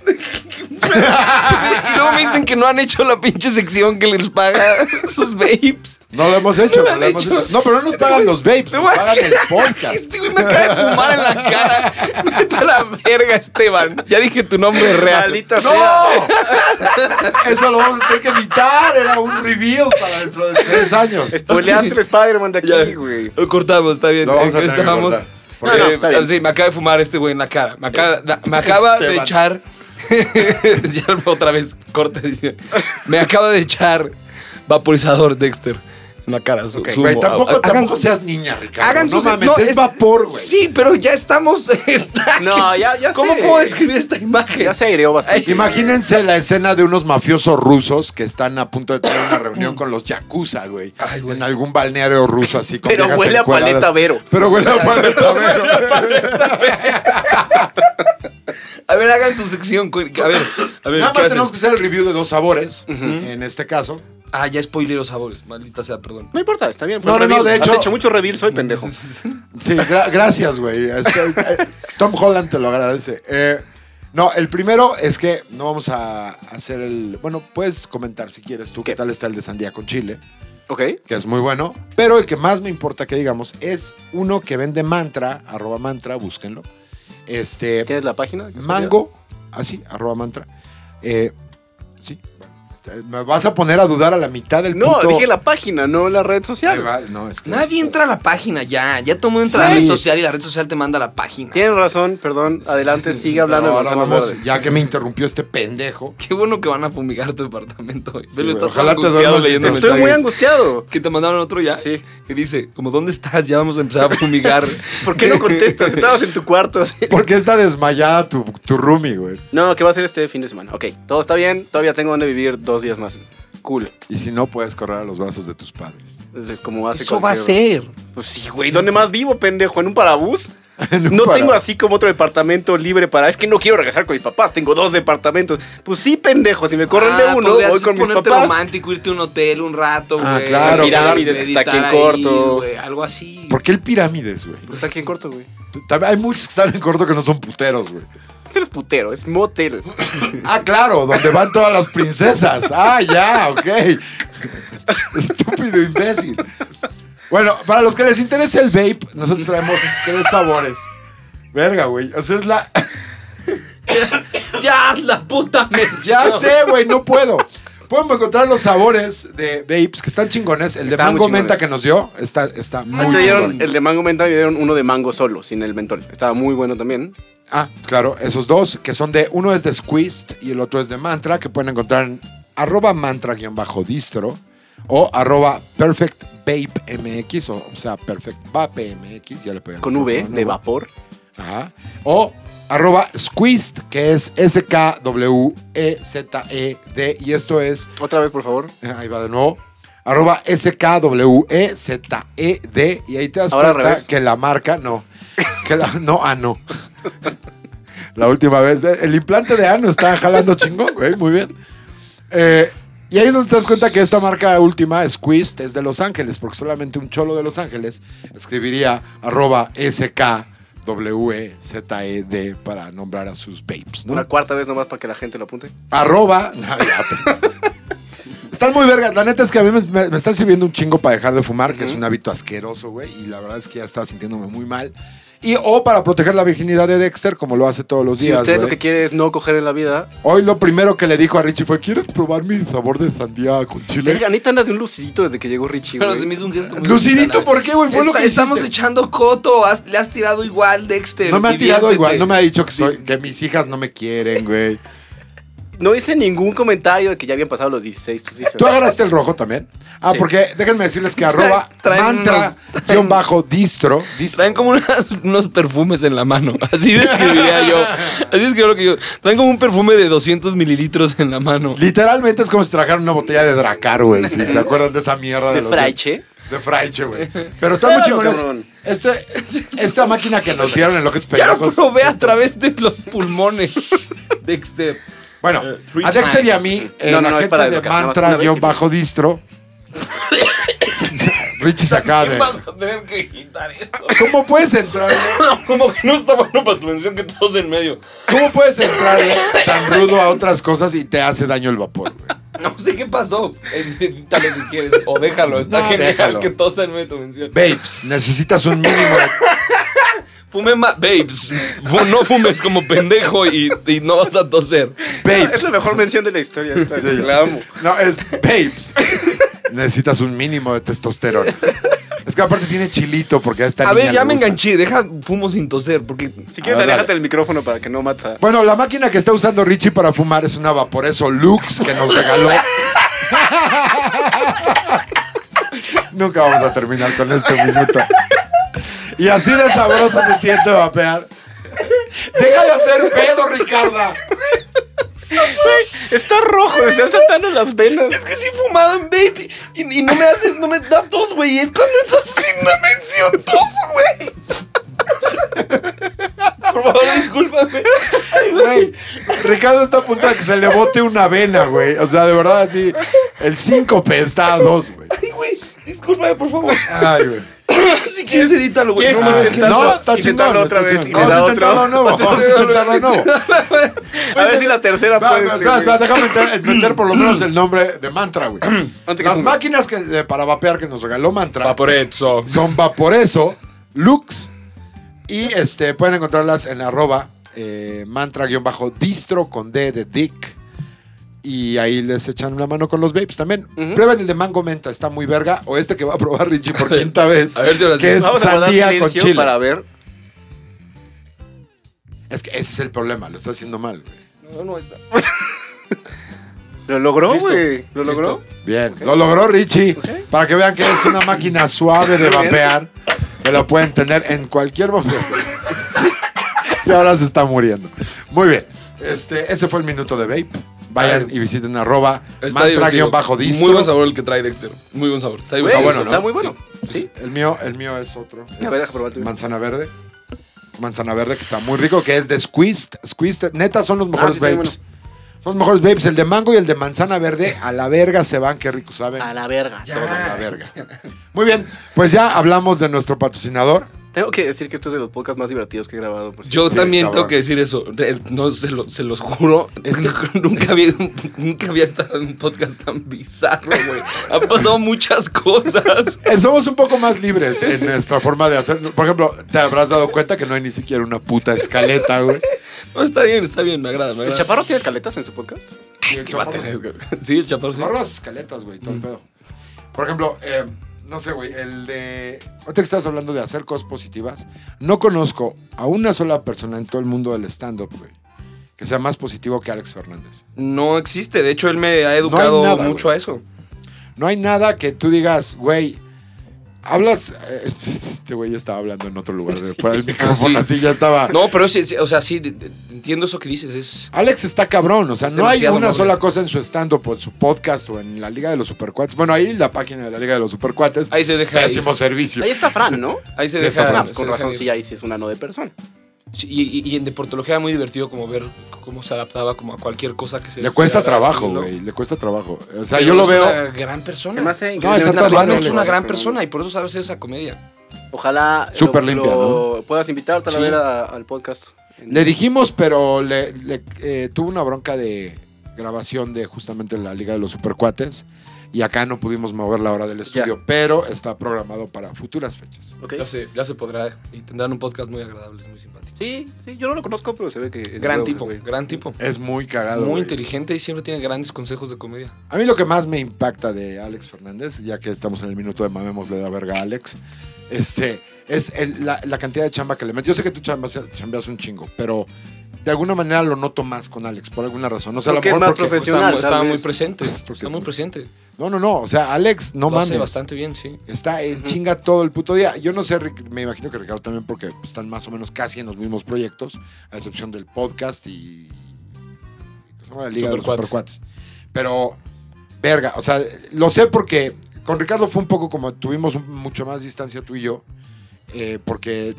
Speaker 3: Y luego me dicen que no han hecho la pinche sección que les paga sus vapes.
Speaker 1: No lo hemos hecho, no
Speaker 3: lo
Speaker 1: lo
Speaker 3: han
Speaker 1: hemos
Speaker 3: hecho.
Speaker 1: hecho. No, pero no nos pagan los vapes,
Speaker 3: Te
Speaker 1: nos
Speaker 3: voy a-
Speaker 1: pagan el podcast.
Speaker 3: Este güey me acaba de fumar en la cara. Vete a la verga, Esteban. Ya dije tu nombre real.
Speaker 2: Maldita sea.
Speaker 1: ¡No! Eso lo vamos a tener que evitar. Era un review para dentro de tres años.
Speaker 2: Spoileaste el Spider-Man de aquí, güey.
Speaker 3: Lo cortamos, está bien.
Speaker 1: Lo vamos a tener que
Speaker 3: Estábamos-
Speaker 1: cortar. Porque-
Speaker 3: No, no,
Speaker 2: Eh,
Speaker 3: está bien. sí, me acaba de fumar este güey en la cara. Me acaba, na- me acaba de
Speaker 1: Esteban.
Speaker 3: echar. ya otra vez corte. dice. Me acaba de echar vaporizador Dexter en la cara. su- sumo.
Speaker 1: Güey, tampoco,
Speaker 3: Hagan-
Speaker 1: tampoco seas niña, Ricardo.
Speaker 3: hagan
Speaker 1: no
Speaker 3: sus-
Speaker 1: mames,
Speaker 3: no,
Speaker 1: es,
Speaker 3: es-
Speaker 1: vapor, güey.
Speaker 3: Sí, pero ya estamos. está-
Speaker 2: No, ya- ya
Speaker 3: ¿Cómo
Speaker 2: sé.
Speaker 3: puedo describir esta imagen?
Speaker 2: Ya se aireó bastante.
Speaker 1: Imagínense la escena de unos mafiosos rusos que están a punto de tener una reunión con los yakuza, güey.
Speaker 3: Ay, güey.
Speaker 1: En algún balneario ruso así con
Speaker 2: Pero
Speaker 1: viejas
Speaker 2: huele a
Speaker 1: encueradas.
Speaker 2: paleta vero.
Speaker 1: Pero huele a paleta vero.
Speaker 3: A ver, hagan su sección. cu- A ver, a
Speaker 1: Nada
Speaker 3: ver. ¿qué
Speaker 1: más
Speaker 3: hacen?
Speaker 1: tenemos que hacer el review de dos sabores, en este caso.
Speaker 3: Ah, ya spoilé los sabores. Maldita sea, perdón.
Speaker 2: No importa, está bien. fue
Speaker 1: No,
Speaker 2: un
Speaker 1: no, no,
Speaker 2: reveal.
Speaker 1: de hecho-
Speaker 2: Has hecho mucho reveal, soy pendejo.
Speaker 1: Sí, gra- gracias, güey. Es que, eh, Tom Holland te lo agradece. Eh, no, el primero es que no vamos a hacer el... Bueno, puedes comentar si quieres tú qué
Speaker 2: ¿Qué?
Speaker 1: tal está el de sandía con chile.
Speaker 2: Ok.
Speaker 1: que es muy bueno. Pero el que más me importa que digamos es uno que vende mantra, arroba mantra, búsquenlo. Este,
Speaker 2: ¿Tienes la página? de casualidad?
Speaker 1: mango, así, arroba mantra. Eh, sí, bueno, eh, me vas a poner a dudar a la mitad del
Speaker 2: No,
Speaker 1: puto-
Speaker 2: dije la página, no la red
Speaker 1: Ahí
Speaker 2: social.
Speaker 1: va, No, es que-
Speaker 3: Nadie entra a la página ya. Ya todo el mundo entra a la
Speaker 1: Sí.
Speaker 3: red social y la red social te manda a la página.
Speaker 2: Tienes razón, perdón. Adelante, sigue hablando
Speaker 1: No,
Speaker 2: de
Speaker 1: ahora
Speaker 2: manzanas
Speaker 1: vamos,
Speaker 2: verdes.
Speaker 1: ya que me interrumpió este pendejo.
Speaker 3: Qué bueno que van a fumigar tu departamento hoy. Velo,
Speaker 1: güey,
Speaker 3: está todo
Speaker 1: ojalá te
Speaker 3: angustiado
Speaker 1: duermas
Speaker 3: leyendo
Speaker 1: bien.
Speaker 2: Estoy muy
Speaker 3: mensajes.
Speaker 2: angustiado.
Speaker 3: Que te mandaron otro ya.
Speaker 2: Sí.
Speaker 3: Que dice, como, ¿dónde estás? Ya vamos a empezar a fumigar.
Speaker 2: ¿Por qué no contestas? Estabas en tu cuarto. así.
Speaker 1: Porque está desmayada tu, tu roomie, güey.
Speaker 2: No, ¿qué va a ser este fin de semana? Ok, todo está bien. Todavía tengo donde vivir dos días más. Cool.
Speaker 1: Y si no, puedes correr a los brazos de tus padres.
Speaker 2: Es como hace
Speaker 3: Eso va a
Speaker 2: cualquier-
Speaker 3: ser.
Speaker 2: Pues sí, güey. ¿Dónde más vivo, pendejo? ¿En un parabús?
Speaker 1: En un
Speaker 2: no
Speaker 1: para-
Speaker 2: tengo así como otro departamento libre para. Es que no quiero regresar con mis papás. Tengo dos departamentos. Pues sí, pendejo. Si me corren de
Speaker 3: Ah,
Speaker 2: uno,
Speaker 3: podrías
Speaker 2: voy con mis
Speaker 3: ponerte
Speaker 2: papás.
Speaker 3: romántico, irte a un hotel un rato, güey.
Speaker 1: Ah, claro,
Speaker 3: Meditar,
Speaker 2: Pirámides que está aquí en
Speaker 3: meditar
Speaker 2: corto.
Speaker 3: güey, algo así.
Speaker 1: ¿Por qué el pirámides, güey?
Speaker 2: Pero Pues, está aquí en corto, güey.
Speaker 1: También Hay muchos que están en corto que no son puteros, güey.
Speaker 2: Este no es putero, es motel.
Speaker 1: Ah, claro, donde van todas las princesas. Ah, ya, ok. Estúpido imbécil. Bueno, para los que les interese el vape, nosotros traemos tres sabores. Verga, güey. O sea, es la.
Speaker 3: Ya, la puta mención.
Speaker 1: Ya sé, güey, no puedo. Pueden encontrar los sabores de vapes que están chingones. El de
Speaker 2: Están muy
Speaker 1: mango menta
Speaker 2: chingones.
Speaker 1: que nos dio está, está muy
Speaker 2: Ahí me dieron
Speaker 1: chingón.
Speaker 2: el de mango menta, me dieron uno de mango solo, sin el mentol. Estaba muy bueno también.
Speaker 1: Ah, claro, esos dos, que son de. Uno es de Squeezed y el otro es de Mantra, que pueden encontrar en arroba mantra-distro o arroba perfect mx o, o sea perfect vape mx ya le pueden
Speaker 2: Con V
Speaker 1: encontrar, ¿no?
Speaker 2: de vapor.
Speaker 1: ajá o arroba squeezed que es s k w e z e d y esto es
Speaker 2: Otra vez, por favor.
Speaker 1: ahí va de nuevo arroba s k w e z e d y ahí te das
Speaker 2: Ahora al
Speaker 1: cuenta
Speaker 2: revés.
Speaker 1: que la marca no que la no ah no la última vez. eh, El implante de ano está jalando chingón, güey. Muy bien. Eh, y ahí es donde te das cuenta que esta marca última, Squeezed, es de Los Ángeles, porque solamente un cholo de Los Ángeles escribiría arroba E SKWZED para nombrar a sus babes, ¿no?
Speaker 2: Una cuarta vez nomás para que la gente lo apunte.
Speaker 1: Arroba. no, ya, pero- Están muy vergas. La neta es que a mí me, me- me está sirviendo un chingo para dejar de fumar, que es un hábito asqueroso, güey. Y la verdad es que ya estaba sintiéndome muy mal. Y o para proteger la virginidad de Dexter, como lo hace todos los
Speaker 2: Si
Speaker 1: días.
Speaker 2: usted lo
Speaker 1: güey.
Speaker 2: que quiere es no coger en la vida,
Speaker 1: Hoy lo primero que le dijo a Richie fue, ¿quieres probar mi sabor de sandía con chile?
Speaker 2: Verga, neta andas de un lucidito desde que llegó Richie,
Speaker 3: Pero
Speaker 2: güey.
Speaker 3: se me hizo un gesto muy
Speaker 1: Lucidito,
Speaker 3: bonito,
Speaker 1: ¿por qué, güey? Fue lo
Speaker 3: Esta-
Speaker 1: que
Speaker 3: estamos
Speaker 1: hiciste.
Speaker 3: echando coto, has- le has tirado igual, Dexter.
Speaker 1: No me ha tirado
Speaker 3: diviértete.
Speaker 1: igual, no me ha dicho que, soy, que mis hijas no me quieren, güey.
Speaker 2: No hice ningún comentario de que ya habían pasado los 16. Pues, sí,
Speaker 1: ¿Tú agarraste el rojo también? Ah,
Speaker 2: Sí.
Speaker 1: porque déjenme decirles que arroba
Speaker 3: Traen unos-
Speaker 1: mantra guión bajo distro. distro.
Speaker 3: Traen como unas- unos perfumes en la mano. Así describiría yo. Así es lo que yo. Traen como un perfume de 200 mililitros en la mano.
Speaker 1: Literalmente es como si trajeran una botella de Dracar, güey. Si se acuerdan de esa mierda de,
Speaker 2: de
Speaker 1: los-
Speaker 2: Fraiche.
Speaker 1: De Fraiche, güey. Pero están muy
Speaker 2: Claro,
Speaker 1: chingones.
Speaker 2: cabrón.
Speaker 1: Este, esta máquina que nos dieron en lo que es
Speaker 3: Ya lo
Speaker 1: pendejos.
Speaker 3: probé a través de los pulmones. Dexter.
Speaker 1: Bueno,
Speaker 3: Eh, three
Speaker 1: a Dexter y a
Speaker 3: times.
Speaker 1: mí, eh,
Speaker 2: No, no,
Speaker 1: la
Speaker 2: no, es
Speaker 1: gente
Speaker 2: para
Speaker 1: de
Speaker 2: educar, nada más, una vez y
Speaker 1: mantra-distro. Richie saca de.
Speaker 3: Vas a tener que quitar esto.
Speaker 1: ¿Cómo puedes entrar?
Speaker 3: Como que no está bueno para tu mención que todos en medio.
Speaker 1: ¿Cómo puedes entrar tan rudo a otras cosas y te hace daño el vapor, güey?
Speaker 3: No sé qué pasó. Edítalo si quieres. O déjalo. Está
Speaker 1: No,
Speaker 3: genial
Speaker 1: déjalo.
Speaker 3: que todos en medio de tu mención.
Speaker 1: Babes, necesitas un mínimo.
Speaker 3: Fume más. Babes, fu- no fumes como pendejo y, y no vas a toser.
Speaker 1: Babes.
Speaker 2: Es la mejor mención de la historia. esta,
Speaker 1: Sí.
Speaker 2: La amo.
Speaker 1: No, es babes. Necesitas un mínimo de testosterona. Es que aparte tiene chilito porque a esta
Speaker 3: A
Speaker 1: niña
Speaker 3: ver,
Speaker 1: le
Speaker 3: ya me
Speaker 1: gusta.
Speaker 3: enganché. Deja fumo sin toser porque.
Speaker 2: Si quieres,
Speaker 1: Ah, dale.
Speaker 2: aléjate del micrófono para que no mata.
Speaker 1: Bueno, la máquina que está usando Richie para fumar es una Vaporeso Lux que nos regaló. Nunca vamos a terminar con este minuto. Y así de sabroso se siente vapear. Deja de hacer pedo, Ricarda.
Speaker 2: Está rojo, me están saltando las venas.
Speaker 3: Es que sí fumaba en vape y, y no me haces, no me da tos, güey. Es cuando estás haciendo mención tos, güey. Por favor, discúlpame. Ay, güey.
Speaker 1: Güey, Ricardo está a punto de que se le bote una vena, güey. O sea, de verdad, así. El síncope está a dos, güey.
Speaker 3: Ay, güey. Discúlpame, por favor.
Speaker 1: Ay, güey.
Speaker 3: si quieres, edítalo, güey.
Speaker 2: ¿Quieres
Speaker 3: No
Speaker 1: Ah,
Speaker 3: mames,
Speaker 2: que-
Speaker 3: que-
Speaker 1: no, está chingón.
Speaker 2: intentarlo otra
Speaker 1: está
Speaker 2: vez
Speaker 1: chingón.
Speaker 2: y le da
Speaker 1: Vamos a
Speaker 2: otro.
Speaker 1: intentarlo de nuevo. Vamos a intentarlo de nuevo.
Speaker 2: A ver si la tercera
Speaker 1: Va,
Speaker 2: puede.
Speaker 1: va, va, va, déjame meter, meter por lo menos el nombre de Mantra, güey.
Speaker 2: te
Speaker 1: Las
Speaker 2: confundas.
Speaker 1: máquinas que, de- para vapear que nos regaló Mantra
Speaker 3: Vaporetso.
Speaker 1: son Vaporeso, Lux y este pueden encontrarlas en arroba eh, mantra-distro con D de Dick. Y ahí les echan una mano con los vapes también. Prueben el de mango menta, está muy verga. O este que va a probar Richie por quinta vez.
Speaker 3: A ver si ahora sí.
Speaker 1: que es
Speaker 2: Vamos a guardar
Speaker 1: sandía con
Speaker 2: silencio
Speaker 1: chile.
Speaker 2: para ver.
Speaker 1: Es que ese es el problema, lo está haciendo mal, güey.
Speaker 3: No, no está.
Speaker 2: Lo logró,
Speaker 3: ¿Listo?
Speaker 2: güey. Lo logró.
Speaker 3: ¿Listo?
Speaker 1: Bien, lo logró Richie. Para que vean que es una máquina suave de
Speaker 2: Muy bien.
Speaker 1: vapear. Que la pueden tener en cualquier momento. Sí. Y ahora se está muriendo. Muy bien. Este, ese fue el minuto de vape. Vayan
Speaker 3: Ay.
Speaker 1: y visiten arroba
Speaker 3: Está divertido.
Speaker 1: mantra-distro.
Speaker 3: Muy buen sabor el que trae Dexter. Muy buen sabor. Está
Speaker 2: Güey,
Speaker 3: divertido.
Speaker 1: bueno,
Speaker 2: está
Speaker 1: ¿no?
Speaker 2: muy bueno. Sí.
Speaker 1: El mío, el mío es otro.
Speaker 2: A ver,
Speaker 1: Es
Speaker 2: deja probar el tuyo.
Speaker 1: Manzana verde. Manzana verde que está muy rico, que es de Squeezed. Squeezed, neta, son los mejores
Speaker 2: Ah, sí, está
Speaker 1: vapes.
Speaker 2: muy
Speaker 1: Son los mejores vapes. El de mango y el de manzana verde. A la verga se van, qué rico saben.
Speaker 2: Ah,
Speaker 1: A la verga. Todos a la verga. Muy bien, pues ya hablamos de nuestro patrocinador.
Speaker 2: Tengo que decir que esto es de los podcasts más divertidos que he grabado. Por
Speaker 3: Yo
Speaker 1: Sí,
Speaker 3: también
Speaker 1: cabrón.
Speaker 3: tengo que decir eso. Re- No, se, lo- se los juro.
Speaker 1: Es que-
Speaker 3: nunca, había, nunca había estado en un podcast tan bizarro, güey. Han pasado muchas cosas.
Speaker 1: Eh, Somos un poco más libres en nuestra forma de hacer. Por ejemplo, te habrás dado cuenta que no hay ni siquiera una puta escaleta, güey.
Speaker 3: No, está bien, está bien, me agrada, me
Speaker 2: ¿El
Speaker 3: agrada.
Speaker 2: Chaparro tiene escaletas en su podcast?
Speaker 1: Sí, el
Speaker 3: ¿Qué va a
Speaker 1: chaparro-
Speaker 3: tener, güey? Sí, el chaparro sí.
Speaker 1: Ahora las escaletas, güey, todo el pedo. Por ejemplo, eh, no sé, güey, el de. Ahorita que estás hablando de hacer cosas positivas, no conozco a una sola persona en todo el mundo del stand-up, güey, que sea más positivo que Alex Fernández.
Speaker 3: No existe. De hecho, él me ha educado
Speaker 1: nada,
Speaker 3: mucho
Speaker 1: güey.
Speaker 3: a eso.
Speaker 1: No hay nada que tú digas, güey. Hablas. eh, Este güey ya estaba hablando en otro lugar, de- fuera del micrófono,
Speaker 3: Sí.
Speaker 1: así ya estaba.
Speaker 3: No, pero sí, sí, o sea, sí, de- de- entiendo eso que dices. Es.
Speaker 1: Alex está cabrón, o sea,
Speaker 3: Es
Speaker 1: no hay
Speaker 3: demasiado
Speaker 1: una
Speaker 3: noble.
Speaker 1: sola cosa en su stand-up o en su podcast o en la Liga de los Supercuates. Bueno, ahí la página de la Liga de los Supercuates.
Speaker 3: Ahí se deja.
Speaker 1: Pésimo servicio.
Speaker 2: Ahí está Fran, ¿no?
Speaker 3: Ahí se
Speaker 1: Sí,
Speaker 3: deja.
Speaker 1: está
Speaker 2: Ah,
Speaker 1: Fran,
Speaker 3: se
Speaker 2: pues con
Speaker 3: deja
Speaker 2: razón
Speaker 3: ir.
Speaker 2: sí, ahí sí es una no de persona.
Speaker 3: Sí, y, y- y en deportología era muy divertido como ver cómo se adaptaba como a cualquier cosa que se
Speaker 1: Le cuesta
Speaker 3: se
Speaker 1: trabajo,
Speaker 3: adaptaba, ¿no?
Speaker 1: güey. Le cuesta trabajo. O sea,
Speaker 3: Pero
Speaker 1: yo lo
Speaker 3: es
Speaker 1: veo.
Speaker 3: una gran persona.
Speaker 2: Se me hace
Speaker 1: No,
Speaker 2: increíble.
Speaker 1: está
Speaker 3: Fernando
Speaker 1: hablando,
Speaker 3: es una
Speaker 1: güey.
Speaker 3: gran persona y por eso sabe hacer esa comedia.
Speaker 2: Ojalá lo-
Speaker 1: Súper limpia,
Speaker 2: lo puedas invitar tal vez
Speaker 3: Sí.
Speaker 2: a- al podcast.
Speaker 1: Le dijimos, pero le, le, eh, tuvo una bronca de grabación de justamente la Liga de los Supercuates. Y acá no pudimos mover la hora del estudio, pero está programado para futuras fechas.
Speaker 2: Ok.
Speaker 3: Ya se, ya se podrá y tendrán un podcast muy agradable, es muy simpático.
Speaker 2: Sí, sí, yo no lo conozco, pero se ve que es
Speaker 3: gran
Speaker 2: huevo,
Speaker 3: tipo,
Speaker 2: güey.
Speaker 3: gran tipo.
Speaker 1: Es muy cagado.
Speaker 3: Muy
Speaker 1: güey.
Speaker 3: inteligente y siempre tiene grandes consejos de comedia.
Speaker 1: A mí lo que más me impacta de Alex Fernández, ya que estamos en el minuto de mamémosle la verga a Alex, este, es el- la, la cantidad de chamba que le mete. Yo sé que tú chambas, chambeas un chingo, pero de alguna manera lo noto más con Alex, por alguna razón. O sea, a lo
Speaker 2: Porque es
Speaker 1: mejor
Speaker 2: más
Speaker 1: porque-
Speaker 2: profesional.
Speaker 3: Está, mu-
Speaker 2: tal
Speaker 3: está
Speaker 2: vez.
Speaker 3: muy presente, está
Speaker 1: es
Speaker 3: muy
Speaker 1: muy-
Speaker 3: presente.
Speaker 1: No, no, no. O sea, Alex, no
Speaker 3: Lo hace
Speaker 1: mames.
Speaker 3: bastante bien, sí.
Speaker 1: Está en chinga todo el puto día. Yo no sé, Ric- me imagino que Ricardo también, porque están más o menos casi en los mismos proyectos, a excepción del podcast y. ¿Cómo se llama? La Liga de los
Speaker 3: Supercuates.
Speaker 1: Supercuates. Pero, verga, o sea, lo sé porque con Ricardo fue un poco como tuvimos un- mucho más distancia tú y yo, eh, porque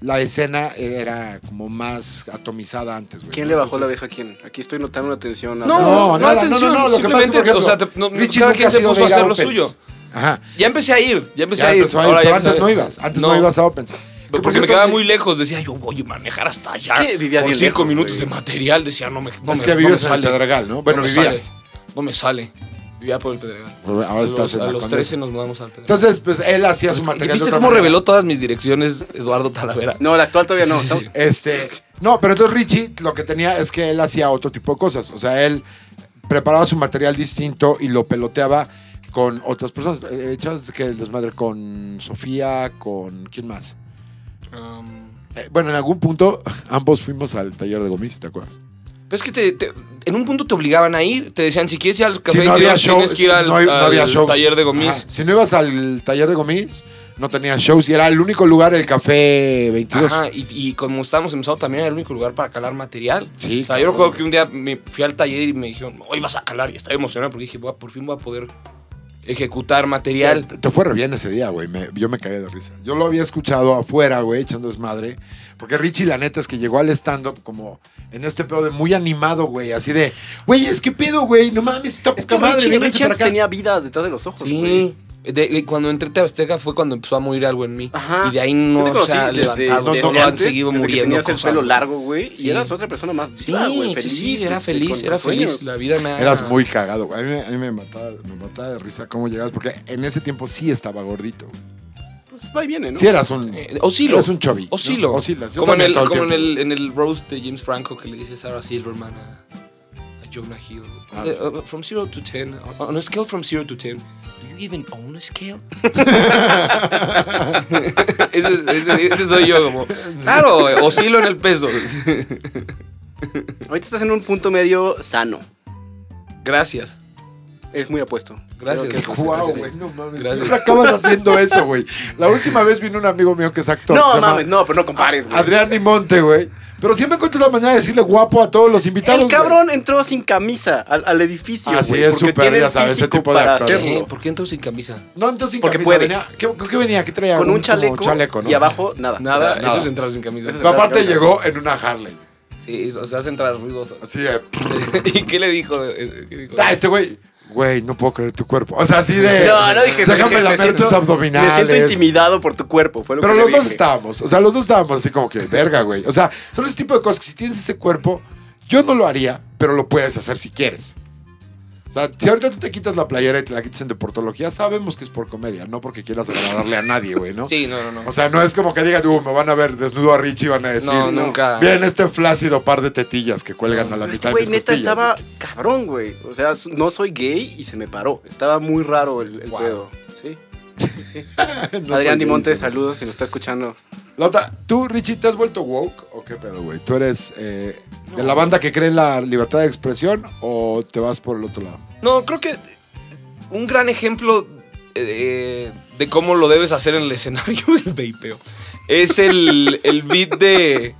Speaker 1: la escena era como más atomizada antes, güey.
Speaker 2: ¿Quién
Speaker 1: ¿no?
Speaker 2: le bajó la
Speaker 1: Pues Entonces-
Speaker 2: vieja a quién? Aquí estoy notando una tensión.
Speaker 3: No,
Speaker 1: No,
Speaker 3: no,
Speaker 1: nada,
Speaker 3: atención,
Speaker 1: no, no, no, lo que pasa es que,
Speaker 3: simplemente,
Speaker 1: por ejemplo,
Speaker 3: o sea, te- no-
Speaker 1: Richie
Speaker 3: cada
Speaker 1: nunca
Speaker 3: quien
Speaker 1: ha
Speaker 3: se
Speaker 1: sido
Speaker 3: puso a
Speaker 1: Vega
Speaker 3: hacer lo
Speaker 1: Open.
Speaker 3: suyo.
Speaker 1: Ajá.
Speaker 3: Ya empecé a ir, ya empecé
Speaker 1: Ya
Speaker 3: a ir.
Speaker 1: empezó a ir,
Speaker 3: Pues ahora ya
Speaker 1: pero
Speaker 3: empecé
Speaker 1: antes
Speaker 3: a
Speaker 1: no
Speaker 3: ir.
Speaker 1: ibas. Antes no,
Speaker 3: No.
Speaker 1: ibas a Opens.
Speaker 3: Porque me quedaba
Speaker 1: eh,
Speaker 3: muy lejos, decía yo voy a manejar hasta allá.
Speaker 2: Es que vivía
Speaker 3: Por
Speaker 2: bien
Speaker 3: cinco
Speaker 2: lejos,
Speaker 3: minutos
Speaker 2: güey.
Speaker 3: de material, decía no me no
Speaker 1: Es
Speaker 3: me-
Speaker 1: que
Speaker 3: no me
Speaker 1: vivías en el
Speaker 3: sale.
Speaker 1: Pedregal, ¿no? Bueno,
Speaker 3: no me
Speaker 1: vivías.
Speaker 3: sale, No me sale. Vivía por el Pedregal.
Speaker 1: Ahora estás
Speaker 3: Los-
Speaker 1: en
Speaker 3: a
Speaker 1: la
Speaker 3: los
Speaker 1: Condesa.
Speaker 3: 13 nos mudamos al Pedregal.
Speaker 1: Entonces, pues él hacía su
Speaker 3: Es que-
Speaker 1: material. de
Speaker 3: ¿Viste
Speaker 1: otra
Speaker 3: cómo
Speaker 1: manera.
Speaker 3: reveló todas mis direcciones Eduardo Talavera?
Speaker 2: No, la actual todavía no.
Speaker 3: Sí, sí,
Speaker 2: estamos-
Speaker 3: sí.
Speaker 1: Este, no, pero entonces Richie lo que tenía es que él hacía otro tipo de cosas. O sea, él preparaba su material distinto y lo peloteaba con otras personas. Eh, Echabas que el desmadre con Sofía, con quién más.
Speaker 3: Um,
Speaker 1: Eh, bueno, en algún punto ambos fuimos al taller de gomis, ¿te acuerdas?
Speaker 3: pero es que te- te- en un punto te obligaban a ir. Te decían, si quieres ir al café
Speaker 1: Si no
Speaker 3: interior,
Speaker 1: había show,
Speaker 3: tienes que ir al,
Speaker 1: no, hay- no
Speaker 3: al
Speaker 1: había shows.
Speaker 3: taller de gomis.
Speaker 1: Ajá. Si no ibas al taller de gomis, no tenías shows y era el único lugar el café 22.
Speaker 3: Ajá, y, y como estábamos en Sábado también era el único lugar para calar material.
Speaker 1: Sí,
Speaker 3: O sea,
Speaker 1: cabrón.
Speaker 3: yo recuerdo que un día me fui al taller y me dijeron, hoy vas a calar. Y estaba emocionado porque dije, "Voy a- por fin voy a poder ejecutar material.
Speaker 1: Te, te fue re bien ese día, güey. Me- yo me cagué de risa. Yo lo había escuchado afuera, güey, echando desmadre. Porque Richie, la neta, es que llegó al stand-up como en este pedo de muy animado, güey. Así de, güey, es que pedo, güey. No mames, está
Speaker 2: Es
Speaker 1: poca
Speaker 2: que
Speaker 1: madre.
Speaker 2: Richie,
Speaker 1: vénganse
Speaker 2: Richie
Speaker 1: para
Speaker 2: antes
Speaker 1: acá.
Speaker 2: tenía vida detrás de los ojos, güey.
Speaker 3: Sí. De- de- cuando entré a Azteca fue cuando empezó a morir algo en mí.
Speaker 2: Ajá.
Speaker 3: Y de ahí
Speaker 2: Yo te
Speaker 3: no
Speaker 2: conocí
Speaker 3: se ha
Speaker 2: desde-
Speaker 3: levantado.
Speaker 2: desde
Speaker 1: no,
Speaker 3: no, han
Speaker 2: antes,
Speaker 3: seguido
Speaker 2: desde que
Speaker 3: muriendo.
Speaker 2: Tenías el
Speaker 3: cosas.
Speaker 2: pelo largo, güey,
Speaker 3: Sí.
Speaker 2: y eras otra persona más
Speaker 3: Sí,
Speaker 2: viva, güey,
Speaker 3: sí,
Speaker 2: feliz.
Speaker 3: sí, era
Speaker 2: este,
Speaker 3: feliz,
Speaker 2: con
Speaker 3: era
Speaker 2: tus
Speaker 3: feliz.
Speaker 2: sueños.
Speaker 3: La vida me ha-
Speaker 1: Eras muy cagado, güey. A mí, me- a mí me, mataba, me mataba de risa cómo llegabas. Porque en ese tiempo sí estaba gordito. güey.
Speaker 2: Pues va y viene, ¿no?
Speaker 1: Sí eras un...
Speaker 3: Eh, oscilo.
Speaker 1: Eras un chubby. ¿no?
Speaker 3: Oscilo.
Speaker 1: Oscilas. Yo
Speaker 3: Como, en
Speaker 1: también
Speaker 3: el,
Speaker 1: todo el
Speaker 3: como en,
Speaker 1: tiempo.
Speaker 3: el, en el roast de James Franco que le dice Sarah Silverman a, a Jonah Hill.
Speaker 1: Ah,
Speaker 3: Eh,
Speaker 1: sí.
Speaker 3: uh, from 0 to 10, on a scale from 0 to 10, do you even own a scale? ese, es- ese- ese soy yo, como, claro, eh, oscilo en el peso.
Speaker 2: Ahorita estás en un punto medio sano.
Speaker 3: Gracias,
Speaker 2: Eres muy apuesto.
Speaker 3: gracias.
Speaker 1: Qué
Speaker 3: José,
Speaker 1: guau,
Speaker 3: gracias.
Speaker 1: güey. No mames.
Speaker 3: Gracias.
Speaker 1: Siempre acabas haciendo eso, güey. La última vez vino un amigo mío que es actor. se
Speaker 2: No,
Speaker 1: llama
Speaker 2: mames, no, pero no compares, güey.
Speaker 1: Adrián Di Monte, güey. Pero siempre encuentras la manera de decirle guapo a todos los invitados.
Speaker 2: El
Speaker 1: güey.
Speaker 2: cabrón entró sin camisa al, al edificio.
Speaker 1: Así
Speaker 2: güey,
Speaker 1: es,
Speaker 2: porque
Speaker 1: súper,
Speaker 2: tiene
Speaker 1: ya
Speaker 2: el
Speaker 1: sabes, ese
Speaker 2: físico
Speaker 1: tipo de
Speaker 2: para
Speaker 1: actor.
Speaker 2: hacerlo.
Speaker 3: Eh, ¿Por qué entro sin camisa?
Speaker 1: No, entonces sin
Speaker 2: Porque
Speaker 1: camisa
Speaker 2: puede.
Speaker 1: venía. ¿Qué, qué venía? ¿Qué traía?
Speaker 2: Con un chaleco,
Speaker 1: como chaleco, ¿no?
Speaker 2: y abajo nada.
Speaker 3: Nada,
Speaker 2: O sea,
Speaker 1: nada.
Speaker 3: eso es entrar sin camisa.
Speaker 2: Eso es-
Speaker 1: Pero aparte llegó en una Harley.
Speaker 3: Sí, o sea, es entrar ruidosas.
Speaker 1: Así de.
Speaker 3: ¿Y qué le dijo? Eh, ¿Qué dijo?
Speaker 1: Ah, este güey. Güey, no puedo creer tu cuerpo. O sea, así de.
Speaker 2: No, no dije eso,
Speaker 1: Déjame
Speaker 2: dije, me
Speaker 1: lamer
Speaker 2: siento-
Speaker 1: tus abdominales.
Speaker 2: Me siento intimidado por tu cuerpo. Fue lo
Speaker 1: Pero
Speaker 2: que le
Speaker 1: los dos
Speaker 2: dije.
Speaker 1: estábamos. O sea, los dos estábamos así como que, verga, güey. O sea, son ese tipo de cosas que si tienes ese cuerpo, yo no lo haría, pero lo puedes hacer si quieres. O sea, si ahorita tú te quitas la playera y te la quitas en deportología, sabemos que es por comedia, no porque quieras agradarle a nadie, güey, ¿no?
Speaker 3: Sí, no, no, no.
Speaker 1: O sea, no es como que digan, uh, me van a ver desnudo a Richie y van a decir,
Speaker 3: No, nunca.
Speaker 1: miren este flácido par de tetillas que cuelgan a la
Speaker 2: Pero
Speaker 1: mitad
Speaker 2: este güey
Speaker 1: de mis
Speaker 2: neta
Speaker 1: costillas.
Speaker 2: estaba cabrón, güey. O sea, s- no soy gay y se me paró. Estaba muy raro el, el
Speaker 3: Wow.
Speaker 2: pedo. Sí. sí, sí.
Speaker 1: No soy
Speaker 2: Adrián Dimonte,
Speaker 1: gay, sí.
Speaker 2: saludos si nos está escuchando.
Speaker 1: La otra, ¿tú, Richie, te has vuelto woke o qué pedo, güey? ¿Tú eres eh, de la banda que cree en la libertad de expresión o te vas por el otro lado?
Speaker 3: No, creo que un gran ejemplo eh, de cómo lo debes hacer en el escenario del vapeo es el, el beat de.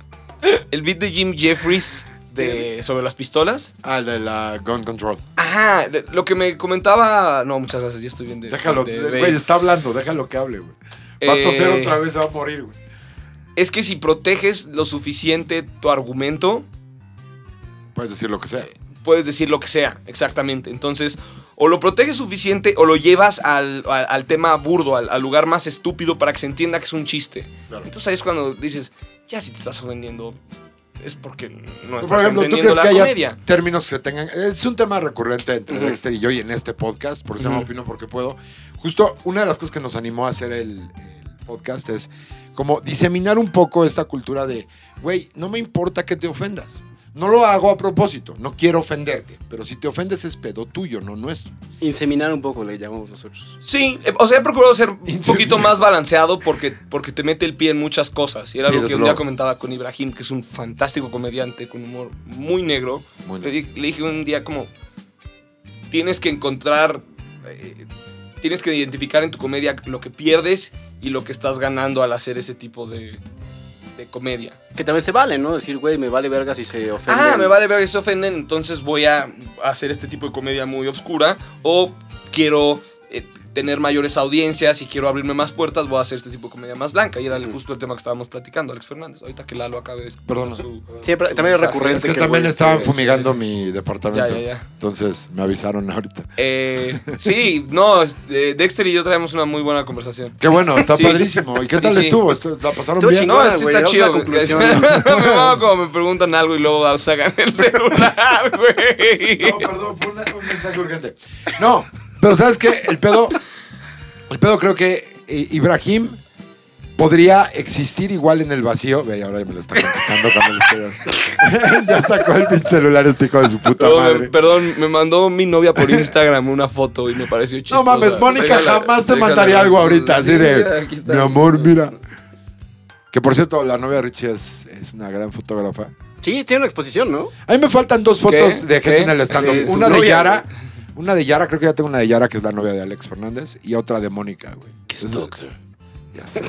Speaker 3: El beat de Jim Jeffries de, sobre las pistolas.
Speaker 1: Ah, el de la gun control.
Speaker 3: Ajá, de- lo que me comentaba. No, muchas gracias, ya estoy bien de.
Speaker 1: Déjalo,
Speaker 3: de
Speaker 1: eh,
Speaker 3: vape.
Speaker 1: güey, está hablando, déjalo que hable, güey. Va a
Speaker 3: Eh,
Speaker 1: toser otra vez, se va a morir, güey.
Speaker 3: Es que si proteges lo suficiente tu argumento,
Speaker 1: Puedes decir lo que
Speaker 3: Eh,
Speaker 1: sea.
Speaker 3: puedes decir lo que sea, exactamente. Entonces, o lo proteges suficiente o lo llevas al, al- al tema burdo, al, al lugar más estúpido para que se entienda que es un chiste.
Speaker 1: Claro.
Speaker 3: Entonces ahí es cuando dices, ya si te estás ofendiendo, es porque no
Speaker 1: Por
Speaker 3: estás
Speaker 1: ejemplo, ¿tú
Speaker 3: entendiendo
Speaker 1: crees
Speaker 3: la
Speaker 1: que haya
Speaker 3: comedia.
Speaker 1: términos que se tengan? Es un tema recurrente entre
Speaker 3: Ujú.
Speaker 1: Dexter y yo y en este podcast, por eso me
Speaker 3: Ujú.
Speaker 1: opino porque puedo. Justo una de las cosas que nos animó a hacer el, el podcast es como diseminar un poco esta cultura de, güey, no me importa que te ofendas. No lo hago a propósito, no quiero ofenderte, pero si te ofendes es pedo tuyo, no nuestro.
Speaker 2: Inseminar un poco, le llamamos nosotros.
Speaker 3: Sí, eh, o sea, he procurado ser un
Speaker 1: Inseminación.
Speaker 3: poquito más balanceado porque, porque te mete el pie en muchas cosas. Y era
Speaker 1: Sí,
Speaker 3: algo
Speaker 1: desde
Speaker 3: que un día
Speaker 1: luego.
Speaker 3: comentaba con Ibrahim, que es un fantástico comediante con humor muy negro.
Speaker 1: Muy
Speaker 3: Le, di- le dije un día como, tienes que encontrar, eh, tienes que identificar en tu comedia lo que pierdes y lo que estás ganando al hacer ese tipo de, de comedia.
Speaker 2: Que también se vale, ¿no? Decir, güey, me vale verga si se ofende.
Speaker 3: Ah, me vale ver que se ofenden, entonces voy a hacer este tipo de comedia muy oscura o quiero eh, tener mayores audiencias y quiero abrirme más puertas, voy a hacer este tipo de comedia más blanca. Y era justo el tema que estábamos platicando, Alex Fernández. Ahorita que Lalo acabe. de escuchar
Speaker 1: Perdón.
Speaker 3: su-
Speaker 2: Siempre, también es
Speaker 3: mensaje.
Speaker 2: recurrente.
Speaker 1: Es que
Speaker 2: el
Speaker 1: también
Speaker 2: güey
Speaker 1: estaban
Speaker 2: esté-
Speaker 1: fumigando mi departamento.
Speaker 3: Ya, ya, ya.
Speaker 1: Entonces me avisaron ahorita.
Speaker 3: Eh, sí, no, este, Dexter y yo traemos una muy buena conversación.
Speaker 1: Qué bueno, está
Speaker 3: Sí.
Speaker 1: padrísimo. ¿Y qué tal
Speaker 3: Sí, sí.
Speaker 1: estuvo? Esto- ¿La pasaron
Speaker 2: Estuvo
Speaker 1: bien?
Speaker 2: chingón.
Speaker 3: No, esto
Speaker 2: güey, llegamos a
Speaker 3: está chido.
Speaker 2: la conclusión.
Speaker 3: güey. Me mama como me preguntan algo y luego sacan el celular, güey.
Speaker 1: No, perdón, fue una- un mensaje urgente. No, pero ¿sabes qué? El pedo, el pedo creo que eh, Ibrahim podría existir igual en el vacío. Ve, ahora ya me lo está contestando cuando le estoy- Ya sacó el pinche celular este hijo de su puta
Speaker 3: Perdón, me-
Speaker 1: madre.
Speaker 3: perdón, me mandó mi novia por Instagram una foto y me pareció chistosa.
Speaker 1: No mames, Mónica
Speaker 3: Déjala-
Speaker 1: jamás te
Speaker 3: déjala-
Speaker 1: mandaría algo ahorita, así
Speaker 3: Sí,
Speaker 1: de,
Speaker 3: aquí está.
Speaker 1: mi amor, mira. Que por cierto, la novia de Richie es, es una gran fotógrafa.
Speaker 2: Sí, tiene una exposición, ¿no?
Speaker 1: A mí me faltan dos fotos
Speaker 3: ¿Qué?
Speaker 1: de gente en
Speaker 3: ¿Qué?
Speaker 1: el stand-up.
Speaker 2: Sí, tu
Speaker 1: una de
Speaker 2: novia,
Speaker 1: Yara. Una de Yara, creo que ya tengo una de Yara, que es la novia de Alex Fernández. Y otra de Mónica, güey.
Speaker 4: Qué
Speaker 1: Entonces,
Speaker 4: stalker.
Speaker 1: Ya sé.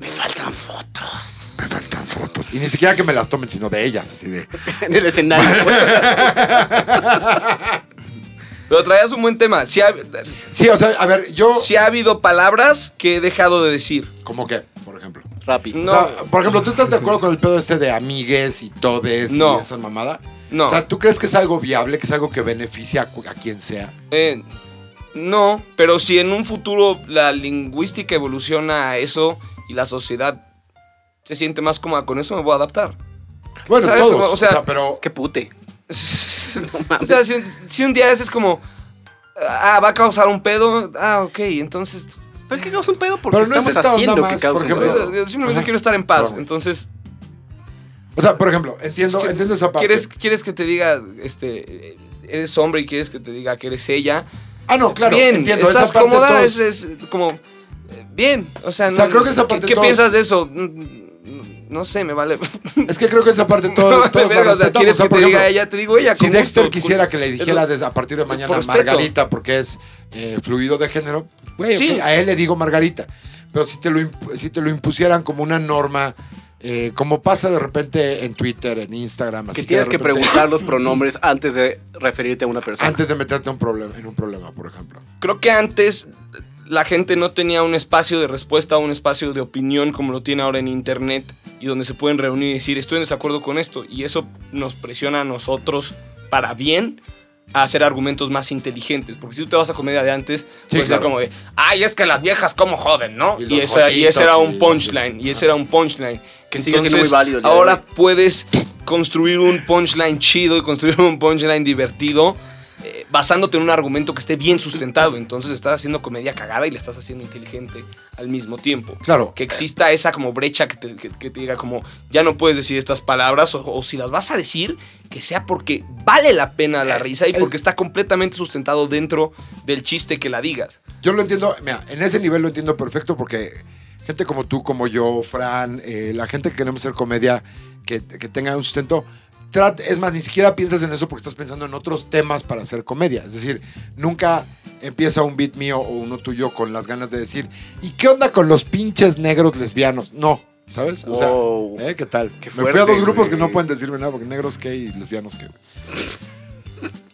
Speaker 2: Me faltan fotos.
Speaker 1: Me faltan fotos. Y ni siquiera que me las tomen, sino de ellas, así de.
Speaker 2: En el escenario. güey.
Speaker 3: Pero traías un buen tema. Si ha,
Speaker 1: Sí, o sea, a ver, yo.
Speaker 3: sí ha habido palabras que he dejado de decir.
Speaker 1: ¿Cómo qué? Por ejemplo.
Speaker 2: Rappi.
Speaker 1: O sea, por ejemplo, ¿tú estás de acuerdo con el pedo este de amigues y todes
Speaker 3: No.
Speaker 1: y esa mamada?
Speaker 3: No.
Speaker 1: O sea, ¿tú crees que es algo viable, que es algo que beneficia a, cu- a quien sea?
Speaker 3: Eh, no, pero si en un futuro la lingüística evoluciona a eso y la sociedad se siente más cómoda con eso, me voy a adaptar.
Speaker 1: Bueno,
Speaker 3: ¿Sabes?
Speaker 1: todos.
Speaker 3: O sea,
Speaker 1: pero.
Speaker 2: Qué pute.
Speaker 3: O sea, si, un- si un día es como, ah, va a causar un pedo, ah, ok, entonces...
Speaker 2: Pero es que causa un pedo porque
Speaker 1: Pero no es
Speaker 2: estamos
Speaker 1: esta onda
Speaker 2: haciendo
Speaker 1: más,
Speaker 2: que cause
Speaker 1: por
Speaker 2: un
Speaker 1: ejemplo,
Speaker 3: pues,
Speaker 2: pedo.
Speaker 3: yo simplemente
Speaker 1: Ajá.
Speaker 3: quiero estar en paz,
Speaker 1: Claro.
Speaker 3: entonces...
Speaker 1: O sea, por ejemplo, entiendo,
Speaker 3: ¿qué-
Speaker 1: entiendo esa parte.
Speaker 3: ¿quieres, ¿Quieres que te diga, este, eh, eres hombre y quieres que te diga que eres ella?
Speaker 1: Ah, no, claro.
Speaker 3: bien,
Speaker 1: entiendo,
Speaker 3: estás
Speaker 1: esa parte
Speaker 3: cómoda,
Speaker 1: todos-
Speaker 3: es, es como eh, bien, o sea,
Speaker 1: O sea, creo que esa
Speaker 3: ¿qué-
Speaker 1: parte
Speaker 3: ¿qué,
Speaker 1: todos-
Speaker 3: piensas de eso? Mm, No sé, me vale.
Speaker 1: Es que creo que esa parte todo,
Speaker 3: me
Speaker 1: todos la
Speaker 3: vale verga, o sea,
Speaker 1: respetamos.
Speaker 3: quieres
Speaker 1: O sea,
Speaker 3: que
Speaker 1: por
Speaker 3: te diga
Speaker 1: ejemplo,
Speaker 3: ella, te digo ella.
Speaker 1: Si
Speaker 3: con
Speaker 1: Dexter
Speaker 3: gusto,
Speaker 1: quisiera
Speaker 3: con-
Speaker 1: que le dijera
Speaker 3: es lo-
Speaker 1: desde a partir de mañana
Speaker 3: respeto.
Speaker 1: Margarita porque es eh, fluido de género, güey,
Speaker 3: Sí.
Speaker 1: ok, a él le digo Margarita. Pero si te lo, imp- si te lo impusieran como una norma, eh, como pasa de repente en Twitter, en Instagram, así
Speaker 2: Que tienes
Speaker 1: de
Speaker 2: que
Speaker 1: repente-
Speaker 2: preguntar los pronombres antes de referirte a una persona.
Speaker 1: Antes de meterte un problema, en un problema, por ejemplo.
Speaker 3: Creo que antes la gente no tenía un espacio de respuesta, un espacio de opinión como lo tiene ahora en internet y donde se pueden reunir y decir, estoy en desacuerdo con esto. Y eso nos presiona a nosotros para bien a hacer argumentos más inteligentes. Porque si tú te vas a comedia de antes, puede ser
Speaker 1: claro.
Speaker 3: como de, ay, es que las viejas como joden, ¿no?
Speaker 1: Y
Speaker 3: Y,
Speaker 1: los
Speaker 3: esa- y
Speaker 1: joditos
Speaker 3: ese era
Speaker 1: y
Speaker 3: un
Speaker 1: así.
Speaker 3: punchline, y ese era un punchline.
Speaker 2: Que sigue siendo muy
Speaker 3: Entonces,
Speaker 2: válido el día de
Speaker 3: Ahora
Speaker 2: hoy.
Speaker 3: puedes construir un punchline chido y construir un punchline divertido eh, basándote en un argumento que esté bien sustentado. Entonces estás haciendo comedia cagada y la estás haciendo inteligente al mismo tiempo.
Speaker 1: Claro.
Speaker 3: Que exista esa como brecha que te, que- que te diga como ya no puedes decir estas palabras o, o si las vas a decir que sea porque vale la pena la risa y
Speaker 1: eh.
Speaker 3: porque está completamente sustentado dentro del chiste que la digas.
Speaker 1: eh, Yo lo entiendo, mira, en ese nivel lo entiendo perfecto porque gente como tú, como yo, Fran, eh, la gente que queremos hacer comedia, que, que tenga un sustento, trat- es más, ni siquiera piensas en eso porque estás pensando en otros temas para hacer comedia. Es decir, nunca empieza un beat mío o uno tuyo con las ganas de decir, ¿y qué onda con los pinches negros lesbianos? No. ¿Sabes? O
Speaker 2: Wow.
Speaker 1: sea, ¿eh? ¿qué tal?
Speaker 2: Qué
Speaker 1: Me fui a dos
Speaker 2: fuerte,
Speaker 1: grupos que
Speaker 2: güey.
Speaker 1: no pueden decirme nada porque negros qué y lesbianos qué. güey.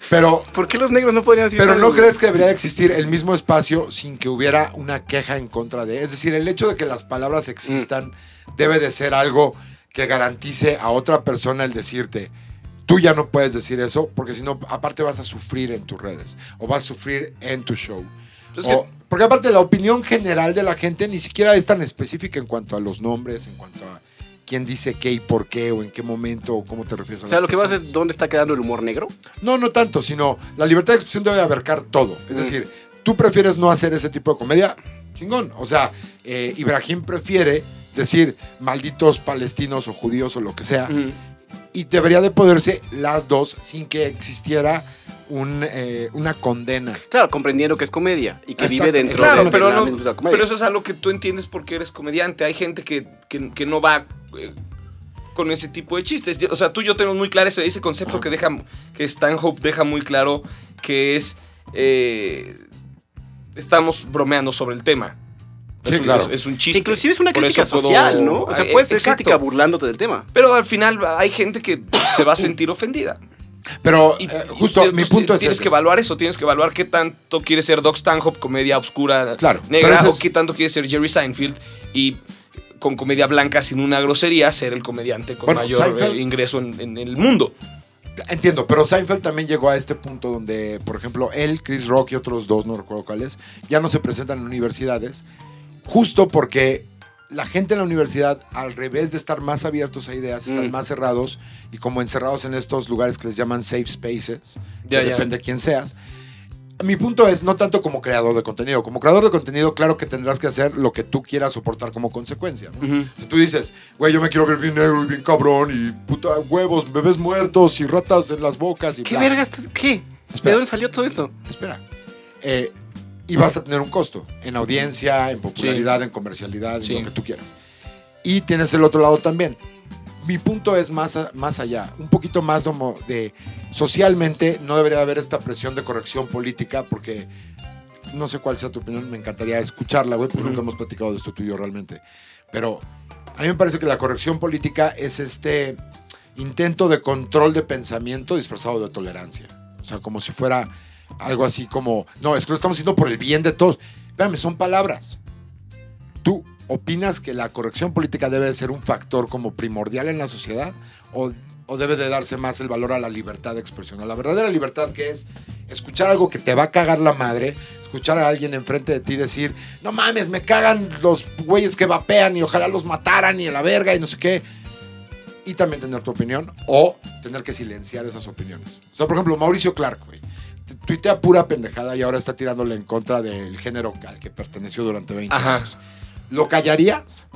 Speaker 1: Pero
Speaker 2: ¿Por qué los negros no podrían decir
Speaker 1: pero
Speaker 2: algo?
Speaker 1: no crees que debería existir el mismo espacio sin que hubiera una queja en contra de. Es decir, el hecho de que las palabras existan debe de ser algo que garantice a otra persona el decirte. Tú ya no puedes decir eso porque si no, aparte vas a sufrir en tus redes o vas a sufrir en tu show.
Speaker 3: Pues
Speaker 1: O-
Speaker 3: que-
Speaker 1: porque aparte la opinión general de la gente ni siquiera es tan específica en cuanto a los nombres, en cuanto a quién dice qué y por qué o en qué momento o cómo te refieres a
Speaker 2: O sea,
Speaker 1: las
Speaker 2: lo que vas
Speaker 1: personas.
Speaker 2: es dónde está quedando el humor negro.
Speaker 1: No, no tanto, sino la libertad de expresión debe abarcar todo.
Speaker 3: Mm.
Speaker 1: Es decir, tú prefieres no hacer ese tipo de comedia, chingón. O sea, eh, Ibrahim prefiere decir malditos palestinos o judíos o lo que
Speaker 3: Mm.
Speaker 1: sea. Y debería de poderse las dos sin que existiera un, eh, una condena.
Speaker 2: Claro, comprendiendo que es comedia y que vive
Speaker 1: Exacto,
Speaker 2: dentro
Speaker 1: claro,
Speaker 2: de,
Speaker 1: pero
Speaker 2: la
Speaker 3: no-
Speaker 2: industria de la comedia.
Speaker 3: Pero eso es algo que tú entiendes porque eres comediante. Hay gente que, que- que no va eh, con ese tipo de chistes. O sea, tú y yo tenemos muy claro ese, ese concepto que deja que Stanhope deja muy claro que es eh, estamos bromeando sobre el tema.
Speaker 1: Sí,
Speaker 3: es un,
Speaker 1: claro.
Speaker 3: es- es un chiste.
Speaker 2: Inclusive es una
Speaker 3: Por
Speaker 2: crítica
Speaker 3: eso puedo-
Speaker 2: social, ¿no? O sea,
Speaker 3: Eh,
Speaker 2: puede ser
Speaker 3: exacto.
Speaker 2: crítica burlándote del tema.
Speaker 3: Pero al final hay gente que se va a sentir ofendida.
Speaker 1: Pero
Speaker 3: Y-
Speaker 1: eh,
Speaker 3: y-
Speaker 1: justo
Speaker 3: tienes-
Speaker 1: mi punto es
Speaker 3: Tienes
Speaker 1: ese.
Speaker 3: que evaluar eso, tienes que evaluar qué tanto quiere ser Doc Stanhope, comedia oscura
Speaker 1: Claro, pero
Speaker 3: negra,
Speaker 1: ese
Speaker 3: o
Speaker 1: es-
Speaker 3: qué tanto quiere ser Jerry Seinfeld y con comedia blanca sin una grosería ser el comediante con
Speaker 1: Bueno,
Speaker 3: mayor
Speaker 1: Seinfeld-
Speaker 3: eh, ingreso en, en el mundo.
Speaker 1: Entiendo, pero Seinfeld también llegó a este punto donde, por ejemplo, él, Chris Rock y otros dos, no recuerdo cuáles, ya no se presentan en universidades, justo porque la gente en la universidad, al revés de estar más abiertos a ideas, están
Speaker 2: Mm.
Speaker 1: más cerrados y como encerrados en estos lugares que les llaman safe spaces,
Speaker 3: Ya,
Speaker 1: que
Speaker 3: ya.
Speaker 1: depende de quién seas. Mi punto es, no tanto como creador de contenido, como creador de contenido, claro que tendrás que hacer lo que tú quieras soportar como consecuencia. ¿no? Si tú dices, güey, yo me quiero ver bien negro y bien cabrón y puta huevos, bebés muertos y ratas en las bocas y
Speaker 2: ¿Qué
Speaker 1: bla.
Speaker 2: verga estás? ¿Qué? ¿De
Speaker 1: Espera.
Speaker 2: dónde salió todo esto?
Speaker 1: Espera. Eh, y vas a tener un costo en audiencia, en popularidad, en comercialidad,
Speaker 3: Sí.
Speaker 1: en lo que tú quieras. Y tienes el otro lado también. Mi punto es más, a- más allá, un poquito más como de socialmente no debería haber esta presión de corrección política porque no sé cuál sea tu opinión, me encantaría escucharla, güey, porque nunca hemos platicado de esto tú y yo realmente. Pero a mí me parece que la corrección política es este intento de control de pensamiento disfrazado de tolerancia. O sea, como si fuera algo así como, no, es que lo estamos haciendo por el bien de todos. Espérame, son palabras. ¿Tú opinas que la corrección política debe ser un factor como primordial en la sociedad o, o debe de darse más el valor a la libertad de expresión? A la verdadera libertad que es escuchar algo que te va a cagar la madre, escuchar a alguien enfrente de ti decir, no mames, me cagan los güeyes que vapean y ojalá los mataran y a la verga y no sé qué. Y también tener tu opinión o tener que silenciar esas opiniones. O sea, por ejemplo, Mauricio Clark, güey. t- Tuitea pura pendejada y ahora está tirándole en contra del género al que perteneció durante 20
Speaker 3: Ajá.
Speaker 1: años. ¿Lo callarías?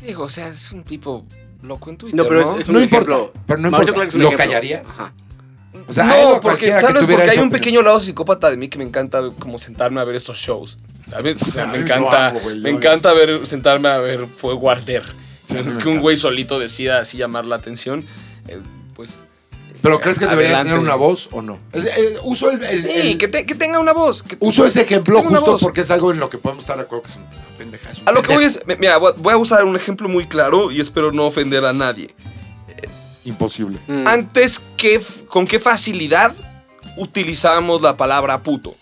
Speaker 3: Digo, o sea, es un tipo loco en Twitter.
Speaker 2: No, pero es, es un
Speaker 1: No importa,
Speaker 2: ejemplo.
Speaker 1: pero no
Speaker 2: Mauricio
Speaker 1: importa.
Speaker 2: Clark es un
Speaker 1: ¿Lo
Speaker 2: ejemplo.
Speaker 1: callarías?
Speaker 2: Ajá.
Speaker 1: O sea, a él o
Speaker 3: no, porque
Speaker 1: cualquiera
Speaker 3: tal
Speaker 1: que
Speaker 3: vez
Speaker 1: tuviera
Speaker 3: porque hay
Speaker 1: esa
Speaker 3: un
Speaker 1: opinión.
Speaker 3: pequeño lado psicópata de mí que me encanta como sentarme a ver estos shows. ¿Sabes? O sea,
Speaker 1: A mí
Speaker 3: me
Speaker 1: lo
Speaker 3: encanta,
Speaker 1: amo, güey,
Speaker 3: me
Speaker 1: lo
Speaker 3: encanta ver, sentarme a ver fuego arder.
Speaker 1: Sí, a mí me
Speaker 3: que un
Speaker 1: encanta.
Speaker 3: güey solito decida así llamar la atención, eh, pues...
Speaker 1: ¿Pero crees que debería
Speaker 3: adelante.
Speaker 1: tener una voz o no? Es- eh, uso el, el-
Speaker 3: Sí,
Speaker 1: el-
Speaker 3: que, te- que tenga una voz. que-
Speaker 1: uso ese ejemplo
Speaker 3: tenga una
Speaker 1: justo
Speaker 3: voz.
Speaker 1: porque es algo en lo que podemos estar de acuerdo que es una pendeja. es un
Speaker 3: A lo que
Speaker 1: pendejo.
Speaker 3: voy es... Mira, voy a- voy a usar un ejemplo muy claro y espero no ofender a nadie.
Speaker 1: Imposible.
Speaker 2: Mm.
Speaker 3: Antes, ¿qué f- ¿con qué facilidad utilizábamos la palabra puto?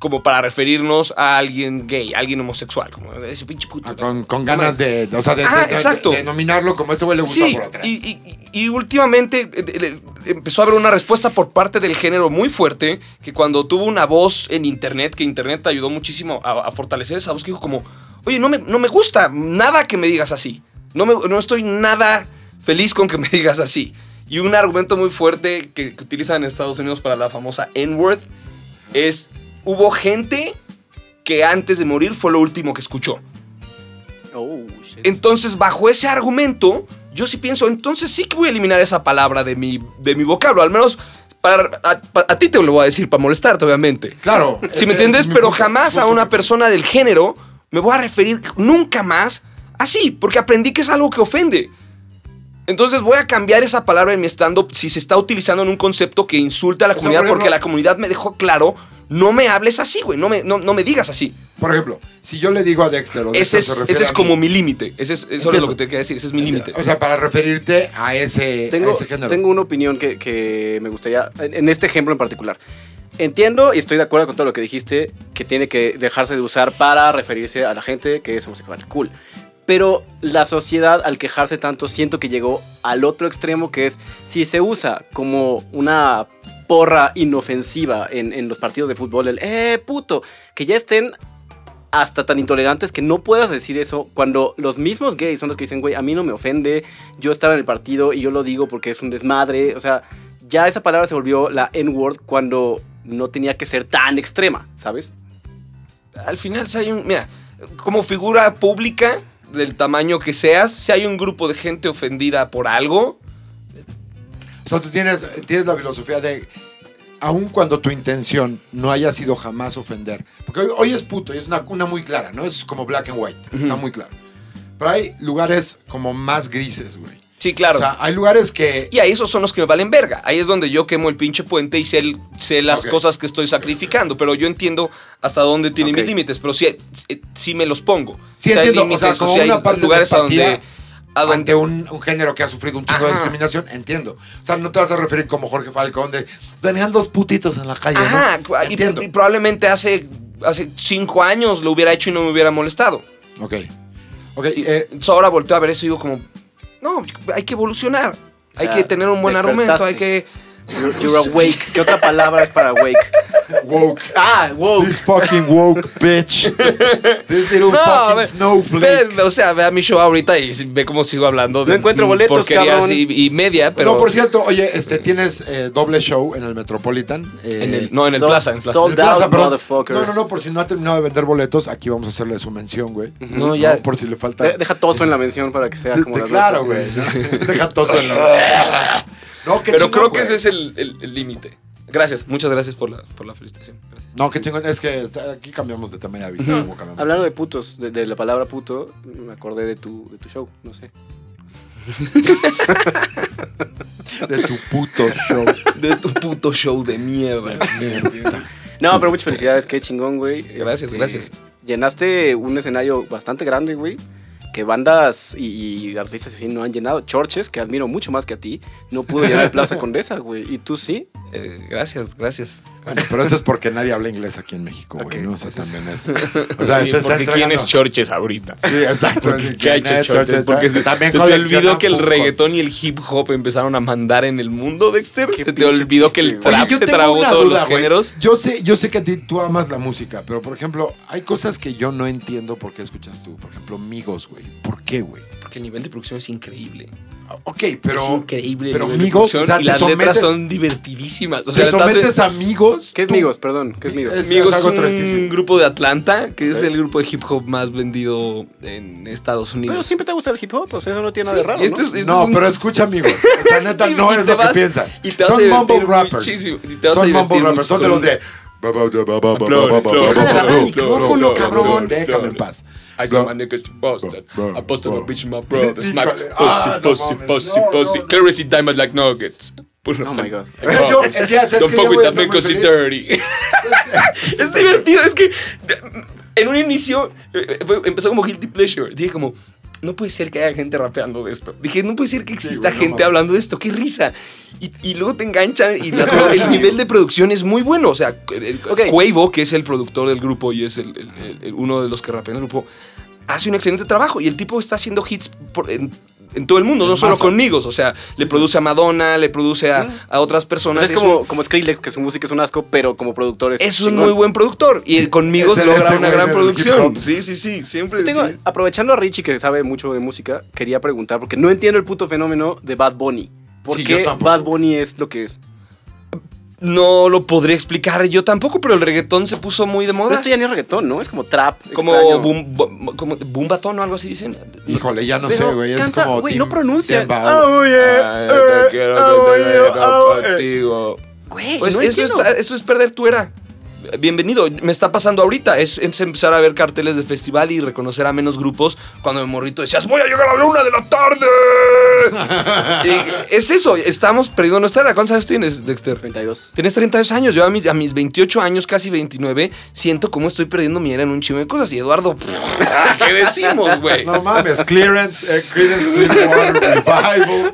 Speaker 3: Como para referirnos a alguien gay, a alguien homosexual. Como ese pinche puto.
Speaker 1: Ah, con, con ganas de, o sea, de,
Speaker 3: Ah,
Speaker 1: de- de-
Speaker 3: exacto.
Speaker 1: de nominarlo como ese güey le gusta
Speaker 3: Sí,
Speaker 1: por atrás.
Speaker 3: y, y- y últimamente eh, eh, empezó a haber una respuesta por parte del género muy fuerte, que cuando tuvo una voz en Internet, que Internet te ayudó muchísimo a, a fortalecer esa voz, que dijo como, oye, no me, no me gusta nada que me digas así, no, me, no estoy nada feliz con que me digas así. Y un argumento muy fuerte que, que utilizan en Estados Unidos para la famosa N-word es, hubo gente que antes de morir fue lo último que escuchó.
Speaker 2: Oh, shit.
Speaker 3: Entonces, bajo ese argumento, yo sí pienso, entonces sí que voy a eliminar esa palabra de mi, de mi vocablo. Al menos para, a, pa- a ti te lo voy a decir para molestarte, obviamente.
Speaker 1: Claro.
Speaker 3: Si
Speaker 1: este-
Speaker 3: me entiendes,
Speaker 1: ese es mi
Speaker 3: pero
Speaker 1: punto.
Speaker 3: jamás a
Speaker 1: Justo
Speaker 3: una
Speaker 1: porque-
Speaker 3: persona del género me voy a referir nunca más así, porque aprendí que es algo que ofende. Entonces voy a cambiar esa palabra en mi stand-up si se está utilizando en un concepto que insulta a la
Speaker 1: O sea,
Speaker 3: comunidad,
Speaker 1: por
Speaker 3: porque
Speaker 1: ejemplo-
Speaker 3: la comunidad me dejó claro, no me hables así, güey, no me, no, no me digas así.
Speaker 1: Por ejemplo, si yo le digo a Dexter o
Speaker 3: Ese
Speaker 1: Dexter se
Speaker 3: es,
Speaker 1: refiere
Speaker 3: ese es
Speaker 1: a mí,
Speaker 3: como mi límite, ese es, eso es
Speaker 1: Entiendo.
Speaker 3: lo que te quería decir, ese es mi límite.
Speaker 1: O sea, para referirte a ese, eh, a
Speaker 2: Tengo,
Speaker 1: ese género.
Speaker 2: tengo una opinión que, que me gustaría, en, en este ejemplo en particular. Entiendo y estoy de acuerdo con todo lo que dijiste, que tiene que dejarse de usar para referirse a la gente que es homosexual. Cool. Pero la sociedad al quejarse tanto siento que llegó al otro extremo que es si se usa como una porra inofensiva en, en los partidos de fútbol, el eh puto, que ya estén hasta tan intolerantes que no puedas decir eso cuando los mismos gays son los que dicen, güey, a mí no me ofende, yo estaba en el partido y yo lo digo porque es un desmadre. O sea, ya esa palabra se volvió la N-word cuando no tenía que ser tan extrema, ¿sabes?
Speaker 3: al final si hay un, mira, como figura pública del tamaño que seas, si hay un grupo de gente ofendida por algo,
Speaker 1: O sea, tú tienes, tienes la filosofía de, aun cuando tu intención no haya sido jamás ofender, porque hoy, hoy es puto y es una, una muy clara, ¿no? Es como black and white, está muy claro. Pero hay lugares como más grises, güey.
Speaker 3: sí, claro.
Speaker 1: O sea, hay lugares que...
Speaker 3: y a esos son los que me valen verga. Ahí es donde yo quemo el pinche puente y sé, el- sé las
Speaker 1: Ok.
Speaker 3: cosas que estoy sacrificando. Pero yo entiendo hasta dónde tienen
Speaker 2: Ok.
Speaker 3: mis límites. Pero sí, sí me los pongo.
Speaker 1: Sí,
Speaker 3: O sea, hay
Speaker 1: entiendo, o sea,
Speaker 3: límites,
Speaker 1: como
Speaker 3: sí hay
Speaker 1: una parte de
Speaker 3: lugares a donde
Speaker 1: empatía.
Speaker 8: ¿A dónde?
Speaker 1: ante un, un género que ha sufrido un chingo de
Speaker 8: Ajá.
Speaker 1: discriminación, entiendo. O sea, no te vas a referir como Jorge Falcón de tenían dos putitos en la calle.
Speaker 8: Ajá,
Speaker 1: ¿no?
Speaker 8: y-
Speaker 1: entiendo.
Speaker 8: Y, probablemente hace, hace cinco años lo hubiera hecho y no me hubiera molestado.
Speaker 1: ok. Ok,
Speaker 8: Y,
Speaker 1: eh,
Speaker 8: entonces ahora volteo a ver eso y digo como, no, hay que evolucionar. Hay
Speaker 2: sea,
Speaker 8: que tener un buen argumento, hay que...
Speaker 2: You're, you're awake. ¿Qué otra palabra es para awake?
Speaker 1: woke.
Speaker 2: Ah, wow.
Speaker 1: This fucking woke bitch. This little
Speaker 8: No, a
Speaker 1: fucking
Speaker 8: ver,
Speaker 1: snowflake.
Speaker 8: ve- o sea, ve a mi show ahorita y ve cómo sigo hablando de mm,
Speaker 2: No encuentro boletos,
Speaker 8: porquerías
Speaker 2: cabrón.
Speaker 8: y, y media, pero
Speaker 1: No, por cierto, oye, este, tienes eh, doble show en el Metropolitan. eh,
Speaker 8: En el- no, en el Plaza, en Plaza.
Speaker 1: en el
Speaker 2: Sold
Speaker 1: Plaza,
Speaker 2: out,
Speaker 1: perdón.
Speaker 2: motherfucker.
Speaker 1: No, no, no, por si no ha terminado de vender boletos, aquí vamos a hacerle su mención, güey.
Speaker 8: No, ya-
Speaker 1: por si le falta.
Speaker 2: De- Deja toso en la mención para que sea
Speaker 1: De-
Speaker 2: como
Speaker 1: de-
Speaker 2: las
Speaker 1: claro, güey.
Speaker 2: veces.
Speaker 1: Deja todo en la- No, qué
Speaker 8: pero creo
Speaker 1: chingón,
Speaker 8: que
Speaker 1: güey.
Speaker 8: ese es el el- el límite. gracias, muchas gracias por la, por la felicitación. Gracias.
Speaker 1: No, qué chingón. Es que está- aquí cambiamos de tema, ya viste cómo cambiamos.
Speaker 2: Hablando de putos, de, de la palabra puto, me acordé de tu, de tu show, no sé.
Speaker 1: De tu puto show.
Speaker 3: De tu puto show de mierda.
Speaker 2: No, pero muchas felicidades, qué chingón, güey. Este,
Speaker 8: Gracias, gracias.
Speaker 2: Llenaste un escenario bastante grande, güey. Que bandas y, y artistas así no han llenado. Chorches, que admiro mucho más que a ti, no pudo llenar el Plaza Condesa, güey. Y tú sí.
Speaker 8: Eh, gracias, gracias.
Speaker 1: Bueno, pero eso es porque nadie habla inglés aquí en México, güey. No, o sea, también es. O sea,
Speaker 3: Sí,
Speaker 1: este está
Speaker 3: porque ¿quién
Speaker 1: entregando-
Speaker 3: es Chorches ahorita?
Speaker 1: Sí, exacto.
Speaker 3: ¿Qué ha hecho
Speaker 1: Internet,
Speaker 3: Chorches?
Speaker 1: Chorches,
Speaker 3: Porque se,
Speaker 1: también
Speaker 3: se te
Speaker 1: colecciona
Speaker 3: olvidó que el
Speaker 1: Funkos.
Speaker 3: reggaetón y el hip hop empezaron a mandar en el mundo, Dexter.
Speaker 2: Qué
Speaker 3: Se te
Speaker 2: pinche
Speaker 3: olvidó que el
Speaker 2: triste, güey.
Speaker 3: trap
Speaker 1: Oye, yo
Speaker 3: se
Speaker 1: tengo
Speaker 3: tragó
Speaker 1: una
Speaker 3: todos
Speaker 1: duda,
Speaker 3: los
Speaker 1: güey.
Speaker 3: géneros.
Speaker 1: Yo sé, yo sé que a ti tú amas la música, pero por ejemplo, hay cosas que yo no entiendo por qué escuchas tú. Por ejemplo, Migos, güey. ¿Por qué, güey?
Speaker 8: Porque el nivel de producción es increíble.
Speaker 1: Ok, pero.
Speaker 3: es increíble. el
Speaker 1: pero
Speaker 3: nivel de
Speaker 1: amigos,
Speaker 3: producción
Speaker 1: o sea,
Speaker 3: y
Speaker 1: te
Speaker 3: las letras
Speaker 1: sometes-
Speaker 3: son divertidísimas. O
Speaker 1: ¿Te
Speaker 3: sea, estás-
Speaker 1: sometes a Migos?
Speaker 2: ¿Qué es
Speaker 1: Tú-
Speaker 2: Migos? Perdón, ¿qué es Migos?
Speaker 1: Es-
Speaker 3: Amigos es
Speaker 1: algo
Speaker 3: un
Speaker 1: tristísimo.
Speaker 3: grupo de Atlanta, que es
Speaker 1: Ok.
Speaker 3: el grupo de hip hop más vendido en Estados
Speaker 2: Pero
Speaker 3: Unidos.
Speaker 2: siempre te gusta el hip hop, o sea, eso no tiene nada de raro.
Speaker 3: y este
Speaker 2: ¿no?
Speaker 3: es- este
Speaker 1: no,
Speaker 3: es un-
Speaker 1: pero escucha, amigos. O sea, neta,
Speaker 3: Y-
Speaker 1: no
Speaker 3: y
Speaker 1: es
Speaker 3: te
Speaker 1: lo
Speaker 3: vas-
Speaker 1: que piensas.
Speaker 3: y te vas a
Speaker 1: son
Speaker 3: divertir
Speaker 1: mumble rappers.
Speaker 3: muchísimo, y te vas a
Speaker 1: son mumble
Speaker 3: divertir
Speaker 1: rappers. Son de
Speaker 3: mucho
Speaker 1: los de.
Speaker 3: Flor, flor,
Speaker 2: Deja de agarrar el
Speaker 3: flor,
Speaker 2: micrófono,
Speaker 3: flor,
Speaker 2: cabrón.
Speaker 3: flor,
Speaker 1: Déjame en
Speaker 3: flor.
Speaker 1: paz.
Speaker 3: I saw my nigga to Boston. I Boston a bitch my brother. Smack.
Speaker 1: Híjole.
Speaker 3: Pussy,
Speaker 1: Ah, no
Speaker 3: pussy,
Speaker 1: mames.
Speaker 3: pussy,
Speaker 1: No,
Speaker 3: pussy.
Speaker 1: no, no.
Speaker 3: Clarity diamond like nuggets. Put
Speaker 2: Oh
Speaker 3: on-
Speaker 2: my God.
Speaker 3: like
Speaker 1: Yo-
Speaker 3: nuggets.
Speaker 1: ya, ¿sabes
Speaker 3: Don't
Speaker 1: qué?
Speaker 3: fuck
Speaker 1: Ya
Speaker 3: with
Speaker 1: voy a
Speaker 3: that
Speaker 1: estar
Speaker 3: man
Speaker 1: muy
Speaker 3: 'cause it's
Speaker 1: feliz.
Speaker 3: dirty. Es divertido, es que en un inicio eh, fue- empezó como guilty pleasure. Dije como, no puede ser que haya gente rapeando de esto. Dije, no puede ser que exista
Speaker 1: güey, no
Speaker 3: gente
Speaker 1: mames.
Speaker 3: hablando de esto, qué risa. Y, y luego te enganchan y la- el nivel de producción es muy bueno. O sea, el- el-
Speaker 2: Ok.
Speaker 3: Cuevo, que es el productor del grupo y es el- el- el- el- uno de los que rapea en el grupo, hace un excelente trabajo y el tipo está haciendo hits por- en, en todo el mundo,
Speaker 1: En
Speaker 3: no solo
Speaker 1: masa.
Speaker 3: conmigo. O sea, le produce a Madonna, le produce a, a otras
Speaker 2: O
Speaker 3: personas.
Speaker 2: sea, Pues es como, como Skrillex, que su música es un asco, pero como productor es,
Speaker 3: Es un
Speaker 2: chingón.
Speaker 3: muy buen productor y el conmigo
Speaker 1: Es el-
Speaker 3: logra
Speaker 1: ese
Speaker 3: una
Speaker 1: güey
Speaker 3: gran
Speaker 1: del hip
Speaker 3: producción.
Speaker 1: hop.
Speaker 3: Sí, sí, sí, siempre.
Speaker 2: Yo tengo-
Speaker 3: sí.
Speaker 2: aprovechando a Richie que sabe mucho de música, quería preguntar, porque no entiendo el puto fenómeno de Bad Bunny. ¿Por
Speaker 1: Sí, yo
Speaker 2: qué
Speaker 1: tampoco.
Speaker 2: Bad Bunny es lo que es?
Speaker 3: No lo podría explicar yo tampoco, pero el reggaetón se puso muy de
Speaker 2: No,
Speaker 3: moda.
Speaker 2: esto ya ni es reggaetón, ¿no? Es como trap.
Speaker 3: como,
Speaker 2: extraño.
Speaker 3: boom, bo- como boom batón o algo así dicen.
Speaker 1: Híjole, ya no
Speaker 2: Pero
Speaker 1: sé, güey. Es
Speaker 2: canta-
Speaker 1: como.
Speaker 2: güey,
Speaker 1: Tim-
Speaker 2: no pronuncia.
Speaker 1: Timbao.
Speaker 2: Oh, yeah,
Speaker 3: Ay,
Speaker 2: eh,
Speaker 3: te quiero que
Speaker 2: oh,
Speaker 3: te
Speaker 2: yeah,
Speaker 3: veo
Speaker 2: oh, eh.
Speaker 3: contigo.
Speaker 2: Güey,
Speaker 3: Pues
Speaker 2: no
Speaker 3: eso,
Speaker 2: entiendo.
Speaker 3: está- eso es perder tu era. Bienvenido, me está pasando ahorita. Es, es empezar a ver carteles de festival y reconocer a menos grupos. Cuando me morrito decías, voy a llegar a la una de la tarde. Y es eso, estamos perdiendo nuestra era. ¿Cuántos años tienes, Dexter?
Speaker 2: 32.
Speaker 3: Tienes 32 años, yo a mis, a mis 28 años, casi 29, siento como estoy perdiendo mi era en un chingo de cosas. Y Eduardo, ¿qué decimos, güey?
Speaker 1: No mames, Clearance, eh, Clearance Clearwater Revival.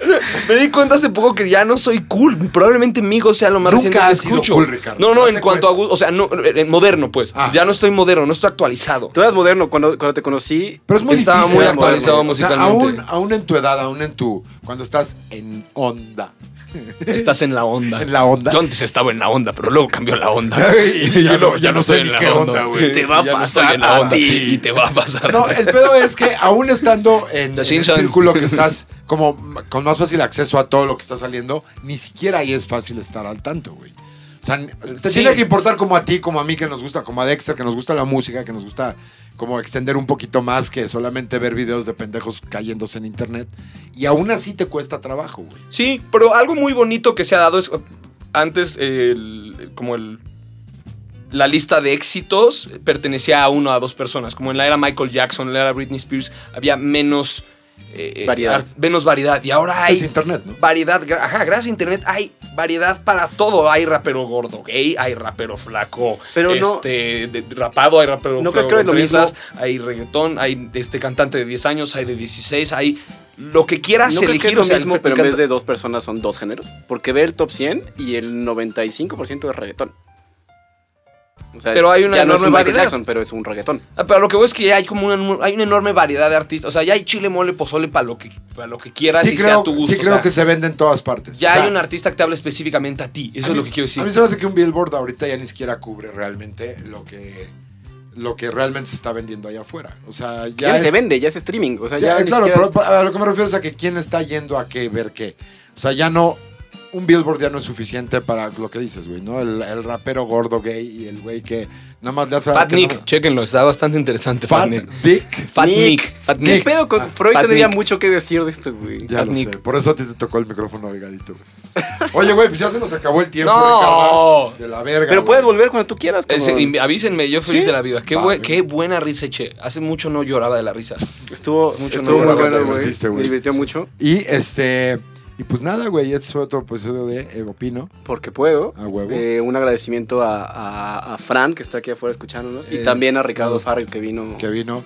Speaker 3: Me di cuenta hace poco que ya no soy cool. Probablemente Migo sea lo más
Speaker 1: Nunca
Speaker 3: reciente que
Speaker 1: has sido
Speaker 3: escucho.
Speaker 1: cool, Ricardo.
Speaker 3: No, no,
Speaker 1: Date
Speaker 3: en cuanto a gusto, o sea, no, eh, moderno, pues.
Speaker 1: Ah.
Speaker 3: Ya no estoy moderno, no estoy actualizado.
Speaker 2: Tú eras moderno cuando, cuando te conocí.
Speaker 1: Pero es muy
Speaker 3: Estaba
Speaker 1: difícil.
Speaker 3: muy
Speaker 1: ¿no?
Speaker 3: actualizado
Speaker 1: O sea,
Speaker 3: musicalmente.
Speaker 1: aún, aún en tu edad, aún en tu. Cuando estás en onda.
Speaker 3: Estás en la onda.
Speaker 1: En la onda.
Speaker 3: Yo antes estaba en la onda, pero luego cambió la onda.
Speaker 1: Y ya no-
Speaker 3: luego
Speaker 1: ya no
Speaker 3: estoy
Speaker 1: sé
Speaker 3: en
Speaker 1: ni
Speaker 3: la
Speaker 1: qué onda, güey.
Speaker 2: Te va a
Speaker 3: Ya no estoy
Speaker 2: pasar
Speaker 3: en la
Speaker 2: a
Speaker 3: onda
Speaker 2: ti.
Speaker 3: y te va a pasar.
Speaker 1: No, el pedo es que aún estando en,
Speaker 3: Los
Speaker 1: en el
Speaker 3: Simpson.
Speaker 1: círculo que estás como m- con más fácil acceso a todo lo que está saliendo, ni siquiera ahí es fácil estar al tanto, güey. O sea, n- te
Speaker 3: Sí.
Speaker 1: tiene que importar como a ti, como a mí que nos gusta, como a Dexter que nos gusta la música, que nos gusta como extender un poquito más que solamente ver videos de pendejos cayéndose en internet. Y aún así te cuesta trabajo, güey.
Speaker 3: Sí, pero algo muy bonito que se ha dado es eh, antes eh, el- como el la lista de éxitos eh, pertenecía a una o a dos personas, como en la era Michael Jackson, en la era Britney Spears había menos eh,
Speaker 2: Variedad.
Speaker 3: ar- menos variedad y ahora hay
Speaker 1: Es internet, ¿no?
Speaker 3: variedad, gra- ajá, gracias a internet hay variedad para todo, hay rapero gordo gay, hay rapero flaco,
Speaker 2: Pero no-
Speaker 3: este de- de- rapado, hay rapero
Speaker 2: ¿No
Speaker 3: flaco
Speaker 2: crees que es lo
Speaker 3: con
Speaker 2: mismo?
Speaker 3: trenzas, hay reggaetón, hay este cantante de 10 años, hay de 16, hay
Speaker 4: lo que quieras
Speaker 2: ¿No crees que
Speaker 4: elegir.
Speaker 2: es lo
Speaker 4: o sea,
Speaker 2: mismo,
Speaker 4: el-
Speaker 2: pero
Speaker 4: el
Speaker 2: en vez
Speaker 4: canta-
Speaker 2: de dos personas son dos géneros? Porque ve el top 100 y el 95% es reggaetón. O sea,
Speaker 3: Pero hay una
Speaker 2: ya no es un
Speaker 3: enorme
Speaker 2: Michael
Speaker 3: variedad.
Speaker 2: Jacknu, pero es un reggaetón.
Speaker 3: Ah, pero lo que veo es que ya hay como una, hay una enorme variedad de artistas. O sea, ya hay chile, mole, pozole para lo que, para lo que quieras
Speaker 1: Sí
Speaker 3: y sea a
Speaker 1: creo,
Speaker 3: tu gusto.
Speaker 1: sí
Speaker 3: o
Speaker 1: creo
Speaker 3: sea,
Speaker 1: que se vende en todas partes.
Speaker 3: ya
Speaker 1: O sea,
Speaker 3: hay un artista que te habla específicamente a ti. Eso
Speaker 1: a
Speaker 3: es lo
Speaker 1: mí-
Speaker 3: que quiero decir.
Speaker 1: A mí se me hace que un billboard ahorita ya ni siquiera cubre realmente lo que, lo que realmente se está vendiendo allá afuera. O sea,
Speaker 2: Ya,
Speaker 1: ya.
Speaker 2: ni
Speaker 1: es-
Speaker 2: se vende, ya es streaming. O sea, ya,
Speaker 1: ya,
Speaker 2: ni
Speaker 1: claro,
Speaker 2: siquiera
Speaker 1: pero
Speaker 2: es-
Speaker 1: pa- a lo que me refiero es a que quién está yendo a qué, ver qué. O sea, ya no. Un billboard ya no es suficiente para lo que dices, güey, ¿no? El, el rapero gordo gay y el güey que nada más le hace.
Speaker 3: Fat
Speaker 1: que
Speaker 3: Nick,
Speaker 1: no-
Speaker 4: Chéquenlo, está bastante interesante.
Speaker 1: Fat
Speaker 4: Nick.
Speaker 1: Dick.
Speaker 4: Fat
Speaker 2: Nick.
Speaker 4: Nick. Fat
Speaker 2: ¿Qué
Speaker 4: Nick.
Speaker 2: pedo con
Speaker 1: Ah,
Speaker 2: Freud?
Speaker 4: Fat
Speaker 2: Tendría
Speaker 4: Nick.
Speaker 2: mucho que decir de esto, güey.
Speaker 1: Ya
Speaker 4: Fat
Speaker 1: lo
Speaker 4: Nick.
Speaker 1: sé. Por eso a ti te tocó el micrófono delgadito. güey. Oye, güey, pues ya se nos acabó el tiempo.
Speaker 3: No.
Speaker 1: de cabrón. De la verga.
Speaker 2: Pero puedes
Speaker 1: güey.
Speaker 2: volver cuando tú quieras.
Speaker 3: Es-
Speaker 2: cabrón.
Speaker 3: y avísenme, yo feliz
Speaker 2: ¿Sí?
Speaker 3: de la vida. Qué,
Speaker 1: Va,
Speaker 3: buen-
Speaker 1: güey.
Speaker 3: qué buena risa, che. Hace mucho no lloraba de la risa.
Speaker 2: Estuvo,
Speaker 3: Mucho
Speaker 1: mejor
Speaker 2: estuvo muy
Speaker 1: lo que te
Speaker 2: bueno, güey.
Speaker 1: divertiste,
Speaker 2: Me
Speaker 1: güey.
Speaker 2: divirtió mucho.
Speaker 1: Y este. Y pues nada, güey, este fue otro episodio de eh, Opino.
Speaker 2: Porque puedo.
Speaker 1: A huevo.
Speaker 2: Eh, un agradecimiento a, a- a Fran, que está aquí afuera escuchándonos.
Speaker 3: Eh,
Speaker 2: y también a Ricardo
Speaker 3: no.
Speaker 2: Farrell, que vino.
Speaker 1: que vino.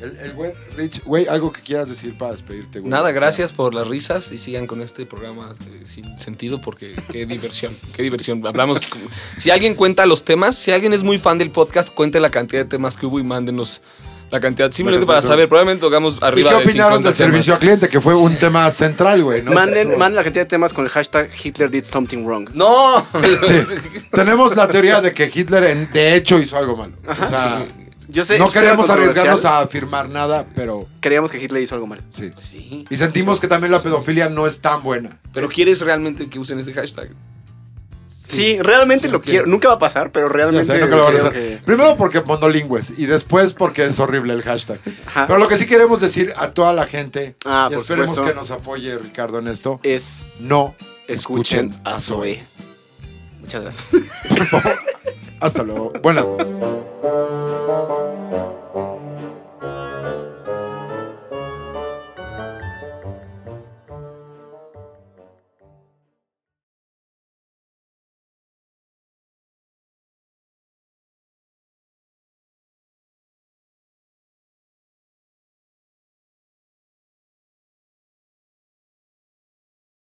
Speaker 1: El, el güey, Rich, güey, algo que quieras decir para despedirte, güey.
Speaker 3: Nada,
Speaker 1: O sea,
Speaker 3: gracias por las risas y sigan con este programa eh, sin sentido porque qué diversión, qué diversión. Hablamos. como- Si alguien cuenta los temas, si alguien es muy fan del podcast, cuente la cantidad de temas que hubo y mándenos la cantidad
Speaker 1: cantidad
Speaker 3: simplemente para
Speaker 1: de
Speaker 3: saber.
Speaker 1: temas.
Speaker 3: Probablemente tocamos
Speaker 1: ¿Y
Speaker 3: arriba
Speaker 1: qué
Speaker 3: de
Speaker 1: opinaron
Speaker 3: 50
Speaker 1: del servicio
Speaker 3: temas.
Speaker 1: al cliente? Que fue un tema central, güey. ¿no?
Speaker 2: manden,
Speaker 1: Estuvo-
Speaker 2: manden la cantidad de temas con el hashtag Hitler did something wrong.
Speaker 3: No.
Speaker 1: Sí. Tenemos la teoría de que Hitler, en- de hecho, hizo algo malo. O sea,
Speaker 2: Yo sé,
Speaker 1: no
Speaker 2: es un tema
Speaker 1: queremos arriesgarnos
Speaker 2: controversial.
Speaker 1: a afirmar nada, pero
Speaker 2: Creíamos que Hitler hizo algo mal.
Speaker 1: sí.
Speaker 3: Sí.
Speaker 1: Y sentimos que también la pedofilia no es tan buena.
Speaker 3: Pero quieres realmente que usen ese hashtag.
Speaker 2: Sí, realmente lo quiero. Nunca va a pasar, pero
Speaker 1: Ya
Speaker 2: realmente
Speaker 1: sé, nunca lo van a
Speaker 2: creo
Speaker 1: hacer. Primero porque monolingües y después porque es horrible el hashtag.
Speaker 2: Ajá.
Speaker 1: Pero lo que sí queremos decir a toda la gente,
Speaker 2: Ah,
Speaker 1: y
Speaker 2: por
Speaker 1: esperemos
Speaker 2: supuesto.
Speaker 1: que nos apoye Ricardo en esto,
Speaker 2: Es
Speaker 1: no
Speaker 2: escuchen a Zoe. Muchas gracias.
Speaker 1: Hasta luego. Buenas.